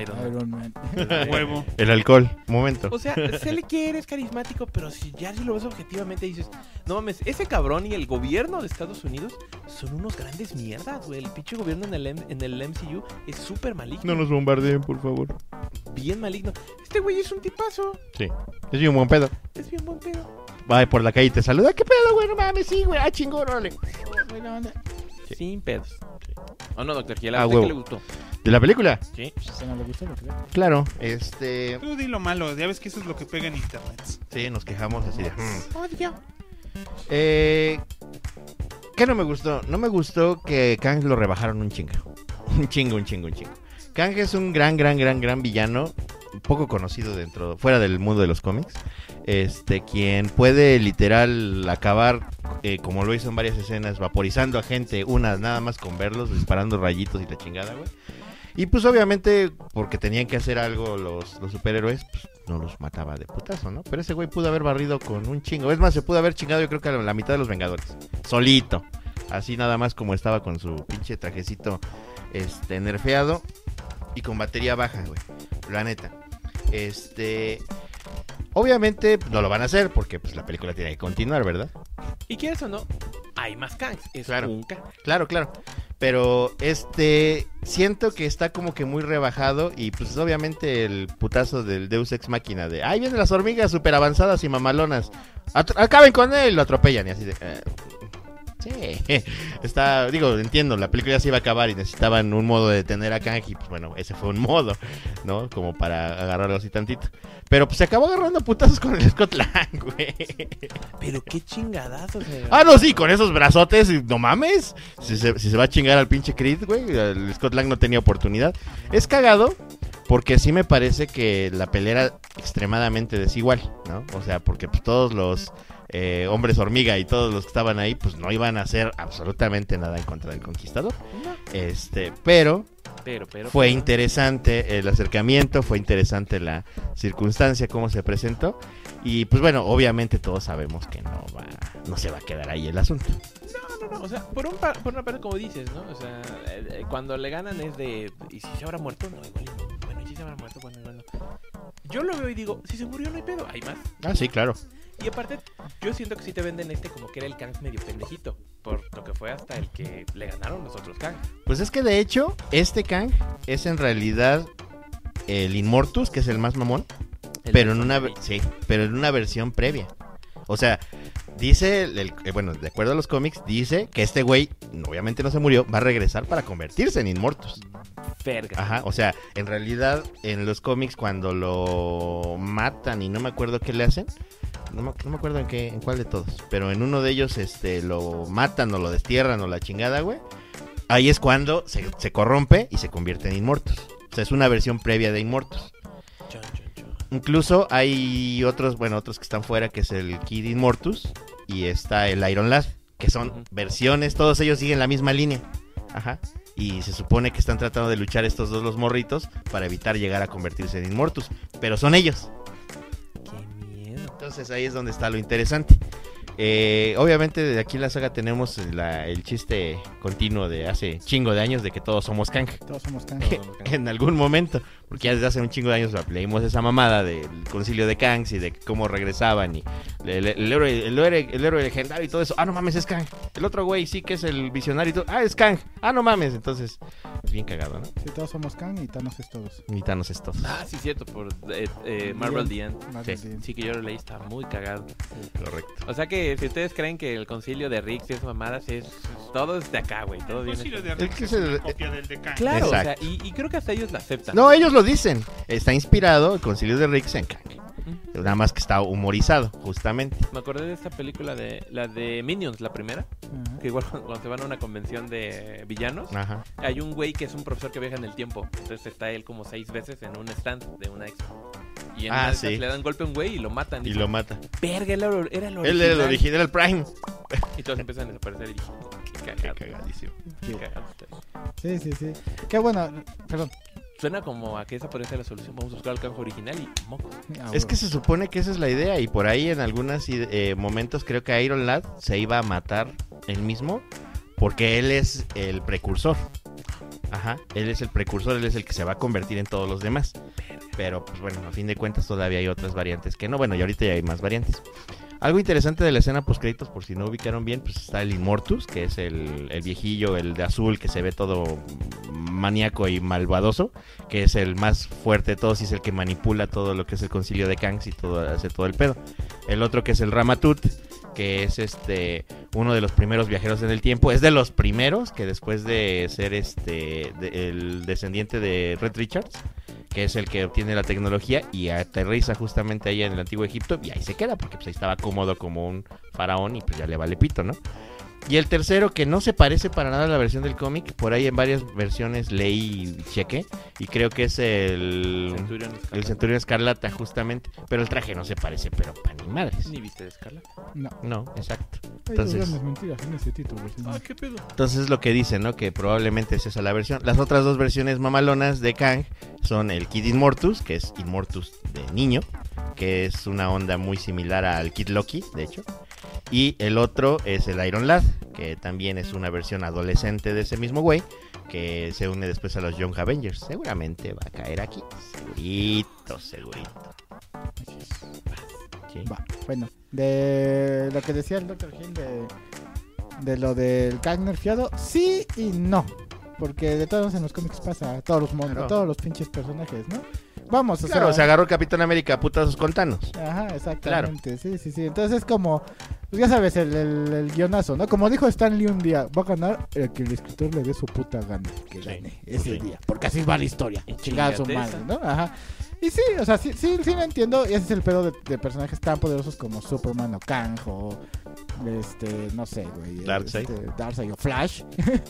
Speaker 1: Iron Man.
Speaker 2: Iron Man.
Speaker 4: Huevo.
Speaker 3: El alcohol. Momento.
Speaker 1: O sea, se le quiere, es carismático, pero si ya si lo ves objetivamente dices, no mames, ese cabrón y el gobierno de Estados Unidos son unos grandes mierdas, güey. El pinche gobierno en el, M- en el MCU es súper maligno,
Speaker 3: No nos bombardeen, por favor.
Speaker 1: bien maligno. Este güey es un tipazo,
Speaker 3: Es un buen pedo.
Speaker 1: es bien buen pedo.
Speaker 3: Va por la calle y te saluda. ¿Qué pedo?
Speaker 6: Pero bueno, mames, sí, güey. Ah, chingón, órale.
Speaker 2: Buena onda.
Speaker 3: Sí.
Speaker 1: Sin pedos. ¿O no, doctor Giel?
Speaker 3: ¿a
Speaker 1: ¿A
Speaker 3: Ah,
Speaker 1: usted
Speaker 3: usted
Speaker 1: qué
Speaker 3: huevo.
Speaker 1: le
Speaker 3: qué le
Speaker 1: gustó?
Speaker 3: ¿De la película?
Speaker 1: Sí.
Speaker 2: pues, Si no le gusta, lo creo.
Speaker 3: Claro. Este.
Speaker 4: Tú di lo malo, ya ves que eso es lo que pega en internet.
Speaker 3: Sí, nos quejamos así de. "Mm".
Speaker 5: Odio.
Speaker 3: Eh, ¿Qué no me gustó? No me gustó que Kang lo rebajaron un chingo. Un chingo, un chingo, un chingo. Kang es un gran, gran, gran, gran villano. Poco conocido dentro, fuera del mundo de los cómics. Este, quien puede literal acabar, eh, como lo hizo en varias escenas, vaporizando a gente, unas nada más con verlos, disparando rayitos y la chingada, güey. Y pues obviamente, porque tenían que hacer algo los, los superhéroes, pues, no los mataba de putazo, ¿no? Pero ese güey pudo haber barrido con un chingo. Es más, se pudo haber chingado yo creo que a la mitad de los Vengadores. Solito. Así nada más como estaba con su pinche trajecito este, nerfeado y con batería baja, güey. La neta. Este... Obviamente no lo van a hacer porque pues la película tiene que continuar, ¿verdad?
Speaker 1: ¿Y quieres o no? Hay más Kangs, es
Speaker 3: Claro.
Speaker 1: un Kang.
Speaker 3: Claro, claro. Pero este siento que está como que muy rebajado y pues obviamente el putazo del Deus Ex Máquina de ahí vienen las hormigas super avanzadas y mamalonas. Atro- acaben con él, y lo atropellan y así de "Eh, Sí, está, digo, entiendo, la película ya se iba a acabar y necesitaban un modo de detener a Kang y pues bueno, ese fue un modo, ¿no? Como para agarrarlo así tantito. Pero pues se acabó agarrando a putazos con el Scotland, güey.
Speaker 1: Pero qué chingadazos, güey.
Speaker 3: Ah, no, sí, con esos brazotes, no mames. Si se, si se va a chingar al pinche Creed, güey, el Scott Lang no tenía oportunidad. Es cagado porque sí me parece que la pelea era extremadamente desigual, ¿no? O sea, porque pues, todos los eh, hombres hormiga y todos los que estaban ahí, pues no iban a hacer absolutamente nada en contra del conquistador. Este, pero
Speaker 1: Pero, pero.
Speaker 3: fue
Speaker 1: pero-
Speaker 3: interesante el acercamiento, fue interesante la circunstancia, cómo se presentó. Y pues bueno, obviamente todos sabemos que no va, no se va a quedar ahí el asunto.
Speaker 1: No, no, no, o sea, por, un pa- por una parte, como dices, ¿no? O sea, eh, eh, cuando le ganan es de. ¿Y si se habrá muerto? No, igual. y no. Bueno, ¿y si se habrá muerto? Bueno, igual no. Yo lo veo y digo, si se murió, no hay pedo, hay más.
Speaker 3: Ah, sí, claro.
Speaker 1: Y aparte, yo siento que sí te venden este como que era el Kang medio pendejito. Por lo que fue hasta el que le ganaron los otros Kang.
Speaker 3: Pues es que de hecho, este Kang es en realidad el Inmortus, que es el más mamón,
Speaker 1: El
Speaker 3: pero
Speaker 1: de
Speaker 3: en una
Speaker 1: Sony.
Speaker 3: ver- sí, pero en una versión previa. O sea, dice el- el- eh, bueno, de acuerdo a los cómics, dice que este güey, obviamente no se murió, va a regresar para convertirse en Inmortus.
Speaker 1: Verga.
Speaker 3: Ajá, o sea, en realidad en los cómics cuando lo matan y no me acuerdo qué le hacen, no me, no me acuerdo en qué, en cuál de todos, pero en uno de ellos este lo matan o lo destierran o la chingada, güey. Ahí es cuando se, se corrompe y se convierte en Inmortus. O sea, es una versión previa de Inmortus.
Speaker 1: Chon, chon, chon.
Speaker 3: Incluso hay otros, bueno, otros que están fuera, que es el Kid Inmortus y está el Iron Lad, que
Speaker 1: Ujú.
Speaker 3: son versiones, todos ellos siguen la misma línea. Ajá. Y se supone que están tratando de luchar estos dos los morritos para evitar llegar a convertirse en Inmortus, pero son ellos.
Speaker 1: Qué miedo.
Speaker 3: Entonces ahí es donde está lo interesante. Eh, obviamente de aquí en la saga tenemos la- el chiste continuo de hace chingo de años de que todos somos Kang
Speaker 2: Todos somos Kang.
Speaker 3: en algún momento, porque ya desde hace un chingo de años la- leímos esa mamada del concilio de Kangs y de cómo regresaban y le- le- el, héroe, el, héroe, el héroe legendario y todo eso. Ah, no mames, es Kang. El otro güey sí que es el visionario y todo. Ah, es Kang. Ah, no mames. Entonces, es bien cagado, ¿no?
Speaker 2: Sí, todos somos Kang y Thanos es todos.
Speaker 3: Y Thanos es todo.
Speaker 1: Ah, sí, cierto, por eh, eh, Marvel The End.
Speaker 2: Más
Speaker 3: Sí.
Speaker 2: bien.
Speaker 1: Sí, que yo lo leí, está muy cagado.
Speaker 3: Correcto.
Speaker 1: O sea que si ustedes creen que el concilio de Rick y esas mamadas es. Todo es de acá, güey. Todo
Speaker 4: El
Speaker 1: viene.
Speaker 4: concilio
Speaker 1: hecho.
Speaker 4: Pues de Arrakis
Speaker 3: que
Speaker 4: es eh,
Speaker 3: se-
Speaker 4: una copia del de Kang.
Speaker 1: Claro, o
Speaker 3: Exacto.
Speaker 1: sea, y, y creo que hasta ellos la aceptan.
Speaker 3: No, ellos lo dicen. Está inspirado el concilio de Rix en Kang. Nada más que está humorizado, justamente.
Speaker 1: Me acordé de esta película de la de Minions, la primera,
Speaker 2: Ajá.
Speaker 1: que igual cuando se van a una convención de villanos,
Speaker 3: Ajá.
Speaker 1: hay un güey que es un profesor que viaja en el tiempo. Entonces está él como seis veces en un stand de una expo. Y en
Speaker 3: Ah,
Speaker 1: una de esas
Speaker 3: sí.
Speaker 1: le dan golpe a un güey y lo matan.
Speaker 3: Y
Speaker 1: Y,
Speaker 3: lo mata.
Speaker 1: verga, era el or- era el
Speaker 3: Él era el original, el Prime.
Speaker 1: Y todos empiezan a desaparecer y dije, qué
Speaker 3: Qué
Speaker 1: cagado.
Speaker 3: cagadísimo.
Speaker 1: qué cagado está.
Speaker 2: Sí, sí, sí. Qué bueno. Perdón.
Speaker 1: Suena como a que esa podría ser la solución. Vamos a buscar el canje original y moco.
Speaker 2: Ah,
Speaker 3: Es
Speaker 2: bueno.
Speaker 3: que se supone que esa es la idea y por ahí en algunos momentos creo que Iron Lad se iba a matar él mismo porque él es el precursor. Ajá, él es el precursor, él es el que se va a convertir en todos los demás. Pero pues bueno, a fin de cuentas todavía hay otras variantes que no. Bueno, y ahorita ya hay más variantes. Algo interesante de la escena post créditos, por si no ubicaron bien, pues está el Immortus, que es el, el viejillo, el de azul, que se ve todo maníaco y malvadoso que es el más fuerte de todos y es el que manipula todo lo que es el concilio de Kangs y todo, hace todo el pedo. El otro que es el Ramatut, que es este uno de los primeros viajeros en el tiempo, es de los primeros que después de ser este de- el descendiente de Red Richards, que es el que obtiene la tecnología y aterriza justamente ahí en el antiguo Egipto y ahí se queda porque pues ahí estaba cómodo como un faraón y pues ya le vale pito, ¿no? Y el tercero que no se parece para nada a la versión del cómic, por ahí en varias versiones leí y chequé y creo que es el
Speaker 1: Centurión
Speaker 3: el
Speaker 1: Escarlata.
Speaker 3: Centurión Escarlata justamente, pero el traje no se parece, pero pa' ni madres.
Speaker 1: Ni viste de Escarlata.
Speaker 2: No.
Speaker 3: No, exacto.
Speaker 2: Entonces...
Speaker 3: Entonces-
Speaker 2: es mentira, en ese título. sí, no.
Speaker 4: Ah, qué pedo.
Speaker 3: Entonces es lo que dicen, ¿no? Que probablemente es esa la versión. Las otras dos versiones mamalonas de Kang son el Kid Inmortus, que es Inmortus de niño, que es una onda muy similar al Kid Loki, de hecho. Y el otro es el Iron Lad, que también es una versión adolescente de ese mismo güey, que se une después a los Young Avengers. Seguramente va a caer aquí. Segurito, segurito.
Speaker 2: Así es.
Speaker 3: Sí.
Speaker 2: Va, bueno, de lo que decía el doctor Hill de, de lo del Kang nerfeado, sí y no. Porque de todos en los cómics pasa a todos los monos,
Speaker 3: Claro.
Speaker 2: a todos los pinches personajes, ¿no? Vamos, o
Speaker 3: Claro, se
Speaker 2: sea.
Speaker 3: agarró el Capitán América a putazos con Thanos.
Speaker 2: Ajá, exactamente, sí, sí, sí. Entonces es como, pues ya sabes, el, el- el guionazo, ¿no? Como dijo Stan Lee un día, va a ganar el que el escritor le dé su puta gana, que
Speaker 3: Sí,
Speaker 2: gane ese
Speaker 3: sí.
Speaker 2: día, porque así va la historia,
Speaker 1: Y
Speaker 2: chingada su
Speaker 1: chingate
Speaker 2: madre,
Speaker 1: esa.
Speaker 2: ¿no? Ajá. Y sí, o sea, sí, sí, sí lo entiendo, y ese es el pedo de, de personajes tan poderosos como Superman o Kang o, este, no sé, güey.
Speaker 3: Darkseid.
Speaker 2: este, Darkseid o Flash,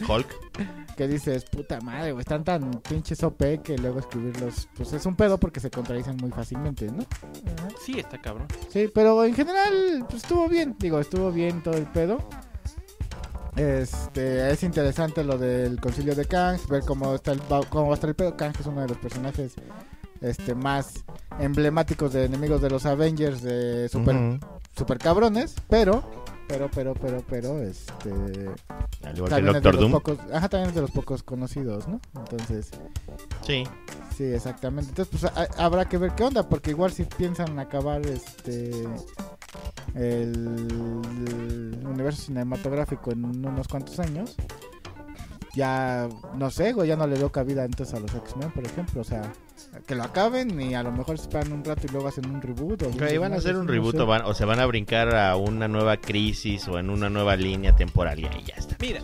Speaker 3: Hulk.
Speaker 2: que dices, puta madre, güey, están tan pinches OP que luego escribirlos, pues es un pedo porque se contradicen muy fácilmente, ¿no? Ajá.
Speaker 1: Sí, está cabrón.
Speaker 2: Sí, pero en general pues, estuvo bien. Digo, estuvo bien todo el pedo. Este, es interesante lo del concilio de Kang, ver cómo está el va- cómo va a estar el pedo. Kang es uno de los personajes este más emblemáticos de enemigos de los Avengers de super
Speaker 3: Ujú.
Speaker 2: super cabrones, pero pero pero pero pero este
Speaker 3: Al
Speaker 2: también es
Speaker 3: igual que
Speaker 2: de
Speaker 3: Doctor
Speaker 2: los
Speaker 3: Doom.
Speaker 2: pocos, ajá, también es de los pocos conocidos, ¿no? Entonces,
Speaker 3: Sí.
Speaker 2: Sí, exactamente. Entonces, pues ha- habrá que ver qué onda, porque igual si piensan acabar este el, el universo cinematográfico en unos cuantos años, ya no sé, güey, ya no le veo cabida entonces a los X-Men, por ejemplo, o sea, que lo acaben y a lo mejor se esperan un rato y luego hacen un reboot. O
Speaker 3: Pero ahí van a hacer un
Speaker 2: no
Speaker 3: reboot
Speaker 2: sé.
Speaker 3: o, van- o se van a brincar a una nueva crisis o en una nueva línea temporal y ahí ya está.
Speaker 1: Mira,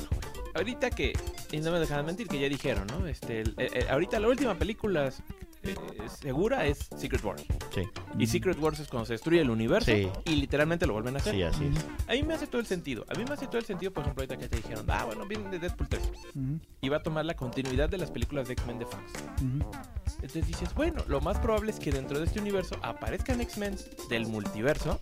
Speaker 1: ahorita que. Y no me dejan mentir, que ya dijeron, ¿no? Este, el- el- el- ahorita la última película es- eh, segura es Secret Wars.
Speaker 3: Sí,
Speaker 1: Y Secret Wars es cuando se destruye el universo
Speaker 3: Mm. Sí.
Speaker 1: y literalmente lo vuelven a hacer.
Speaker 3: sí, así es.
Speaker 1: A mí me hace todo el sentido. A mí me hace todo el sentido, por ejemplo, ahorita que te dijeron, ah, bueno, viene de Deadpool 3.
Speaker 2: Ujú,
Speaker 1: Y va a tomar la continuidad de las películas de X-Men de Fox.
Speaker 2: ujú.
Speaker 1: Entonces dices, bueno, lo más probable es que dentro de este universo aparezcan X-Men del multiverso.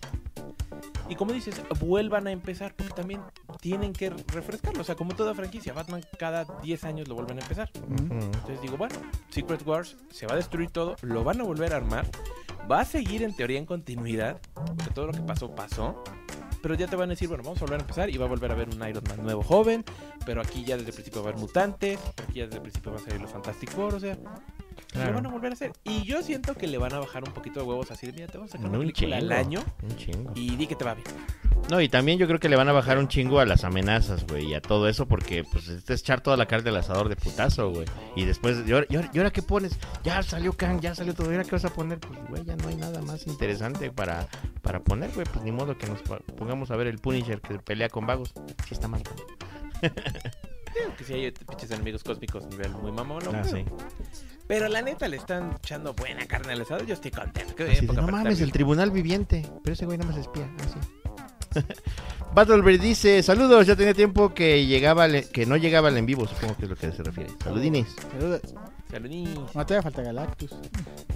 Speaker 1: Y como dices, vuelvan a empezar, porque también tienen que refrescarlo. O sea, como toda franquicia, Batman cada 10 años lo vuelven a empezar.
Speaker 2: Ujú.
Speaker 3: Ujú.
Speaker 1: Entonces digo, bueno, Secret Wars se va a destruir todo, lo van a volver a armar, va a seguir en teoría en continuidad, porque todo lo que pasó, pasó. Pero ya te van a decir, bueno, vamos a volver a empezar y va a volver a haber un Iron Man nuevo joven. Pero aquí ya desde el principio va a haber mutantes. Pero aquí ya desde el principio van a salir los Fantastic Four. O sea,
Speaker 3: Claro.
Speaker 1: lo van a volver a hacer. Y yo siento que le van a bajar un poquito de huevos así de, mira, te vamos a sacar una
Speaker 3: Un
Speaker 1: película al
Speaker 3: chingo,
Speaker 1: año
Speaker 3: Un chingo.
Speaker 1: y di que te va bien.
Speaker 3: No, y también yo creo que le van a bajar un chingo a las amenazas, güey, y a todo eso, porque pues es echar toda la carne del asador de putazo, güey. Y después, ¿y ahora, y ahora- y ahora qué pones? Ya salió Kang, ya salió todo, ¿y ahora qué vas a poner? Pues, güey, ya no hay nada más interesante para, para poner, güey. Pues ni modo que nos pa- pongamos a ver el Punisher que pelea con vagos. Sí está mal. güey.
Speaker 1: Que si hay pinches enemigos cósmicos nivel muy mamón. ¿no?
Speaker 3: Ah, sí.
Speaker 1: Pero la neta le están echando buena carne al asado. Yo estoy contento. Qué
Speaker 3: Así de,
Speaker 1: época
Speaker 3: pues, no
Speaker 1: para
Speaker 3: mames,
Speaker 1: estar
Speaker 3: el tribunal viviente. Pero ese güey nada más espía. Así. Battlebird dice, saludos, ya tenía tiempo que llegaba al- e-, que no llegaba al en vivo, supongo que es lo que se refiere. Saludines.
Speaker 2: Pero,
Speaker 1: Saludín.
Speaker 2: no te hace falta Galactus.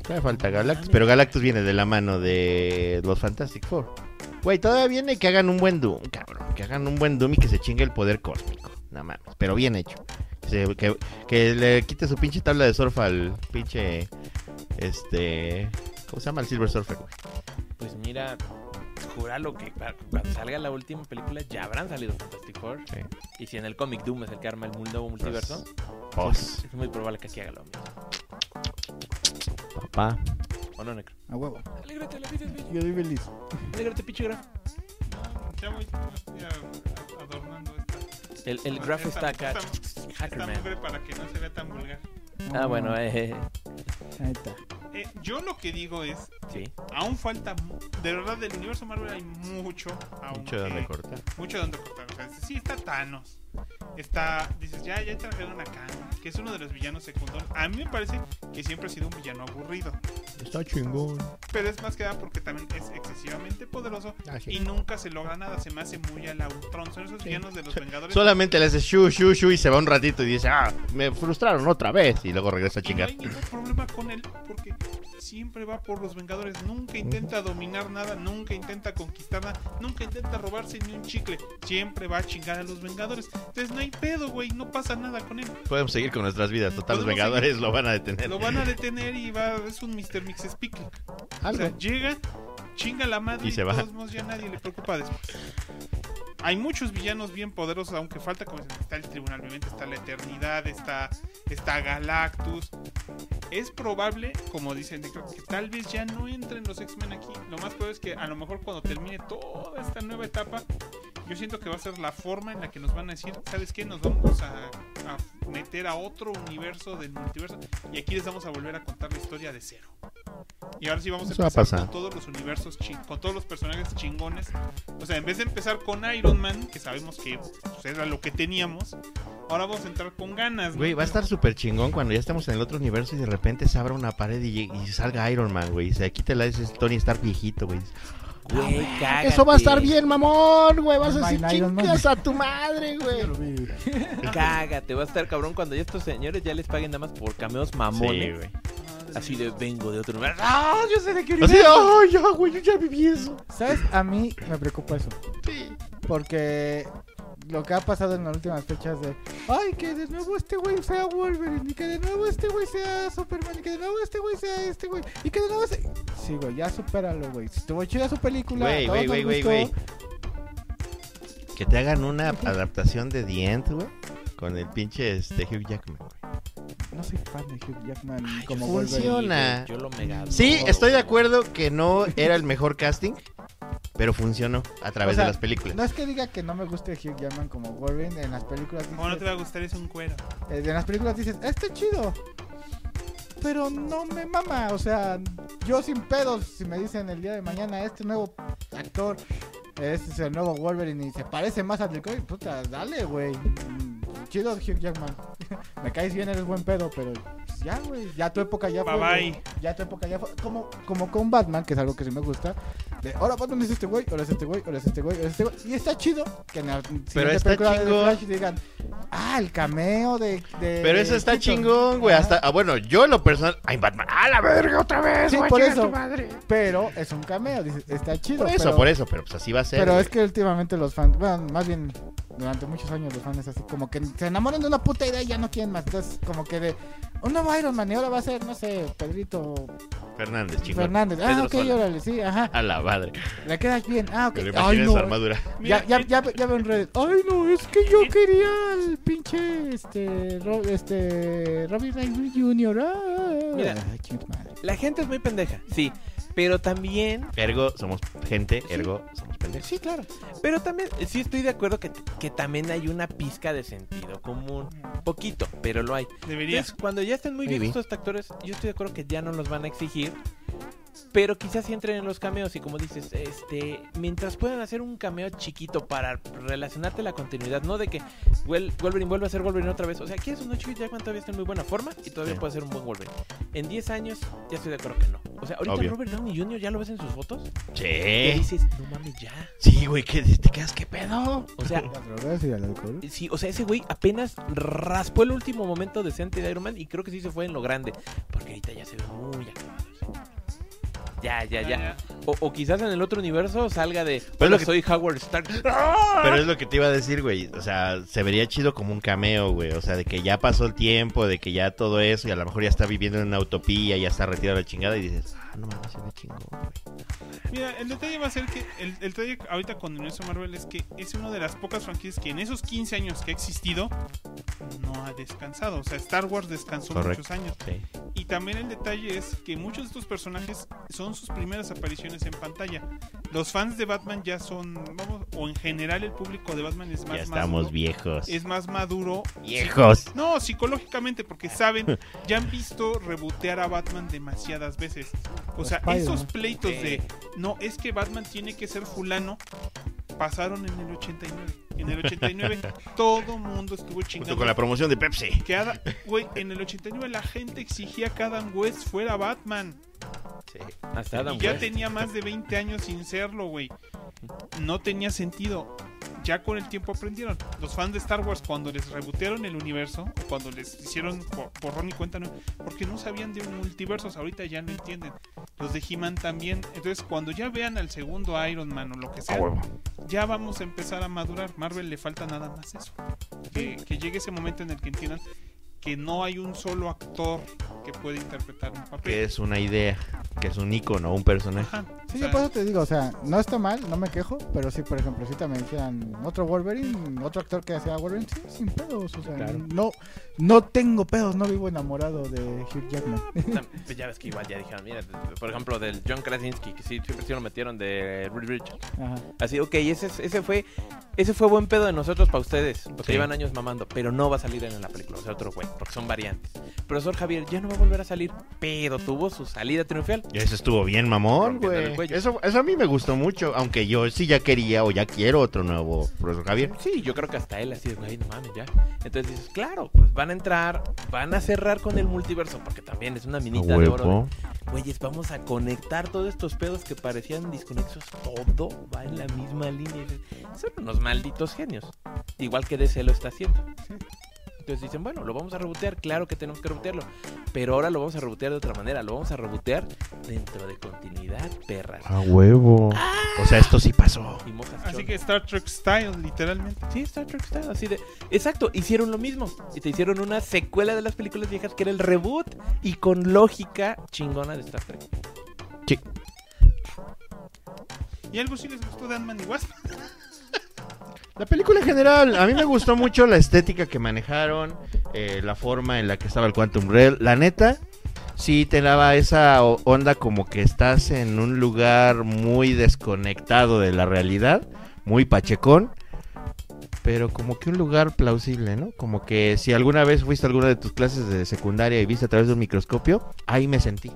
Speaker 3: Todavía falta Galactus, pero Galactus viene de la mano de los Fantastic Four. Güey, todavía viene que hagan un buen Doom, cabrón. Que hagan un buen Doom y que se chingue el poder cósmico. Nada más, pero bien hecho. Que se- que, que le quite su pinche tabla de surf al pinche. Este. ¿Cómo se llama? El Silver Surfer, güey.
Speaker 1: Pues mira, júralo que pa- cuando salga la última película ya habrán salido Fantastic Four.
Speaker 3: Sí.
Speaker 1: Y si en el cómic Doom es el que arma el mu- nuevo multiverso,
Speaker 3: Pos,
Speaker 1: es muy probable que aquí haga lo mismo.
Speaker 3: papá.
Speaker 1: ¿O no, Necro?
Speaker 2: A huevo.
Speaker 1: Alégrate, la vida es bella.
Speaker 2: Yo soy feliz.
Speaker 1: Alégrate, pinche graf.
Speaker 4: Ya voy ya, a- adornando esta.
Speaker 1: El, el graf
Speaker 4: esta-
Speaker 1: está acá.
Speaker 4: esta- Esta
Speaker 1: Hackerman.
Speaker 4: mugre para que no se vea tan vulgar.
Speaker 1: Ah, bueno, eh. eh,
Speaker 2: Ahí está.
Speaker 4: Eh, yo lo que digo es,
Speaker 1: Sí.
Speaker 4: aún falta, mu- de verdad, del universo Marvel hay mucho, aún,
Speaker 3: Mucho donde
Speaker 4: que-
Speaker 3: cortar.
Speaker 4: mucho donde cortar. O sea, sí está Thanos. Está, dices, ya, ya trajeron a Kang, que es uno de los villanos secundarios. A mí me parece que siempre ha sido un villano aburrido.
Speaker 3: Está chingón.
Speaker 4: Pero es más que nada porque también es excesivamente poderoso
Speaker 3: Ah,
Speaker 4: y nunca se logra nada. Se me hace muy a la Ultron. Son esos villanos de los Vengadores.
Speaker 3: Solamente le hace shu, shu, shu y se va un ratito y dice, ah, me frustraron otra vez. Y luego regresa a
Speaker 4: Y no
Speaker 3: chingar.
Speaker 4: hay ningún problema con él porque siempre va por los Vengadores. Nunca intenta dominar nada, nunca intenta conquistar nada, nunca intenta robarse ni un chicle. Siempre va a chingar a los Vengadores. Entonces no hay pedo, güey. No pasa nada con él.
Speaker 3: Podemos seguir con nuestras vidas. Total, los
Speaker 4: Podemos
Speaker 3: Vengadores lo van a detener.
Speaker 4: Lo van a detener y va. Es un Mr. Mix Speak. O sea, llega, chinga la madre
Speaker 3: Y
Speaker 4: y,
Speaker 3: se
Speaker 4: de
Speaker 3: va.
Speaker 4: todos modos ya nadie le preocupa después. Hay muchos villanos bien poderosos, aunque falta como dicen, está el tribunal, obviamente está la eternidad, está, está Galactus. Es probable, como dicen, de- que tal vez ya no entren los X-Men aquí. Lo más probable es que a lo mejor cuando termine toda esta nueva etapa, yo siento que va a ser la forma en la que nos van a decir, ¿sabes qué? Nos vamos a, a meter a otro universo del multiverso y aquí les vamos a volver a contar la historia de cero. Y ahora sí vamos a
Speaker 3: Eso va a
Speaker 4: empezar
Speaker 3: pasar.
Speaker 4: con todos los universos, chin- con todos los personajes chingones. O sea, en vez de empezar con Iron Man, que sabemos que pues, era lo que teníamos, ahora vamos a entrar con ganas. ¿no?
Speaker 3: Güey, va a estar súper chingón cuando ya estemos en el otro universo y de repente se abra una pared y, y salga Iron Man, güey. Y se quite la ese Tony Stark viejito, güey.
Speaker 1: Güey,
Speaker 6: Eso va a estar bien, mamón, güey. Vas a
Speaker 2: Bye,
Speaker 6: decir
Speaker 2: bye, Iron Man.
Speaker 6: chingas a tu madre, güey.
Speaker 2: Yo lo vi.
Speaker 1: Cágate, va a estar cabrón cuando ya estos señores ya les paguen nada más por cameos mamones.
Speaker 3: Sí, güey.
Speaker 1: Así de vengo de otro lugar. ¡Ah! Yo sé de qué
Speaker 3: Así,
Speaker 1: universo.
Speaker 3: ¡ay!
Speaker 6: Ya, güey, yo ya viví eso.
Speaker 2: ¿Sabes? A mí me preocupa eso. Porque lo que ha pasado en las últimas fechas de ay que de nuevo este güey sea Wolverine y que de nuevo este güey sea Superman y que de nuevo este güey sea este güey y que de nuevo este sí güey ya supéralo güey si estuvo chida su película
Speaker 3: Güey,
Speaker 2: a
Speaker 3: güey,
Speaker 2: todos
Speaker 3: güey,
Speaker 2: nos
Speaker 3: güey,
Speaker 2: gustó
Speaker 3: güey. Que te hagan una adaptación de The End, güey. Con el pinche este, Hugh Jackman, güey.
Speaker 2: no soy fan de Hugh Jackman como
Speaker 3: funciona.
Speaker 2: Wolverine
Speaker 3: Funciona.
Speaker 1: Yo lo mega.
Speaker 3: Sí,
Speaker 1: adoro,
Speaker 3: estoy de
Speaker 1: güey.
Speaker 3: acuerdo que no era el mejor casting, pero funcionó a través
Speaker 2: O sea,
Speaker 3: de las películas.
Speaker 2: no es que diga que no me guste Hugh Jackman como Wolverine en las películas
Speaker 4: Como no te
Speaker 2: dices,
Speaker 4: va a gustar es un cuero.
Speaker 2: eh, en las películas dices este chido pero no me mama, o sea, yo sin pedos, si me dicen el día de mañana este nuevo actor, este es el nuevo Wolverine y se parece más al del cómic, puta, dale, güey. Mm, Chido Hugh Jackman. me caes bien, eres buen pedo, pero pues, ya, güey, ya tu época ya fue.
Speaker 4: Bye,
Speaker 2: güey.
Speaker 4: bye.
Speaker 2: Ya tu época ya fue. Como, como con Batman, que es algo que sí me gusta. De, ahora Batman es este güey, ahora es este güey, ahora es este güey, ahora es este güey. Y está chido que en la siguiente
Speaker 3: está
Speaker 2: película de
Speaker 3: chingón.
Speaker 2: Flash digan, ah, el cameo de... de
Speaker 3: Pero eso está
Speaker 2: Keaton".
Speaker 3: chingón, güey.
Speaker 2: eh, Ajá.
Speaker 3: Hasta, ah, bueno, yo en lo personal. ¡Ay, Batman! ¡A la verga otra vez!
Speaker 2: Sí,
Speaker 3: güey!
Speaker 2: por
Speaker 3: Chinga
Speaker 2: eso.
Speaker 3: tu madre!
Speaker 2: Pero es un cameo, dice, está chido.
Speaker 3: Por eso,
Speaker 2: pero-
Speaker 3: por eso, pero pues así va a ser.
Speaker 2: Pero
Speaker 3: güey.
Speaker 2: es que últimamente los fans, bueno, más bien durante muchos años los fans así como que se enamoran de una puta idea y ya no quieren más. Entonces, como que de un nuevo Iron Man y ahora va a ser, no sé, Pedrito
Speaker 3: Fernández, chingón.
Speaker 2: Fernández.
Speaker 3: Pedro
Speaker 2: ah, ok,
Speaker 3: Sola.
Speaker 2: órale, sí, ajá.
Speaker 3: A la madre.
Speaker 2: Le queda bien. Ah, ok.
Speaker 3: Que le
Speaker 2: Ay,
Speaker 3: imagines
Speaker 2: no.
Speaker 3: armadura.
Speaker 2: Ya, ya, ya, ya veo en redes. Ay, no, es que yo quería al pinche este, Ro- este Robbie Downey Jr. Ah,
Speaker 1: Mira.
Speaker 2: Ay, chinga tu madre.
Speaker 1: La gente es muy pendeja, sí. Pero también,
Speaker 3: Ergo, somos gente, ergo, somos pendejos.
Speaker 1: Eh, sí, claro. Pero también, eh, sí estoy de acuerdo que, que también hay una pizca de sentido común. Poquito, pero lo hay.
Speaker 4: Debería.
Speaker 1: Entonces, cuando ya estén muy
Speaker 3: Maybe.
Speaker 1: viejos estos actores, yo estoy de acuerdo que ya no los van a exigir. Pero quizás sí entren en los cameos y como dices, este, mientras puedan hacer un cameo chiquito para relacionarte a la continuidad, no de que Wel- Wolverine vuelva a ser Wolverine otra vez. O sea, quieres un no Hugh Jackman todavía está en muy buena forma y todavía
Speaker 3: Sí.
Speaker 1: puede ser un buen Wolverine. En 10 años ya estoy de acuerdo que no. O sea, ahorita
Speaker 3: Obvio. Eh.
Speaker 1: Robert Downey Jr. ya lo ves en sus fotos y
Speaker 3: Che.
Speaker 1: dices, no mames ya.
Speaker 3: Sí, güey, que te quedas, ¿qué pedo?
Speaker 1: O sea,
Speaker 2: Las drogas y el alcohol.
Speaker 1: Sí, o sea, ese güey apenas raspó el último momento decente de Iron Man y creo que sí se fue en lo grande. Porque ahorita ya se ve muy acabado. Ya, ya, ya. O, o quizás en el otro universo salga de.
Speaker 3: Pero
Speaker 1: "Hola,
Speaker 3: lo que-
Speaker 1: soy Howard Stark. Ah,
Speaker 3: Pero es lo que te iba a decir, güey. O sea, se vería chido como un cameo, güey. O sea, de que ya pasó el tiempo, de que ya todo eso, y a lo mejor ya está viviendo en una utopía, ya está retirado de la chingada, y dices, ah, no mames, se ve chingón, güey.
Speaker 4: Mira, el detalle va a ser que el, el detalle ahorita con el universo Marvel es que es una de las pocas franquicias que en esos 15 años que ha existido no ha descansado. O sea, Star Wars descansó
Speaker 3: Correcto.
Speaker 4: muchos años.
Speaker 3: Sí.
Speaker 4: Y también el detalle es que muchos de estos personajes son sus primeras apariciones en pantalla. Los fans de Batman ya son, vamos, o en general el público de Batman es más
Speaker 3: Ya estamos
Speaker 4: maduro.
Speaker 3: viejos.
Speaker 4: Es más maduro.
Speaker 3: Viejos.
Speaker 4: No, psicológicamente, porque saben, ya han visto rebotear a Batman demasiadas veces. O sea,
Speaker 2: Spider-Man.
Speaker 4: esos pleitos de, no, es que Batman tiene que ser fulano, pasaron en el 89. En el 89 todo mundo estuvo
Speaker 3: Junto
Speaker 4: chingando.
Speaker 3: con la promoción de Pepsi.
Speaker 4: que Adam- güey, en el 89 la gente exigía que Adam West fuera Batman.
Speaker 1: Hasta Adam
Speaker 4: y ya
Speaker 3: Pues.
Speaker 1: West.
Speaker 4: tenía más de 20 años sin serlo, güey. No tenía sentido. Ya con el tiempo aprendieron. Los fans de Star Wars, cuando les rebotearon el universo, o cuando les hicieron bo- borrón y cuenta nueva, porque no sabían de multiversos, ahorita ya no entienden. Los de He-Man también. Entonces, cuando ya vean al segundo Iron Man o lo que
Speaker 3: Ah,
Speaker 4: sea, ya vamos a empezar a madurar. Marvel le falta nada más eso. Que, que llegue ese momento en el que entiendan que no hay un solo actor que pueda interpretar un papel.
Speaker 3: Que es una idea, que es un icono, un personaje.
Speaker 4: Ajá.
Speaker 2: Sí,
Speaker 4: O
Speaker 2: yo
Speaker 4: sea,
Speaker 2: por eso te digo, o sea, no está mal, no me quejo, pero sí, por ejemplo, si también dijeran otro Wolverine, otro actor que sea Wolverine, sí, sin pedos, o sea,
Speaker 1: Claro.
Speaker 2: no, no tengo pedos, no vivo enamorado de Hugh Jackman.
Speaker 1: Tam- pues ya ves que igual ya dijeron, mira, por ejemplo, del John Krasinski, que sí, siempre sí lo metieron de Reed Richards.
Speaker 2: Ajá.
Speaker 1: Así, ok, ese, es- ese fue ese fue buen pedo de nosotros para ustedes, porque
Speaker 3: Sí.
Speaker 1: llevan años mamando, pero no va a salir en la película, o sea, otro güey, porque son variantes. Profesor Javier ya no va a volver a salir, pero tuvo su salida triunfal.
Speaker 3: Y Eso estuvo bien, mamón,
Speaker 1: Rompiéndole el
Speaker 3: güey.
Speaker 1: cuello.
Speaker 3: Eso, eso a mí me gustó mucho, aunque yo sí ya quería o ya quiero otro nuevo profesor Javier.
Speaker 1: Sí, yo creo que hasta él así de, güey, no mames, ya. Entonces dices, claro, pues van a entrar, van a cerrar con el multiverso, porque también es una minita de oro.
Speaker 3: Huevo.
Speaker 1: Güeyes, vamos a conectar todos estos pedos que parecían desconexos, todo va en la misma línea. Y dices, Son unos malditos genios, igual que DC lo está haciendo. Entonces dicen, bueno, lo vamos a rebotear, claro que tenemos que rebotearlo, pero ahora lo vamos a rebotear de otra manera, lo vamos a rebotear dentro de continuidad, perras.
Speaker 3: A huevo. O sea, esto sí pasó.
Speaker 1: Y mojas
Speaker 4: Así
Speaker 1: cholas.
Speaker 4: que Star Trek Style, literalmente.
Speaker 1: Sí, Star Trek Style, así de... Exacto, hicieron lo mismo. Y te hicieron una secuela de las películas viejas que era el reboot y con lógica chingona de Star Trek.
Speaker 4: Y algo sí les gustó de Ant-Man y Wasp.
Speaker 3: La película en general, a mí me gustó mucho la estética que manejaron, eh, la forma en la que estaba el Quantum Realm. La neta, sí te daba esa o- onda como que estás en un lugar muy desconectado de la realidad, muy pachecón, pero como que un lugar plausible, ¿no? Como que si alguna vez fuiste a alguna de tus clases de secundaria y viste a través de un microscopio, ahí me sentí.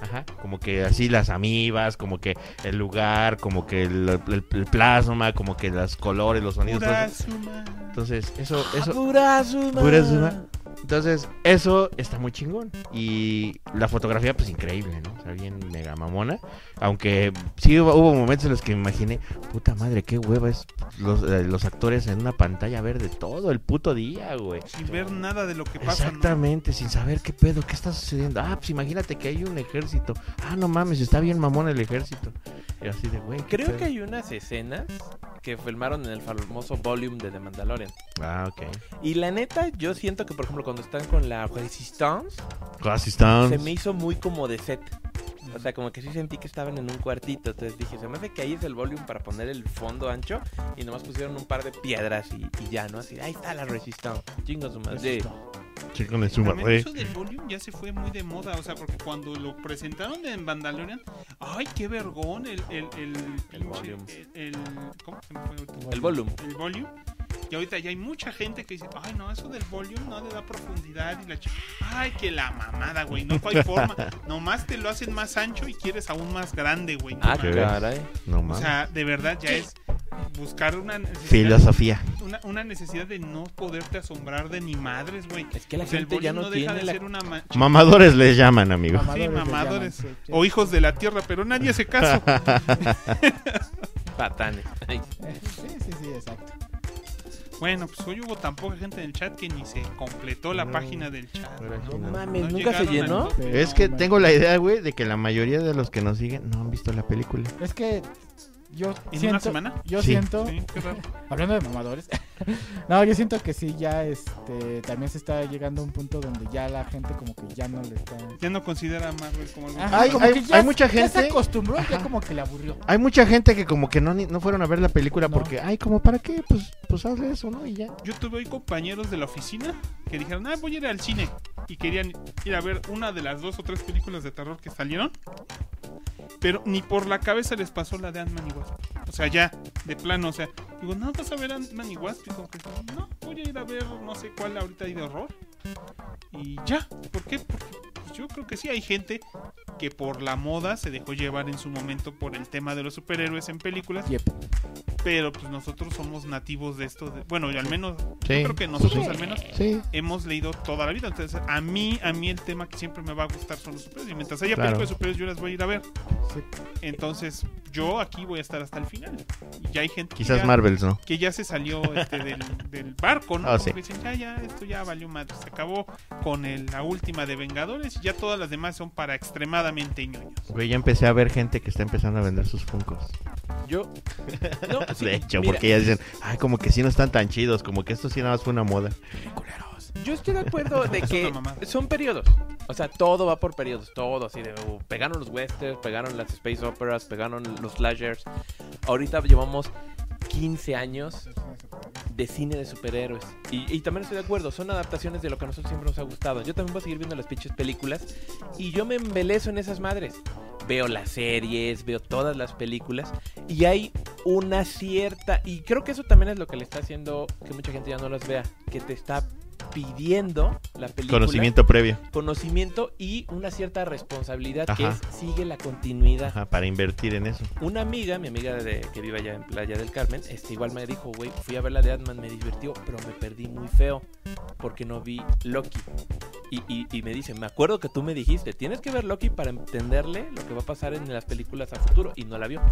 Speaker 3: Ajá, como que así las amibas, como que el lugar, como que el, el- el plasma, como que los colores, los sonidos. todo eso.
Speaker 4: Urasuma.
Speaker 3: Entonces, eso, eso,
Speaker 1: Burazuma.
Speaker 3: Burazuma. entonces, eso está muy chingón. Y la fotografía, pues increíble, ¿no? O sea, bien mega mamona. Aunque sí hubo, hubo momentos en los que me imaginé, puta madre, qué hueva es los, eh, los actores en una pantalla verde todo el puto día, güey.
Speaker 4: Sin ver nada de lo que pasa, ¿no?
Speaker 3: Exactamente, sin saber qué pedo, qué está sucediendo. Ah, pues imagínate que hay un ejército. Ah, no mames, está bien mamón el ejército. Y así de, güey. ¿qué
Speaker 1: Creo
Speaker 3: pedo?
Speaker 1: que hay unas escenas que filmaron en el famoso volume de The Mandalorian.
Speaker 3: Ah, ok.
Speaker 1: Y la neta, yo siento que, por ejemplo, cuando están con la Resistance,
Speaker 3: Classy
Speaker 1: se me hizo muy como de set.
Speaker 3: Mm.
Speaker 1: O sea, como que sí sentí que estaban en un cuartito. Entonces dije, se me hace que ahí es el volumen para poner el fondo ancho. Y nomás pusieron un par de piedras y, y ya, ¿no? Así, ahí está la Resistance. Chingo su madre.
Speaker 3: Chico le suma,
Speaker 4: También eso del volume ya se fue muy de moda, o sea, porque cuando lo presentaron en Mandalorian, ay, qué vergón el el el pinche-
Speaker 1: volume.
Speaker 4: el- el- ¿cómo se me fue ahorita?
Speaker 1: El volumen.
Speaker 4: El volume. Y ahorita ya hay mucha gente que dice, ay, no, eso del volume no le da profundidad y la chi- ay, que la mamada, güey, no hay forma. Nomás te lo hacen más ancho y quieres aún más grande, güey. no
Speaker 1: Ah,
Speaker 4: mames.
Speaker 3: ves?
Speaker 1: caray.
Speaker 3: No
Speaker 4: o
Speaker 3: mames.
Speaker 4: sea, de verdad ya es buscar una necesidad,
Speaker 3: Filosofía.
Speaker 4: una, una necesidad de no poderte asombrar de ni madres, güey.
Speaker 1: Es que la
Speaker 4: O sea, Pues el
Speaker 1: gente ya
Speaker 4: volumen
Speaker 1: no,
Speaker 4: no deja
Speaker 1: tiene
Speaker 4: de
Speaker 1: la...
Speaker 4: ser una ma-
Speaker 3: Mamadores les llaman, amigo.
Speaker 4: Sí,
Speaker 2: les
Speaker 4: mamadores.
Speaker 2: llaman, sí, sí.
Speaker 4: o hijos de la tierra, pero nadie hace caso.
Speaker 1: Patanes. Ay,
Speaker 2: Sí, sí, sí, exacto.
Speaker 4: bueno, pues hoy hubo tan poca gente en el chat que ni se completó la
Speaker 3: No.
Speaker 4: página del chat.
Speaker 1: No
Speaker 3: Imagínate.
Speaker 1: mames,
Speaker 4: No
Speaker 1: Pues ¿nunca se
Speaker 4: llegaron al
Speaker 1: llenó?
Speaker 4: tope.
Speaker 3: Es
Speaker 2: No,
Speaker 3: que
Speaker 2: man.
Speaker 3: tengo la idea, güey, de que la mayoría de los que nos siguen no han visto la película.
Speaker 2: Es que yo
Speaker 4: ¿En
Speaker 2: siento,
Speaker 4: una semana?
Speaker 2: yo
Speaker 3: Sí.
Speaker 2: siento,
Speaker 4: Sí, qué raro.
Speaker 2: hablando de mamadores, no, yo siento que sí, ya este, también se está llegando a un punto donde ya la gente como que ya no le está...
Speaker 4: Ya no considera a Marvel como algo.
Speaker 2: Ajá,
Speaker 3: Hay-
Speaker 2: como
Speaker 3: hay-
Speaker 2: que ya-
Speaker 3: hay mucha
Speaker 2: Ya se
Speaker 3: gente-
Speaker 2: acostumbró, ya
Speaker 3: Ajá.
Speaker 2: como que le aburrió.
Speaker 3: Hay mucha gente que como que no, ni- no fueron a ver la película
Speaker 2: No.
Speaker 3: porque, ay, como para qué, pues, pues hazle eso, ¿no? Y ya.
Speaker 4: Yo tuve hoy compañeros de la oficina que dijeron, ah, voy a ir al cine. Y querían ir a ver una de las dos o tres películas de terror que salieron. Pero ni por la cabeza les pasó la de Ant-Man y Wasp. O sea, ya, de plano, o sea, digo, no, vas a ver Ant-Man y Wasp. Y como que, no, voy a ir a ver no sé cuál ahorita hay de horror. Y ya, ¿por qué? Porque pues, yo creo que sí hay gente que por la moda se dejó llevar en su momento por el tema de los superhéroes en películas.
Speaker 2: Yep.
Speaker 4: Pero pues nosotros somos nativos de esto. de- bueno, yo al menos
Speaker 3: Sí. pues
Speaker 4: yo creo que nosotros
Speaker 3: Sí.
Speaker 4: al menos
Speaker 3: Sí.
Speaker 4: hemos leído toda la vida. Entonces, a mí, a mí el tema que siempre me va a gustar son los superhéroes. Y mientras haya
Speaker 3: Claro.
Speaker 4: películas de superhéroes, yo las voy a ir a ver.
Speaker 2: Sí.
Speaker 4: Entonces, yo aquí voy a estar hasta el final. Y ya hay gente que
Speaker 3: Quizás
Speaker 4: ya,
Speaker 3: Marvels, ¿no?
Speaker 4: que ya se salió este, del, del barco, ¿no?
Speaker 3: Ah,
Speaker 4: Como
Speaker 3: sí.
Speaker 4: que dicen, ya, ya, esto ya valió madre. Se acabó con el- la última de Vengadores y ya todas las demás son para extremadamente ñoños.
Speaker 3: Güey, ya empecé a ver gente que está empezando a vender sus funcos.
Speaker 1: Yo. No, pues sí,
Speaker 3: De hecho,
Speaker 1: mira,
Speaker 3: porque ya dicen, ay, como que sí no están tan chidos, como que esto sí nada más fue una moda.
Speaker 1: Yo estoy de acuerdo de
Speaker 4: Es
Speaker 1: que
Speaker 4: una mamada.
Speaker 1: son periodos. O sea, todo va por periodos. Todo así de. uh, pegaron los westerns, pegaron las space operas, pegaron los slashers. Ahorita llevamos 15 años de cine de superhéroes. Y, y también estoy de acuerdo, son adaptaciones de lo que a nosotros siempre nos ha gustado. Yo también voy a seguir viendo las pinches películas y yo me embelezo en esas madres. Veo las series, veo todas las películas y hay una cierta... Y creo que eso también es lo que le está haciendo que mucha gente ya no las vea, que te está pidiendo la película.
Speaker 3: Conocimiento previo.
Speaker 1: Conocimiento y una cierta responsabilidad que
Speaker 3: Ajá.
Speaker 1: es sigue la continuidad.
Speaker 3: Ajá, para invertir en eso.
Speaker 1: Una amiga, mi amiga de, que vive allá en Playa del Carmen, este, igual me dijo, güey, fui a ver la de Ant-Man, me divirtió, pero me perdí muy feo porque no vi Loki. Y, y- y me dice, me acuerdo que tú me dijiste, tienes que ver Loki para entenderle lo que va a pasar en las películas a futuro. Y no la vio.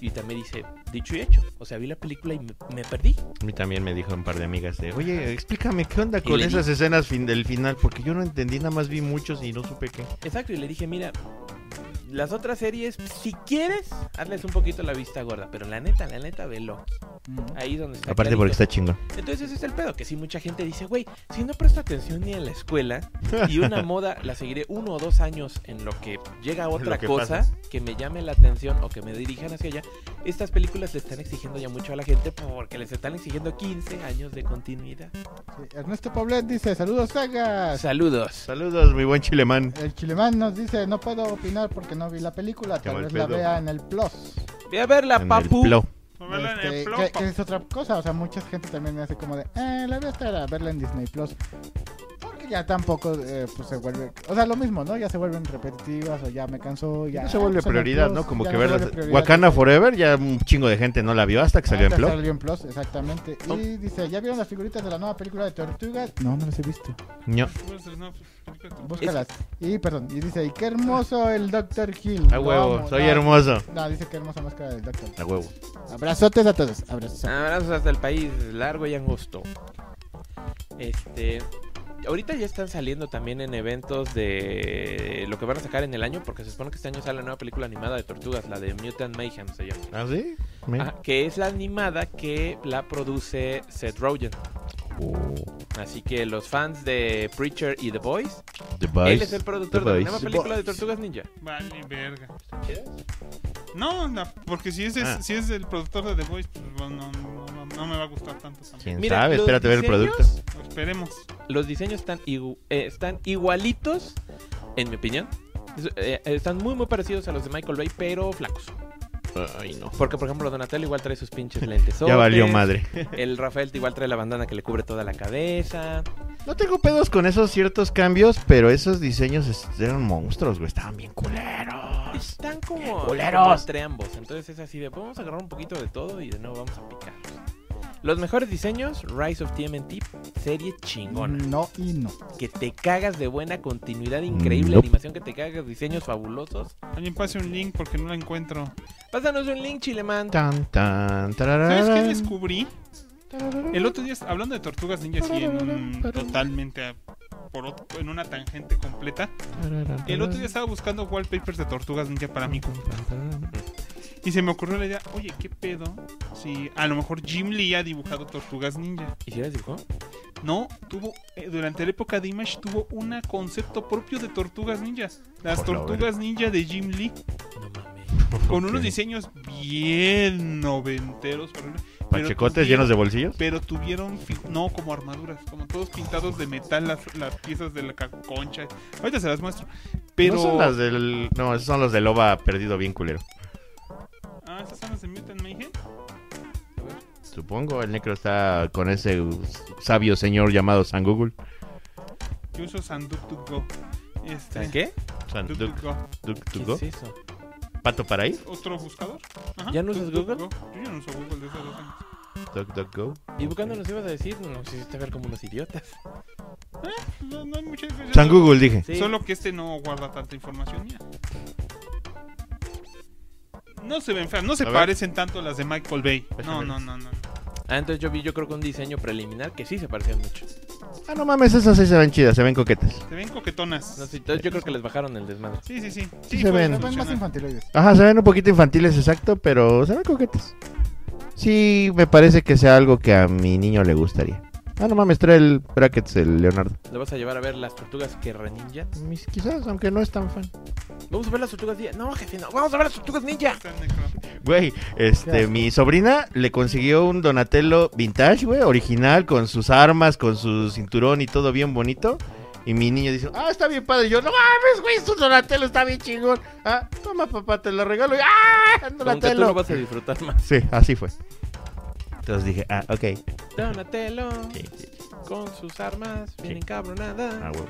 Speaker 1: Y también dice, dicho y hecho. O sea, vi la película y me, me perdí.
Speaker 3: A mí también me dijo un par de amigas de, oye, explícame qué onda
Speaker 1: Y
Speaker 3: con
Speaker 1: le
Speaker 3: esas escenas fin del final, porque yo no entendí, nada más vi muchos y no supe qué.
Speaker 1: Exacto, y le dije, mira, las otras series, si quieres, hazles un poquito la vista gorda. Pero la neta, la neta, ve Loki.
Speaker 2: Ujú.
Speaker 1: Ahí es donde está.
Speaker 3: Aparte porque
Speaker 1: clarito.
Speaker 3: está chingón.
Speaker 1: Entonces ese es el pedo, que si mucha gente dice, güey, si no presto atención ni en la escuela y una moda la seguiré uno o dos años en lo que llega otra
Speaker 3: lo que
Speaker 1: cosa
Speaker 3: pasa.
Speaker 1: que me llame la atención o que me dirijan hacia allá, estas películas le están exigiendo ya mucho a la gente porque les están exigiendo 15 años de continuidad.
Speaker 2: Sí, Ernesto Poblet dice, saludos sagas.
Speaker 1: Saludos.
Speaker 3: Saludos, mi buen chilemán.
Speaker 2: El chilemán nos dice, no puedo opinar porque no vi la película,
Speaker 3: Qué
Speaker 2: tal
Speaker 3: mal
Speaker 2: vez la
Speaker 3: pedo.
Speaker 2: vea en el Plus.
Speaker 1: Ve a verla,
Speaker 3: En el
Speaker 1: papu.
Speaker 3: plo.
Speaker 4: Póngala en el
Speaker 2: Este,
Speaker 4: flop.
Speaker 2: que, que es otra cosa, o sea, mucha gente también hace como de, eh, la voy a estar a verla en Disney Plus. Porque ya tampoco, eh, pues se vuelve, o sea, lo mismo, ¿no? Ya se vuelven repetitivas o ya me canso, ya.
Speaker 3: No se vuelve
Speaker 2: pues, en el
Speaker 3: prioridad,
Speaker 2: Plus,
Speaker 3: ¿no? Como
Speaker 2: ya
Speaker 3: que
Speaker 2: no se
Speaker 3: verlas.
Speaker 2: vuelve prioridad.
Speaker 3: Wakanda Forever, ya un chingo de gente no la vio hasta que salió en Oh.
Speaker 2: Ahorita
Speaker 3: Plo.
Speaker 2: salió en Plus, exactamente. Y dice, ¿ya vieron las figuritas de la nueva película de Tortugas? No, no las he visto.
Speaker 3: No.
Speaker 4: pues,
Speaker 2: Búscalas. Y, perdón, y dice, y qué hermoso el Dr. Hill.
Speaker 3: A
Speaker 2: lo
Speaker 3: huevo,
Speaker 2: amo".
Speaker 3: soy Ah, pues.
Speaker 2: No,
Speaker 3: hermoso.
Speaker 2: No, dice que hermosa máscara del Dr.
Speaker 3: A huevo.
Speaker 2: Abrazotes a todos. Abrazos.
Speaker 1: Abrazos hasta el país largo y angosto. Este. Ahorita ya están saliendo también en eventos de lo que van a sacar en el año, porque se supone que este año sale la nueva película animada de tortugas, la de Mutant Mayhem se llama.
Speaker 3: ¿Ah, sí? ¿me?
Speaker 1: Ajá, que es la animada que la produce Seth Rogen.
Speaker 3: Oh,
Speaker 1: Así que los fans de Preacher y The Boys,
Speaker 3: The Boys.
Speaker 1: él es el productor
Speaker 3: The
Speaker 1: de la
Speaker 3: Boys.
Speaker 1: nueva
Speaker 2: The
Speaker 1: película de
Speaker 2: Boys.
Speaker 1: Tortugas Ninja.
Speaker 4: Vale, verga. No, no, porque si es,
Speaker 3: Ah.
Speaker 4: si es el productor de The Voice, pues bueno, no, no, no me va a gustar tanto. también.
Speaker 3: ¿Quién
Speaker 1: Mira,
Speaker 3: sabe?
Speaker 1: los
Speaker 3: Espérate a ver el
Speaker 1: diseños-
Speaker 3: producto.
Speaker 4: Esperemos.
Speaker 1: Los diseños están, igu- eh, están igualitos, en mi opinión. Es- eh, están muy, muy parecidos a los de Michael Bay, pero flacos.
Speaker 3: Ay, no.
Speaker 1: Porque, por ejemplo, Donatello igual trae sus pinches lentes.
Speaker 3: Ya valió madre.
Speaker 1: El Rafael igual trae la bandana que le cubre toda la cabeza.
Speaker 3: No tengo pedos con esos ciertos cambios, pero esos diseños es- eran monstruos, güey. Estaban bien culeros.
Speaker 1: Están como,
Speaker 3: culeros.
Speaker 1: como entre ambos. Entonces es así de, pues, vamos a agarrar un poquito de todo y de nuevo vamos a picar. Los mejores diseños, Rise of TMNT, serie chingona.
Speaker 2: No y no.
Speaker 1: Que te cagas de buena continuidad increíble,
Speaker 3: Mm, Nope.
Speaker 1: animación que te cagas, diseños fabulosos.
Speaker 4: Alguien pase un link porque no la encuentro.
Speaker 1: Pásanos un link, Chileman.
Speaker 3: Tan, tan, tarararán.
Speaker 4: ¿Sabes qué descubrí? El otro día, hablando de tortugas ninja, así en un- totalmente a- por ot- en una tangente completa.
Speaker 3: Tarararán.
Speaker 4: El otro día estaba buscando wallpapers de tortugas ninja para mi compra. Y se me ocurrió la idea, oye, ¿qué pedo? Si a lo mejor Jim Lee ha dibujado tortugas ninja.
Speaker 1: ¿Y si les dibujó?
Speaker 4: No, tuvo, eh, durante la época de Image tuvo un concepto propio de tortugas ninja. Las
Speaker 3: Por la
Speaker 4: tortugas ninja de Jim Lee.
Speaker 1: No mames.
Speaker 4: Con
Speaker 3: Ok.
Speaker 4: unos diseños bien noventeros. pero- pero
Speaker 3: ¿Pachecotes
Speaker 4: tuvieron-
Speaker 3: llenos de bolsillos?
Speaker 4: Pero tuvieron, fi- no, como armaduras, como todos pintados de metal, las, las piezas de la ca- concha. Ahorita se las muestro. Pero.
Speaker 3: No son las del... No, esos son los del OVA perdido bien culero.
Speaker 4: Ah, esas son las de Mutant Mayhem.
Speaker 3: Supongo, el necro está con ese sabio señor llamado San Google.
Speaker 4: Yo uso Sanductugo. Este,
Speaker 1: ¿Sabes qué?
Speaker 3: San Duc,
Speaker 4: Duck-Duck-Go.
Speaker 3: Duc,
Speaker 1: ¿Qué
Speaker 3: Dugo.
Speaker 1: es eso?
Speaker 3: ¿Pato para ahí?
Speaker 4: ¿Otro buscador? Ajá,
Speaker 1: ¿Ya no usas
Speaker 4: Duck-Duck-Go. Yo ya no uso Google desde hace dos años.
Speaker 3: Duck, duck, go.
Speaker 1: Y buscando nos ibas a decir, nos hiciste ver como unos idiotas.
Speaker 4: No, no hay mucha diferencia.
Speaker 3: San Google, dije.
Speaker 1: Sí.
Speaker 4: Solo que este no guarda tanta información mía. No se ven feas, no se
Speaker 3: A ver.
Speaker 4: parecen tanto a las de Michael Bay. No,
Speaker 3: Déjame
Speaker 4: no,
Speaker 3: ver.
Speaker 4: no, no.
Speaker 1: Ah, entonces yo vi, yo creo que un diseño preliminar que sí se parecía mucho.
Speaker 3: Ah, no mames, esas sí se ven chidas, se ven coquetas.
Speaker 4: Se ven coquetonas.
Speaker 1: No, sí, entonces yo creo que les bajaron el desmadre.
Speaker 4: Sí, sí, sí. Sí,
Speaker 3: se
Speaker 2: Pero
Speaker 4: puede
Speaker 3: ven.
Speaker 2: ven más
Speaker 4: funcionar.
Speaker 2: infantiloides.
Speaker 3: Ajá, se ven un poquito infantiles, exacto, pero se ven coquetas. Sí, me parece que sea algo que a mi niño le gustaría. Ah, no mames, trae el brackets el Leonardo.
Speaker 1: ¿Lo vas a llevar a ver las tortugas que reninja?
Speaker 6: Mis- Quizás, aunque no es tan fan.
Speaker 1: Vamos a ver las tortugas ninja. No, jefe, no. Vamos a ver las tortugas ninja.
Speaker 4: Está negro.
Speaker 3: Güey,
Speaker 2: Qué
Speaker 3: este,
Speaker 2: asco.
Speaker 3: mi sobrina le consiguió un Donatello vintage, güey, original, con sus armas, con su cinturón y todo bien bonito. Y mi niño dice, ah, está bien padre. Y yo, no mames, güey, su Donatello está bien chingón. Ah, toma, papá, te lo regalo. Y, ah,
Speaker 1: Aunque tú lo
Speaker 3: Donatello.
Speaker 1: vas a disfrutar más.
Speaker 3: Sí, así fue. Entonces dije, ah, ok.
Speaker 1: Donatello,
Speaker 3: Sí, sí,
Speaker 1: con sus armas, bien
Speaker 3: Sí.
Speaker 1: encabronada.
Speaker 3: ah, huevo.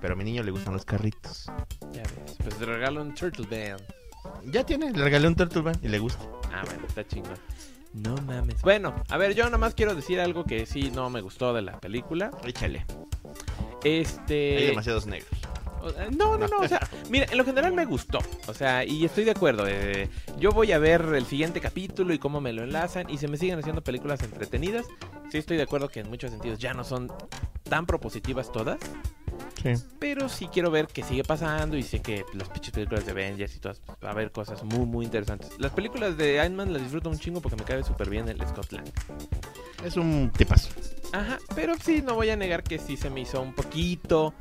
Speaker 3: Pero a mi niño le gustan los carritos.
Speaker 1: Ya ves, pues te regalo un Turtle Band.
Speaker 3: Ya tiene, le regalé un Turtle Band y le gusta.
Speaker 1: Ah, bueno, está chingón. No mames. Bueno, a ver, yo nada más quiero decir algo que sí no me gustó de la película.
Speaker 3: Échale. Hay
Speaker 1: Este.
Speaker 3: demasiados negros.
Speaker 1: O- eh, No, no, no, o sea, mira, en lo general me gustó, o sea, y estoy de acuerdo, eh, yo voy a ver el siguiente capítulo y cómo me lo enlazan y se me siguen haciendo películas entretenidas, sí estoy de acuerdo que en muchos sentidos ya no son tan propositivas todas,
Speaker 3: Sí.
Speaker 1: pero sí quiero ver qué sigue pasando y sé que las pinches películas de Avengers y todas va a haber cosas muy, muy interesantes. Las películas de Iron Man las disfruto un chingo porque me cae súper bien el Scott Lang.
Speaker 3: Es un tipazo.
Speaker 1: Ajá, pero sí, no voy a negar que sí se me hizo un poquito,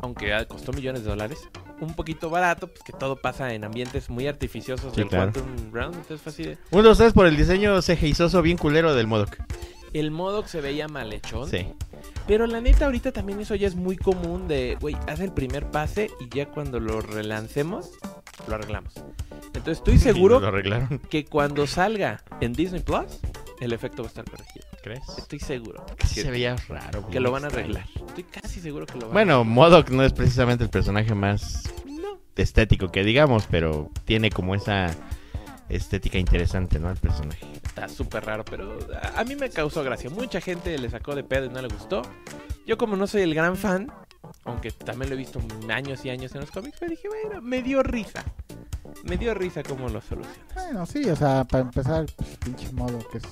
Speaker 1: aunque ah, costó millones de dólares, un poquito barato, pues que todo pasa en ambientes muy artificiosos
Speaker 3: Sí,
Speaker 1: del
Speaker 3: claro.
Speaker 1: Quantum Round, entonces fue así de-
Speaker 3: Uno de ustedes por el diseño cejeizoso bien culero del Modoc.
Speaker 1: El modo que se veía malhechón,
Speaker 3: Sí.
Speaker 1: pero la neta ahorita también eso ya es muy común de, güey, haz el primer pase y ya cuando lo relancemos, lo arreglamos. Entonces estoy
Speaker 3: Y Lo
Speaker 1: seguro
Speaker 3: arreglaron,
Speaker 1: que cuando salga en Disney Plus, el efecto va a estar corregido.
Speaker 3: ¿crees?
Speaker 1: Estoy seguro
Speaker 3: Que sí
Speaker 1: que,
Speaker 3: se veía raro.
Speaker 1: que
Speaker 3: bien
Speaker 1: lo van a
Speaker 3: extraño.
Speaker 1: arreglar. Estoy casi seguro que lo van a
Speaker 3: Bueno, Modoc no es precisamente el personaje más
Speaker 1: arreglar. No.
Speaker 3: estético que digamos, pero tiene como esa estética interesante, ¿no? El personaje.
Speaker 1: Está súper raro, pero a a mí me causó gracia. Mucha gente le sacó de pedo y no le gustó. Yo como no soy el gran fan, aunque también lo he visto años y años en los cómics, pero dije, bueno, me dio risa. Me dio risa cómo lo soluciona.
Speaker 2: Bueno, sí, o sea, para empezar, pues, pinche modo que es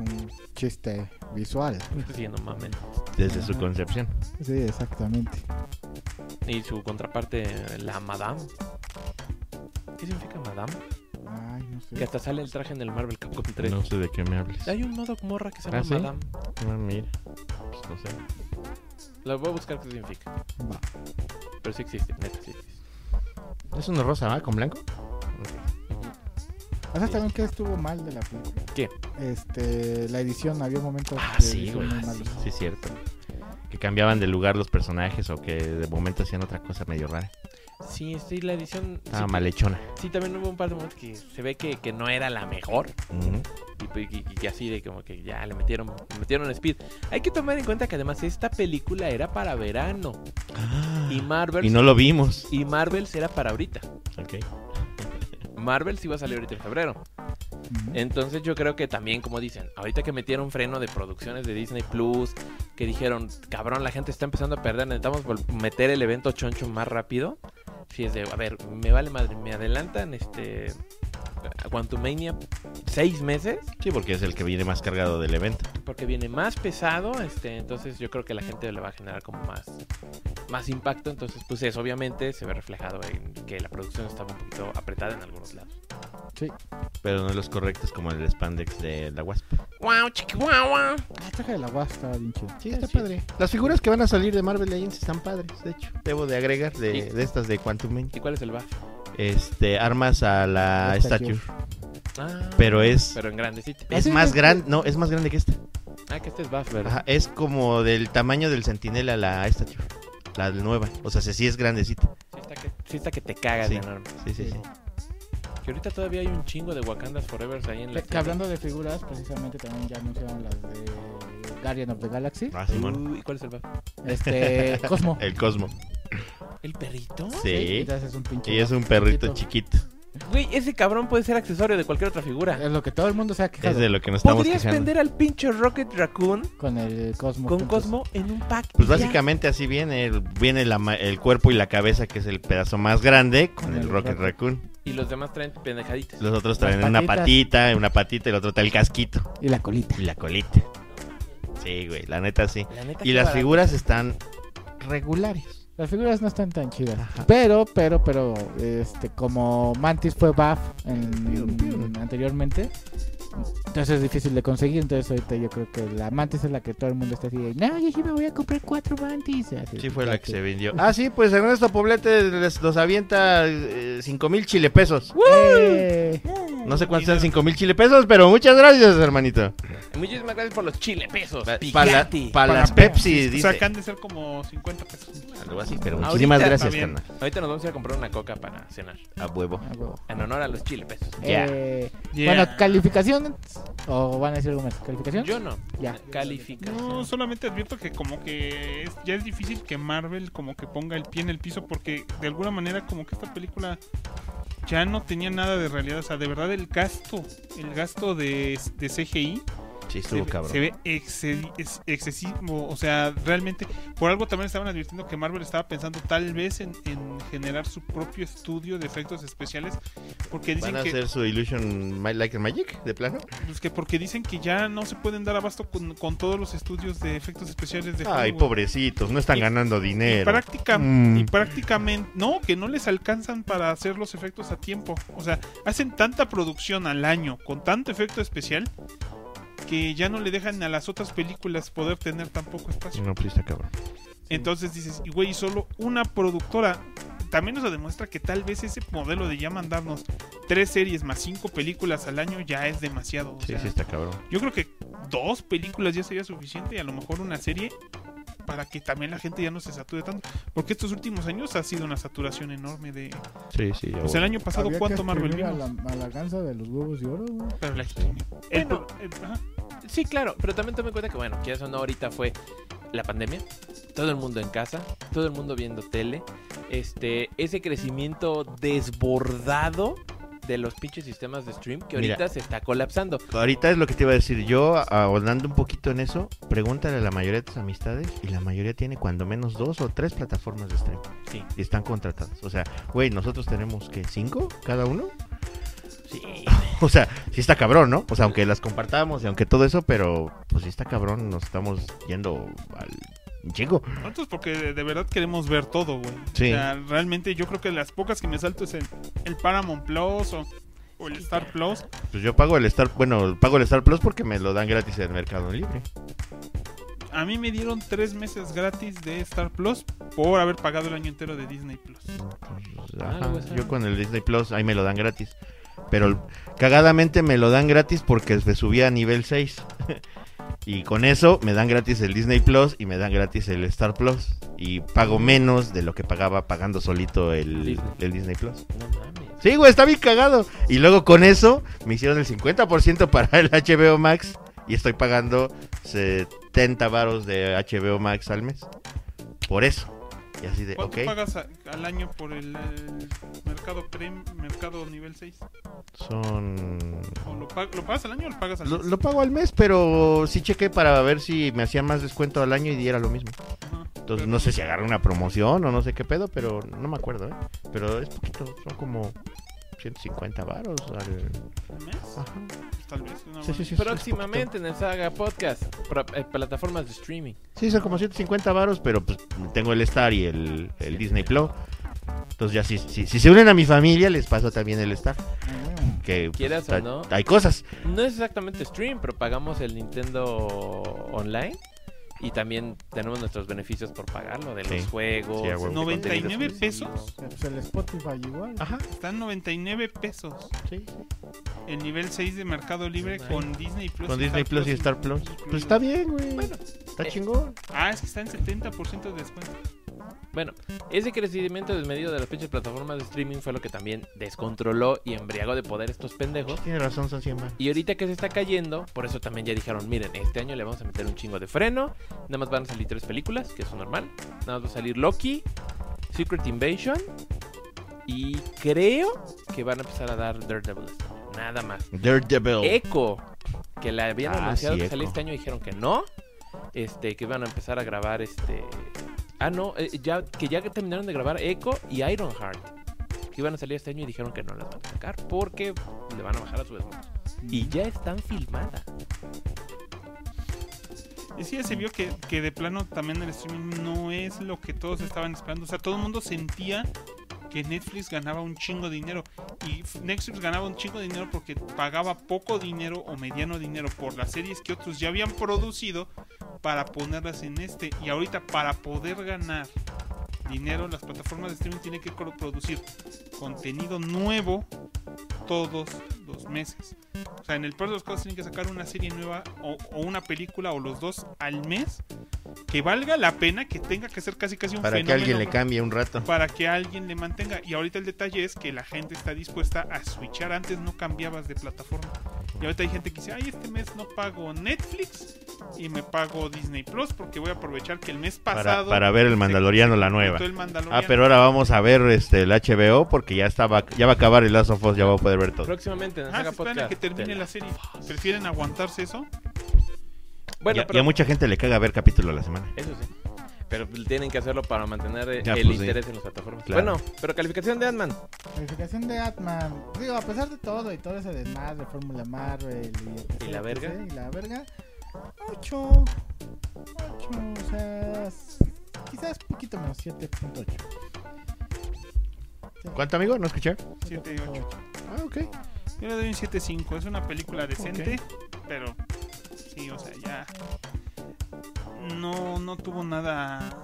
Speaker 2: un chiste visual.
Speaker 1: Sí, no mamen.
Speaker 3: Desde su
Speaker 2: Ajá.
Speaker 3: concepción.
Speaker 2: Sí, exactamente.
Speaker 1: Y su contraparte, la Madame. ¿Qué significa Madame?
Speaker 2: Ay, no sí.
Speaker 1: Que hasta sale el traje en el Marvel Capcom 3.
Speaker 3: No sé de qué me hables.
Speaker 1: Hay un modo morra que se llama
Speaker 3: ¿Ah, sí?
Speaker 1: Madame.
Speaker 3: Ah, mira. Pues no sé.
Speaker 1: La voy a buscar qué significa.
Speaker 2: Va.
Speaker 1: Pero sí existe, neta, sí existe.
Speaker 3: Es una rosa, ¿va? ¿Con blanco?
Speaker 2: ¿Sabes también que estuvo mal de la película?
Speaker 1: ¿Qué?
Speaker 2: Este, la edición, había momentos
Speaker 3: Ah,
Speaker 2: de
Speaker 3: sí,
Speaker 2: edición
Speaker 3: güey.
Speaker 2: muy
Speaker 3: ah, Sí,
Speaker 2: malos.
Speaker 3: sí es cierto. Que cambiaban de lugar los personajes o que de momento hacían otra cosa medio rara.
Speaker 1: Sí, sí, la edición.
Speaker 3: Estaba
Speaker 1: sí,
Speaker 3: malhechona.
Speaker 1: sí, también hubo un par de momentos que se ve que, que no era la mejor.
Speaker 3: Ujú.
Speaker 1: Y, pues, y- y- y así de como que ya le metieron, le metieron speed. Hay que tomar en cuenta que además esta película era para verano. Y Marvel.
Speaker 3: Y no lo vimos.
Speaker 1: Y Marvel era para ahorita.
Speaker 3: Ok.
Speaker 1: Marvel sí iba a salir ahorita en febrero.
Speaker 2: Ujú.
Speaker 1: Entonces yo creo que también, como dicen, ahorita que metieron freno de producciones de Disney Plus, que dijeron, cabrón, la gente está empezando a perder, necesitamos vol- meter el evento choncho más rápido. Si es de, a ver, me vale madre, me adelantan este Quantumania seis meses,
Speaker 3: Sí, porque es el que viene más cargado del evento.
Speaker 1: porque viene más pesado, este, entonces yo creo que la gente le va a generar como más, más impacto, entonces pues eso obviamente se ve reflejado en que la producción estaba un poquito apretada en algunos lados.
Speaker 3: Pero no los correctos como el spandex de la Wasp.
Speaker 1: ¡Wow, chiquihuahua!
Speaker 2: Ah, traje de la guasa estaba bien chido.
Speaker 3: Sí,
Speaker 6: Está padre. Las figuras que van a salir de Marvel Legends están padres, de hecho.
Speaker 3: Debo de agregar de,
Speaker 1: Sí.
Speaker 3: de estas de Quantum Man.
Speaker 1: ¿Y cuál es el buff?
Speaker 3: Este, armas a la
Speaker 2: La
Speaker 3: estatua.
Speaker 2: statue.
Speaker 1: Ah,
Speaker 3: Pero es-
Speaker 1: Pero en grandecito.
Speaker 3: Es
Speaker 2: Así
Speaker 3: más
Speaker 2: es,
Speaker 3: grande, no, es más grande que esta.
Speaker 1: Ah, que este es buff, ¿verdad?
Speaker 3: Ajá, es como del tamaño del sentinela la estatua. La nueva. O sea, sí es grandecita.
Speaker 1: Sí está que, sí está que te cagas
Speaker 3: Sí.
Speaker 1: de enorme.
Speaker 3: Sí, sí, sí.
Speaker 1: Que ahorita todavía hay un chingo de Wakandas Forever ahí en la
Speaker 2: Que, que hablando de figuras, precisamente también ya anunciaron las de Guardian of the Galaxy.
Speaker 3: Ah, Simón.
Speaker 1: Uy, ¿cuál es el buff?
Speaker 2: Este, Cosmo.
Speaker 3: El Cosmo.
Speaker 1: ¿El perrito?
Speaker 2: Y
Speaker 3: Sí.
Speaker 2: entonces es un pinche.
Speaker 3: Y es un
Speaker 2: guapo
Speaker 3: perrito chiquito.
Speaker 1: Güey, ese cabrón puede ser accesorio de cualquier otra figura.
Speaker 2: Es lo que todo el mundo se ha quejado
Speaker 3: Es de lo que nos estamos
Speaker 1: Podrías
Speaker 3: quejando.
Speaker 1: vender al pinche Rocket Raccoon
Speaker 2: con el Cosmo.
Speaker 1: con
Speaker 2: juntos.
Speaker 1: Cosmo en un pack.
Speaker 3: Pues
Speaker 1: y ya.
Speaker 3: básicamente así viene, el- viene la ma- el cuerpo y la cabeza, que es el pedazo más grande, con
Speaker 2: Con
Speaker 3: el
Speaker 2: el
Speaker 3: Rocket
Speaker 2: Rocket.
Speaker 3: Raccoon.
Speaker 1: Y los demás traen pendejaditas.
Speaker 3: Los otros
Speaker 2: Las
Speaker 3: traen una
Speaker 2: patitas.
Speaker 3: patita, una patita, el otro trae el casquito
Speaker 2: Y la colita.
Speaker 3: y la colita. Sí, güey, la neta sí.
Speaker 1: La neta,
Speaker 3: Y
Speaker 1: qué
Speaker 3: las
Speaker 1: barato.
Speaker 3: figuras están regulares.
Speaker 2: Las figuras no están tan chidas.
Speaker 3: Ajá.
Speaker 2: Pero, pero, pero, este, como Mantis fue buff en-
Speaker 3: Piu, piu.
Speaker 2: anteriormente, entonces es difícil de conseguir. Entonces, ahorita yo creo que la Mantis es la que todo el mundo está así de, no, yo sí me voy a comprar cuatro Mantis. Así,
Speaker 3: Sí, fue la que
Speaker 2: así.
Speaker 3: se vendió. Ah, sí, pues Ernesto Poblete les, los avienta eh, cinco mil chile pesos.
Speaker 2: ¡Eh!
Speaker 3: No sé cuántos sean cinco mil chile pesos, pero muchas gracias, hermanito.
Speaker 1: Muchísimas gracias por los chile pesos.
Speaker 3: Pa- pa' la-
Speaker 1: Picante.
Speaker 3: pa'
Speaker 2: Para
Speaker 3: las Pepsi,
Speaker 4: O
Speaker 3: dice.
Speaker 4: sea, acá han de ser como 50 pesos.
Speaker 3: Algo así, pero
Speaker 1: Ahorita-
Speaker 3: muchísimas
Speaker 4: Está
Speaker 3: gracias,
Speaker 4: bien.
Speaker 3: carnal.
Speaker 1: Ahorita nos vamos a ir a comprar una coca para cenar.
Speaker 3: A huevo.
Speaker 2: Ah, huevo.
Speaker 1: En honor a los chile pesos.
Speaker 3: Ya.
Speaker 2: Eh,
Speaker 4: Ya.
Speaker 2: Bueno, calificación. ¿O van a decir algo más? ¿Calificación?
Speaker 1: Yo no.
Speaker 2: Ya.
Speaker 1: Califica.
Speaker 4: No, solamente advierto que como que es- ya es difícil que Marvel como que ponga el pie en el piso porque de alguna manera como que esta película ya no tenía nada de realidad. O sea, de verdad el gasto, el gasto de, de CGI se,
Speaker 3: Sí, estuvo
Speaker 4: ve-
Speaker 3: cabrón.
Speaker 4: se ve excedi- es- excesivo. O sea, realmente por algo también estaban advirtiendo que Marvel estaba pensando tal vez en, en generar su propio estudio de efectos especiales porque dicen
Speaker 3: ¿Van a
Speaker 4: que...
Speaker 3: hacer su Illusion My Like and Magic de plano?
Speaker 4: Pues que porque dicen que ya no se pueden dar abasto con, con todos los estudios de efectos especiales de
Speaker 3: Ay,
Speaker 4: Hollywood.
Speaker 3: pobrecitos, no están
Speaker 4: Y-
Speaker 3: ganando
Speaker 4: Y,
Speaker 3: dinero.
Speaker 4: práctica-
Speaker 3: Mm.
Speaker 4: y prácticamente, no, que no les alcanzan para hacer los efectos a tiempo. O sea, hacen tanta producción al año con tanto efecto especial que ya no le dejan a las otras películas poder tener tampoco espacio.
Speaker 3: No, pues está cabrón.
Speaker 4: Entonces dices, y güey, solo una productora. También nos demuestra que tal vez ese modelo de ya mandarnos tres series más cinco películas al año ya es demasiado. o
Speaker 3: Sí,
Speaker 4: sea,
Speaker 3: sí está cabrón.
Speaker 4: yo creo que dos películas ya sería suficiente y a lo mejor una serie para que también la gente ya no se sature tanto. Porque estos últimos años ha sido una saturación enorme de...
Speaker 3: Sí, sí, ya
Speaker 4: O sea, el año pasado
Speaker 2: Había que
Speaker 4: cuánto Marvel
Speaker 2: exprimir
Speaker 4: vimos.
Speaker 2: A la, a la ganza de los huevos de oro, güey.
Speaker 4: Pero la exprimió. El
Speaker 1: Bueno.
Speaker 4: pro- el- ajá.
Speaker 1: Sí, claro, pero también tome en cuenta que, bueno, quieras o no, ahorita fue la pandemia, todo el mundo en casa, todo el mundo viendo tele, este, ese crecimiento desbordado de los pinches sistemas de stream que ahorita
Speaker 3: Mira.
Speaker 1: se está colapsando.
Speaker 4: este-
Speaker 3: Ahorita es lo que te iba a decir. Yo, ahondando un poquito en eso, pregúntale a la mayoría de tus amistades y la mayoría tiene cuando menos dos o tres plataformas de stream.
Speaker 1: Sí.
Speaker 3: Y están contratadas. O sea, güey, nosotros tenemos que cinco cada uno.
Speaker 1: Sí.
Speaker 3: O sea, sí está cabrón, ¿no? O sea, aunque las compartamos y aunque todo eso, pero pues sí está cabrón, nos estamos yendo al chico.
Speaker 4: Nosotros porque de, de verdad queremos ver todo, güey.
Speaker 3: Sí.
Speaker 4: O sea, realmente yo creo que las pocas que me salto es el, el Paramount Plus o o el Star Plus.
Speaker 3: Pues yo pago el Star, bueno, pago el Star Plus porque me lo dan gratis en Mercado Libre.
Speaker 4: A mí me dieron tres meses gratis de Star Plus por haber pagado el año entero de Disney Plus.
Speaker 3: Pues,
Speaker 1: Ah,
Speaker 3: ajá,
Speaker 1: luego está.
Speaker 3: yo con el Disney Plus ahí me lo dan gratis. Pero cagadamente me lo dan gratis porque me subí a nivel 6. y con eso me dan gratis el Disney Plus y me dan gratis el Star Plus. Y pago menos de lo que pagaba pagando solito el,
Speaker 1: Disney.
Speaker 3: el Disney Plus.
Speaker 1: No mames.
Speaker 3: Sí, güey, está bien cagado. Y luego con eso me hicieron el 50% para el HBO Max y estoy pagando 70 varos de HBO Max al mes. Por eso. Y así de,
Speaker 4: ¿Cuánto
Speaker 3: Este, ok,
Speaker 4: pagas a- al año por el, el mercado prem, mercado nivel 6?
Speaker 3: son...
Speaker 4: ¿O lo, pag- lo pagas al año o lo pagas al
Speaker 3: Lo,
Speaker 4: mes?
Speaker 3: lo pago al mes, pero sí chequé para ver si me hacían más descuento al año y diera lo mismo.
Speaker 4: Ajá.
Speaker 3: Entonces
Speaker 4: Pero-
Speaker 3: no sé si agarré una promoción o no sé qué pedo, pero no me acuerdo, ¿eh? Pero es poquito, son como 150 varos al...
Speaker 4: ¿Un mes? Pues,
Speaker 3: Ajá.
Speaker 4: Tal vez. una buena-
Speaker 3: Ah. Sí, sí, sí, es poquito.
Speaker 1: Próximamente en el Saga Podcast, pra- eh, plataformas de streaming.
Speaker 3: Sí, son como 150 varos, pero pues tengo el Star y el, el Disney Plus. Entonces ya si, si, si se unen a mi familia, les paso también el Star. Que pues,
Speaker 1: Quieras o
Speaker 3: hay-
Speaker 1: no.
Speaker 3: hay cosas.
Speaker 1: No es exactamente stream, pero pagamos el Nintendo Online. Y también tenemos nuestros beneficios por pagarlo, de
Speaker 3: Sí.
Speaker 1: los juegos.
Speaker 3: Sí, a huevo.
Speaker 1: de contenidos
Speaker 4: 99
Speaker 1: exclusivos.
Speaker 4: pesos. Ah.
Speaker 2: Pues el Spotify igual.
Speaker 3: Ajá,
Speaker 4: Están 99 pesos.
Speaker 3: sí, sí.
Speaker 4: El nivel 6 de Mercado Libre con Disney Plus.
Speaker 3: Con Disney Plus y Star Plus. Pues está bien, güey. está chingón.
Speaker 4: Ah, es que está en 70% de descuento.
Speaker 1: Bueno, ese crecimiento desmedido de las pinches plataformas de streaming fue lo que también descontroló y embriagó de poder estos pendejos.
Speaker 3: Tiene razón, son 100 varos.
Speaker 1: Y ahorita que se está cayendo, por eso también ya dijeron, miren, este año le vamos a meter un chingo de freno, nada más van a salir tres películas, que es normal, nada más va a salir Loki, Secret Invasion y creo que van a empezar a dar Daredevil, este año, nada más.
Speaker 3: Daredevil.
Speaker 1: Echo, que la habían
Speaker 3: Ah,
Speaker 1: anunciado
Speaker 3: sí,
Speaker 1: que salía
Speaker 3: Echo.
Speaker 1: este año, dijeron que no, este, que van a empezar a grabar este... Ah, no, eh, ya, que ya terminaron de grabar Echo y Ironheart. Que iban a salir este año y dijeron que no las van a sacar porque le van a bajar a su desmadre. Y ya están filmadas.
Speaker 4: Y sí, se vio que, que de plano también el streaming no es lo que todos estaban esperando. O sea, todo el mundo sentía que Netflix ganaba un chingo de dinero. Y f- Netflix ganaba un chingo de dinero porque pagaba poco dinero o mediano dinero por las series que otros ya habían producido para ponerlas en este. Y ahorita para poder ganar dinero, las plataformas de streaming tienen que co- producir contenido nuevo todos los meses. O sea, en el peor de los casos tienen que sacar una serie nueva o, o una película o los dos al mes que valga la pena, que tenga que ser casi casi un
Speaker 3: Para que
Speaker 4: fenómeno
Speaker 3: alguien le cambie un rato.
Speaker 4: para que alguien le mantenga. Y ahorita el detalle es que la gente está dispuesta a switchar. Antes no cambiabas de plataforma. Y ahorita hay gente que dice, ay, este mes no pago Netflix y me pago Disney Plus porque voy a aprovechar que el mes
Speaker 3: Para,
Speaker 4: pasado...
Speaker 3: para ver el Mandaloriano, la nueva.
Speaker 4: explotó el Mandaloriano.
Speaker 3: Ah, pero ahora vamos a ver este el HBO porque ya estaba ya va a acabar el Last of Us, ya va a poder ver todo.
Speaker 1: Próximamente en
Speaker 4: Ah,
Speaker 1: el
Speaker 4: se
Speaker 1: Saga
Speaker 4: esperan a
Speaker 1: Podcast.
Speaker 4: que termine la serie. ¿Prefieren aguantarse eso?
Speaker 1: Bueno,
Speaker 3: y, a, y
Speaker 1: pero...
Speaker 3: a mucha gente le caga ver capítulo a la semana.
Speaker 1: Eso sí. Pero tienen que hacerlo para mantener eh,
Speaker 3: Ya,
Speaker 1: el
Speaker 3: pues, sí.
Speaker 1: interés en las plataformas.
Speaker 3: Claro.
Speaker 1: Bueno, pero calificación de Ant-Man.
Speaker 2: Calificación de Atman. Digo, a pesar de todo y todo ese desmadre, Fórmula Marvel y etc,
Speaker 1: ¿Y la verga?
Speaker 2: etc, Y la verga. 8. 8. O sea, s- quizás poquito menos, 7.8.
Speaker 3: ¿Cuánto, amigo? ¿No escuché?
Speaker 4: 7 y 8.
Speaker 3: Ah, ok.
Speaker 4: Yo le doy un 7.5. Es una película decente, pero... Sí, o sea, ya... No, no tuvo nada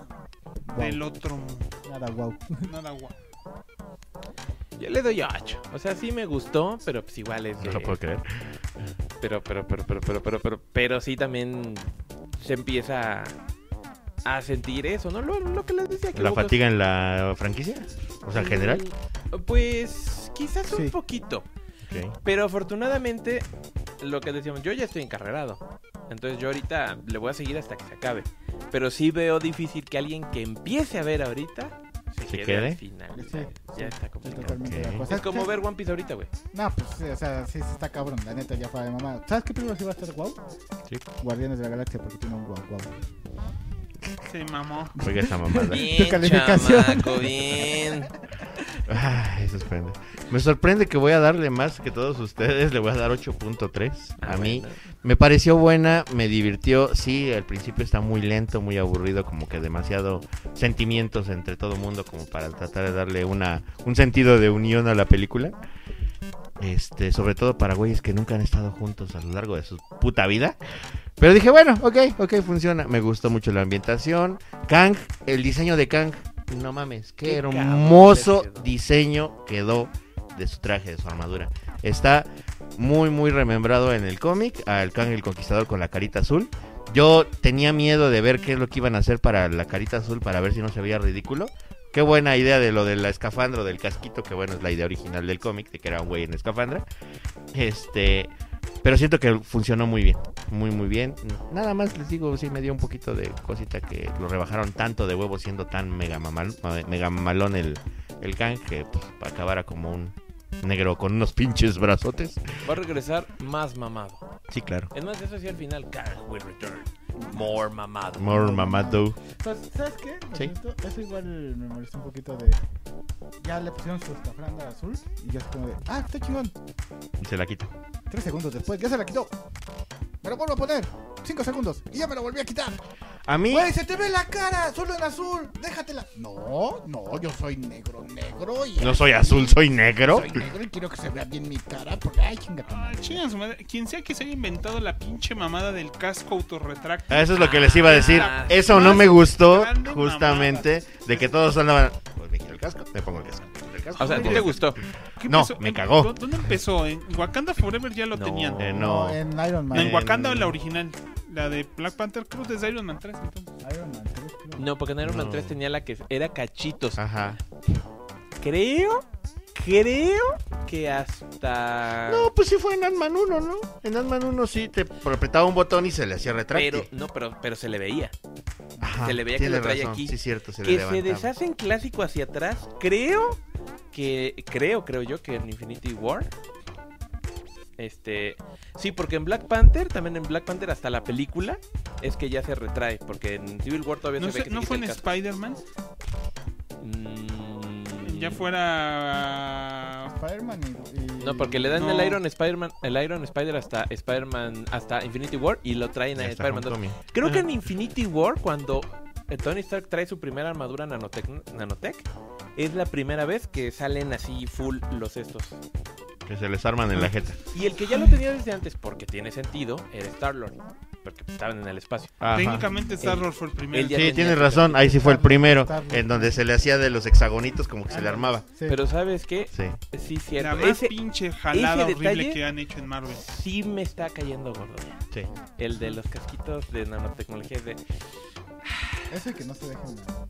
Speaker 4: del
Speaker 2: Wow,
Speaker 4: otro mundo.
Speaker 2: nada wow.
Speaker 4: Nada guau.
Speaker 1: Yo le doy 8. O sea, sí me gustó, pero pues igual es...
Speaker 3: No
Speaker 1: de-
Speaker 3: lo puedo creer.
Speaker 1: pero, pero, pero, pero, pero, pero, pero, pero sí también se empieza a sentir eso, ¿no? Lo, lo que les decía. que
Speaker 3: ¿La
Speaker 1: hubo
Speaker 3: fatiga en la franquicia? O sea, en
Speaker 1: cosas-
Speaker 3: general.
Speaker 1: Mm, Pues quizás un
Speaker 2: Sí.
Speaker 1: poquito.
Speaker 3: Ok.
Speaker 1: Pero afortunadamente, lo que decíamos, yo ya estoy encarrerado. Entonces yo ahorita le voy a seguir hasta que se acabe. Pero sí veo difícil que alguien que empiece a ver ahorita se,
Speaker 3: ¿Se
Speaker 1: quede,
Speaker 3: quede?
Speaker 1: al final.
Speaker 2: Sí, sí,
Speaker 1: ya está
Speaker 2: Estoy
Speaker 1: complicado.
Speaker 2: totalmente de
Speaker 3: Ok.
Speaker 2: acuerdo.
Speaker 1: Es
Speaker 2: ¿Sabes
Speaker 1: como
Speaker 2: qué?
Speaker 1: ver One Piece ahorita, güey.
Speaker 2: No, pues sí, o sea, sí, sí está cabrón. La neta, ya fue de mamá. ¿Sabes qué película sí va a estar wow?
Speaker 3: Sí.
Speaker 2: Guardianes de la Galaxia, porque tiene un wow, wow.
Speaker 4: Se mamó.
Speaker 3: Oiga esa mamada.
Speaker 1: Bien,
Speaker 2: calificación.
Speaker 1: chamaco, bien.
Speaker 3: Ay, sorprende. Me sorprende que voy a darle más que todos ustedes. Le voy a dar 8.3. A mí
Speaker 1: bueno.
Speaker 3: me pareció buena, me divirtió. Sí, al principio está muy lento, muy aburrido, como que demasiado sentimientos entre todo mundo como para tratar de darle una un sentido de unión a la película. Este, sobre todo para güeyes que nunca han estado juntos a lo largo de su puta vida. Pero dije, bueno, ok, ok, funciona. Me gustó mucho la ambientación. Kang, el diseño de Kang. No mames, qué,
Speaker 1: Qué cabrón
Speaker 3: hermoso
Speaker 1: le quedó.
Speaker 3: diseño quedó de su traje, de su armadura. Está muy, muy remembrado en el cómic al Kang el Conquistador con la carita azul. Yo tenía miedo de ver qué es lo que iban a hacer para la carita azul para ver si no se veía ridículo. Qué buena idea de lo de la escafandra o del casquito, que bueno, es la idea original del cómic, de que era un güey en escafandra. Este, pero siento que funcionó muy bien, muy muy bien. Nada más les digo, sí me dio un poquito de cosita que lo rebajaron tanto de huevo siendo tan mega mamal, ma- mega mamalón el el Kang que pues, acabara como un negro con unos pinches brazotes.
Speaker 1: Va a regresar más mamado.
Speaker 3: Sí, claro.
Speaker 1: Es más, eso sí al final. Kang will return. More mamado.
Speaker 3: More mamado.
Speaker 2: Pues, ¿sabes qué? Me
Speaker 3: Sí.
Speaker 2: molestó- Eso igual me molestó un poquito de. Ya le pusieron su estafranda azul y ya es como de. ¡Ah, está chingón!
Speaker 3: Se la quita.
Speaker 2: Tres segundos después, ya se la quitó. Me lo vuelvo a poner. Cinco segundos y ya me lo volví a quitar.
Speaker 3: A mí
Speaker 2: Güey, se te ve la cara, solo en azul. Déjatela. No, no, yo soy negro, negro y.
Speaker 3: no soy azul, soy negro.
Speaker 2: Soy negro y quiero que se vea bien mi cara porque. ¡Ay, chingata!
Speaker 4: Ah, chinga su madre. Quien sea que se haya inventado la pinche mamada del casco autorretráctil.
Speaker 3: Ah, Eso es lo que les iba a decir.
Speaker 1: Ah,
Speaker 3: Eso no me gustó
Speaker 4: grande
Speaker 3: justamente de que todos andaban. Pues me quito el casco, me pongo el casco. me quito el casco,
Speaker 1: O sea, ¿a
Speaker 3: me
Speaker 1: ti
Speaker 3: pongo
Speaker 1: te
Speaker 3: el casco.
Speaker 1: gustó?
Speaker 4: ¿Qué
Speaker 3: No,
Speaker 4: empezó?
Speaker 3: me cagó.
Speaker 4: ¿Dó- ¿Dónde empezó? En Wakanda Forever ya lo
Speaker 1: No.
Speaker 4: tenían.
Speaker 3: Eh, no.
Speaker 2: En Iron Man.
Speaker 4: En
Speaker 3: Eh,
Speaker 4: Wakanda
Speaker 3: en-
Speaker 4: la original. La de Black Panther Cruz desde Iron Man 3. Entonces.
Speaker 2: Iron Man, creo que-
Speaker 1: No, porque en Iron Man
Speaker 3: No. Ah,
Speaker 1: 3 tenía la que era cachitos.
Speaker 3: Ajá.
Speaker 1: Creo, creo que hasta.
Speaker 6: No, pues sí fue en Ant-Man 1, ¿no?
Speaker 3: En Ant-Man 1 sí te apretaba un botón y se le hacía retráctil.
Speaker 1: pero, no, pero, pero se le veía.
Speaker 3: Ajá,
Speaker 1: se le veía que
Speaker 3: tiene
Speaker 1: lo traía
Speaker 3: razón,
Speaker 1: aquí.
Speaker 3: Sí, cierto, se le
Speaker 1: que se
Speaker 3: levantaba.
Speaker 1: deshacen clásico hacia atrás. Creo que. Creo, creo yo que en Infinity War. Este. Sí, porque en Black Panther, también en Black Panther, hasta la película, es que ya se retrae. Porque en Civil War todavía
Speaker 4: No,
Speaker 1: se ve
Speaker 4: sé-
Speaker 1: que
Speaker 4: ¿no
Speaker 1: se
Speaker 4: fue en
Speaker 1: quita el
Speaker 4: Spider-Man.
Speaker 1: casco. Mm,
Speaker 4: Ya fuera.
Speaker 2: Spider-Man y, y-
Speaker 1: No, porque le dan
Speaker 4: No.
Speaker 1: el Iron Spider-Man, el Iron Spider hasta Spider-Man, hasta Infinity War y lo traen
Speaker 3: Ya
Speaker 1: a
Speaker 3: está
Speaker 1: Spider-Man 2.
Speaker 3: Homecoming.
Speaker 1: Creo que en Infinity War, cuando eh, Tony Stark trae su primera armadura nanotec, nanotech, es la primera vez que salen así full los estos.
Speaker 3: Que se les arman en la jeta.
Speaker 1: Y el que ya lo tenía desde antes, porque tiene sentido, era Star-Lord. Porque pues, estaban en el espacio.
Speaker 3: Ajá.
Speaker 4: Técnicamente Star-Lord fue el primero.
Speaker 1: el ya
Speaker 3: Sí,
Speaker 1: tenía
Speaker 3: tienes
Speaker 1: su
Speaker 3: razón. Ahí sí fue el primero.
Speaker 2: Tablet.
Speaker 3: En donde se le hacía de los hexagonitos como que se le armaba.
Speaker 2: Sí.
Speaker 1: Pero ¿sabes qué?
Speaker 3: Sí.
Speaker 1: Sí,
Speaker 4: La
Speaker 1: cierto.
Speaker 4: más
Speaker 1: Ese
Speaker 4: pinche jalada
Speaker 1: ese
Speaker 4: horrible
Speaker 1: detalle-
Speaker 4: que han hecho en Marvel.
Speaker 1: sí me está cayendo gordo.
Speaker 3: Sí.
Speaker 1: El de los casquitos de nanotecnología es de...
Speaker 2: Eso y que no se dejen nada.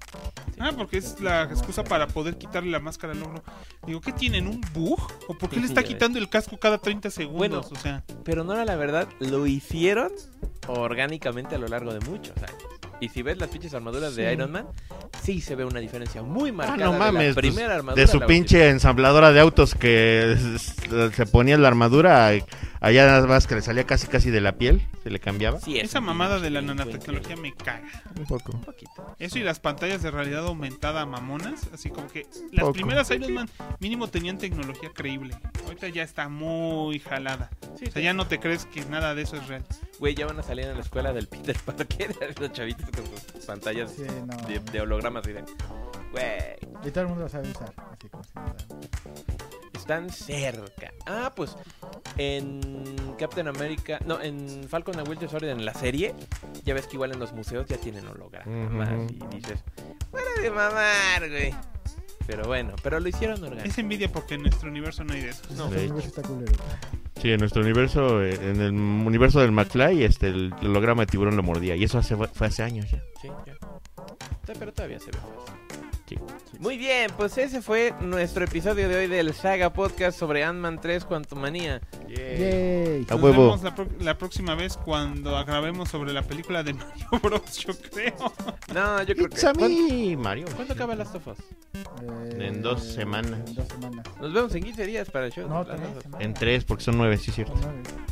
Speaker 4: Ah, porque es la excusa para poder quitarle la máscara al ogro. Digo, ¿qué tienen? ¿Un bug? ¿O por qué le está quitando el casco cada 30 segundos?
Speaker 1: Bueno.
Speaker 4: o sea,
Speaker 1: Pero no era la verdad, lo hicieron orgánicamente a lo largo de muchos años. Y si ves las pinches armaduras de Iron Man, sí se ve una diferencia muy
Speaker 3: Ah,
Speaker 1: marcada.
Speaker 3: no
Speaker 1: de
Speaker 3: mames.
Speaker 1: la
Speaker 3: pues,
Speaker 1: primera armadura
Speaker 3: de
Speaker 1: a
Speaker 3: su
Speaker 1: la
Speaker 3: pinche ensambladora de autos que s- se ponía la armadura. Allá nada más que le salía casi casi de la piel. Se le cambiaba.
Speaker 1: última. Sí, es
Speaker 4: esa
Speaker 1: un
Speaker 4: mamada de la
Speaker 1: pinche
Speaker 4: nanotecnología
Speaker 1: delincuente,
Speaker 4: me caga.
Speaker 3: Un poco.
Speaker 1: un poquito.
Speaker 4: Eso y las pantallas de realidad aumentada mamonas. Así como que las
Speaker 3: Poco.
Speaker 4: primeras Iron Man mínimo tenían tecnología creíble. Ahorita ya está muy jalada.
Speaker 1: Sí,
Speaker 4: O sea, ya no te crees que nada de eso es real.
Speaker 1: Güey, ya van a salir en la escuela del Peter Parker, los chavitos con sus pantallas
Speaker 2: Sí, no.
Speaker 1: de, de hologramas. Y de, güey,
Speaker 2: Y todo el mundo lo sabe usar. Así como si nada.
Speaker 1: están cerca. Ah, pues en Captain America, no, en Falcon and Winter Soldier, en la serie, ya ves que igual en los museos ya tienen hologramas
Speaker 3: Ujú.
Speaker 1: y dices, fuera de mamar, güey. Pero bueno, pero lo hicieron orgánico.
Speaker 4: Es envidia porque en nuestro universo no hay de eso.
Speaker 3: De
Speaker 2: Ese
Speaker 3: hecho.
Speaker 2: universo está culero.
Speaker 3: Sí, en nuestro universo, eh, en el universo del McFly, este, el holograma de tiburón lo mordía. Y eso hace, fue hace años ya.
Speaker 1: Sí, ya. Ta- Pero todavía se ve fácil.
Speaker 3: Sí.
Speaker 1: Muy bien, pues ese fue nuestro episodio de hoy del Saga Podcast sobre Ant-Man 3 Quantumania. Eh.
Speaker 2: Yay.
Speaker 3: A
Speaker 4: Nos
Speaker 3: huevo.
Speaker 4: vemos la, pro- la próxima vez cuando grabemos sobre la película de Mario Bros. Yo creo.
Speaker 1: No, yo creo
Speaker 6: It's
Speaker 1: que...
Speaker 6: a me.
Speaker 3: Y Pues Mario.
Speaker 1: ¿Cuándo acaba Last of Us?
Speaker 2: Eh,
Speaker 3: En dos semanas.
Speaker 2: En dos semanas.
Speaker 1: Nos vemos en 15 días para el show.
Speaker 2: No,
Speaker 1: de Last of
Speaker 2: tres
Speaker 1: Us.
Speaker 2: semanas.
Speaker 3: En tres, porque son nueve, sí, cierto.
Speaker 2: Son nueve.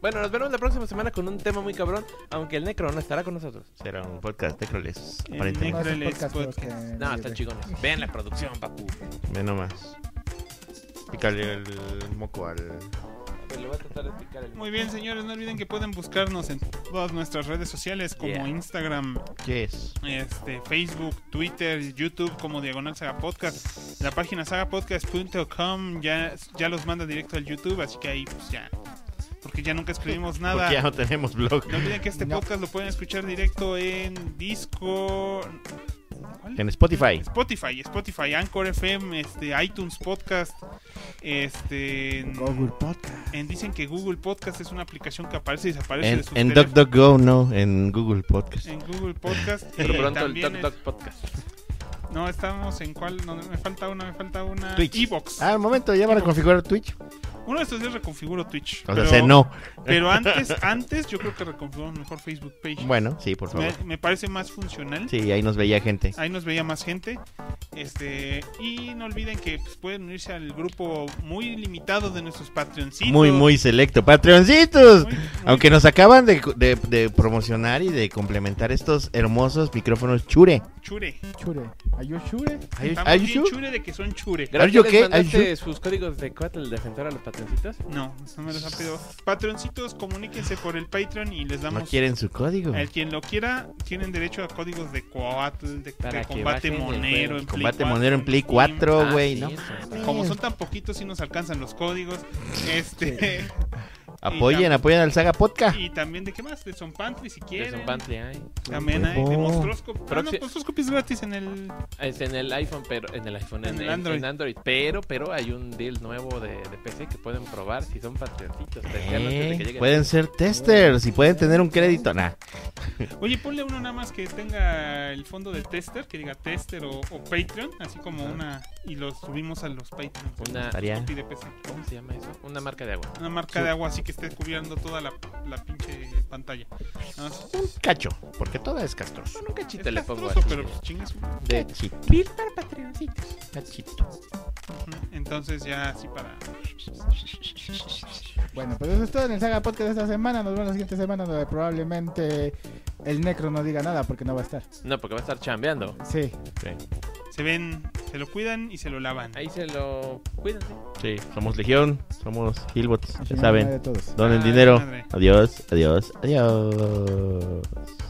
Speaker 1: Bueno, nos veremos la próxima semana con un tema muy cabrón, aunque el Necro no estará con nosotros.
Speaker 3: Será un podcast de Croles,
Speaker 1: Eh,
Speaker 4: El
Speaker 2: No,
Speaker 3: aparentemente.
Speaker 2: esos
Speaker 4: Creo que
Speaker 2: podcasts,
Speaker 4: es
Speaker 2: creo que-
Speaker 1: No, están chingones. Vean la producción, papu.
Speaker 3: Ve nomás. Pícale el moco al.
Speaker 1: le voy a tratar de explicar el
Speaker 4: Muy bien, señores, no olviden que pueden buscarnos en todas nuestras redes sociales como
Speaker 3: Yeah.
Speaker 4: Instagram,
Speaker 3: Yes.
Speaker 4: este, Facebook, Twitter, YouTube como Diagonal Saga Podcast. La página sagapodcast.com ya, ya los manda directo al YouTube, así que ahí pues ya. Porque ya nunca escribimos nada.
Speaker 3: Porque ya no tenemos blog.
Speaker 4: No olviden que este
Speaker 2: No.
Speaker 4: podcast lo pueden escuchar directo en disco. ¿Cuál?
Speaker 3: En Spotify.
Speaker 4: Spotify, Spotify, Anchor FM, este, iTunes Podcast, este, en,
Speaker 2: Google Podcast.
Speaker 4: en- dicen que Google Podcast es una aplicación que aparece y desaparece
Speaker 3: En,
Speaker 4: de sus
Speaker 3: en
Speaker 4: teléfonos.
Speaker 3: DuckDuckGo, no. En Google Podcast.
Speaker 4: En Google Podcast.
Speaker 1: Pero
Speaker 4: y
Speaker 1: pronto el
Speaker 4: también
Speaker 1: Talk Talk Podcast.
Speaker 4: es- No, estamos en cuál. No, me falta una, me falta una.
Speaker 3: Twitch.
Speaker 4: Evox.
Speaker 3: Ah, un momento, ya van a configurar Twitch.
Speaker 4: Uno de estos días reconfiguro Twitch.
Speaker 3: O sea, se no.
Speaker 4: pero antes, antes yo creo que reconfiguramos mejor Facebook Page.
Speaker 3: Bueno, sí, por favor.
Speaker 4: me, me parece más funcional.
Speaker 3: Sí, ahí nos veía gente.
Speaker 4: Ahí nos veía más gente. Este, y no olviden que pues, pueden unirse al grupo muy limitado de nuestros Patreoncitos.
Speaker 3: Muy, muy selecto. Patreoncitos.
Speaker 4: Muy, muy-
Speaker 3: Aunque nos acaban de, de- de promocionar y de complementar estos hermosos micrófonos Chure.
Speaker 4: Chure.
Speaker 2: Chure. ¿Are you sure?
Speaker 3: Are you-
Speaker 4: Estamos
Speaker 3: are you
Speaker 4: bien
Speaker 3: sure?
Speaker 4: chure de que son chure.
Speaker 3: Are
Speaker 1: Gracias,
Speaker 3: you
Speaker 1: ¿les
Speaker 3: okay? Are
Speaker 1: mandaste sus códigos de Quattle Defensor a los patencitos?
Speaker 4: No, no me los ha pedido. Patreoncitos, comuníquense por el Patreon y les
Speaker 3: No
Speaker 4: damos
Speaker 3: quieren su código.
Speaker 4: El quien lo quiera, tienen derecho a códigos de coatl, de,
Speaker 1: Para
Speaker 4: de
Speaker 1: que
Speaker 4: combate
Speaker 1: bajen el
Speaker 4: monero
Speaker 1: juego.
Speaker 4: en
Speaker 3: Combate
Speaker 4: Play
Speaker 3: Monero en Play
Speaker 4: Steam.
Speaker 3: 4,
Speaker 1: Ah,
Speaker 3: Oh, güey,
Speaker 1: sí,
Speaker 3: ¿no?
Speaker 1: eso está.
Speaker 4: Como son tan poquitos, sí nos alcanzan los códigos. Este
Speaker 3: Apoyen, apoyen al Saga Podcast.
Speaker 4: Y también, ¿de qué más? De Son Pantry, si
Speaker 1: Es
Speaker 4: quieren.
Speaker 1: un Pantley, ay.
Speaker 4: También hay de
Speaker 3: Huevo.
Speaker 4: Monstroscope. Ah, no,
Speaker 1: Oh. Proxy-
Speaker 4: Monstroscope es gratis en el...
Speaker 1: Es en el iPhone, pero en el iPhone, en,
Speaker 4: En el
Speaker 1: en- en Android.
Speaker 4: Android.
Speaker 1: Pero, pero hay un deal nuevo de, de PC que pueden probar si son patriotitos.
Speaker 3: Eh, Pueden ser testers y pueden tener un crédito. Nah.
Speaker 4: Oye, ponle uno nada más que tenga el fondo de tester, que diga tester o, o Patreon, así como una... Y los subimos a los Patreons.
Speaker 1: Una-
Speaker 3: Estaría.
Speaker 4: de PC.
Speaker 1: ¿Cómo se llama eso? Una marca de agua.
Speaker 4: Una marca de agua así que esté cubriendo toda la, la pinche pantalla. Nada más.
Speaker 3: Un cacho, porque toda es castroso.
Speaker 1: Bueno, un cachito le pongo
Speaker 4: castroso,
Speaker 1: así.
Speaker 4: pero pues chingas.
Speaker 3: De chito,
Speaker 5: Pil para patroncitos.
Speaker 3: cachito.
Speaker 4: Entonces ya así para...
Speaker 2: Bueno, pues eso es todo en el Saga Podcast de esta semana. Nos vemos la siguiente semana donde probablemente el Necro no diga nada porque no va a estar.
Speaker 1: No, porque va a estar chambeando.
Speaker 2: Sí.
Speaker 4: Se ven, se lo cuidan y se lo lavan.
Speaker 1: Ahí se lo. Cuídense.
Speaker 3: Sí, somos Legión, somos Hillbots,
Speaker 2: al
Speaker 3: ya
Speaker 2: final,
Speaker 4: Ah,
Speaker 3: saben.
Speaker 2: de todos.
Speaker 3: Donen
Speaker 4: Ay,
Speaker 3: dinero.
Speaker 4: madre.
Speaker 3: Adiós, adiós, adiós.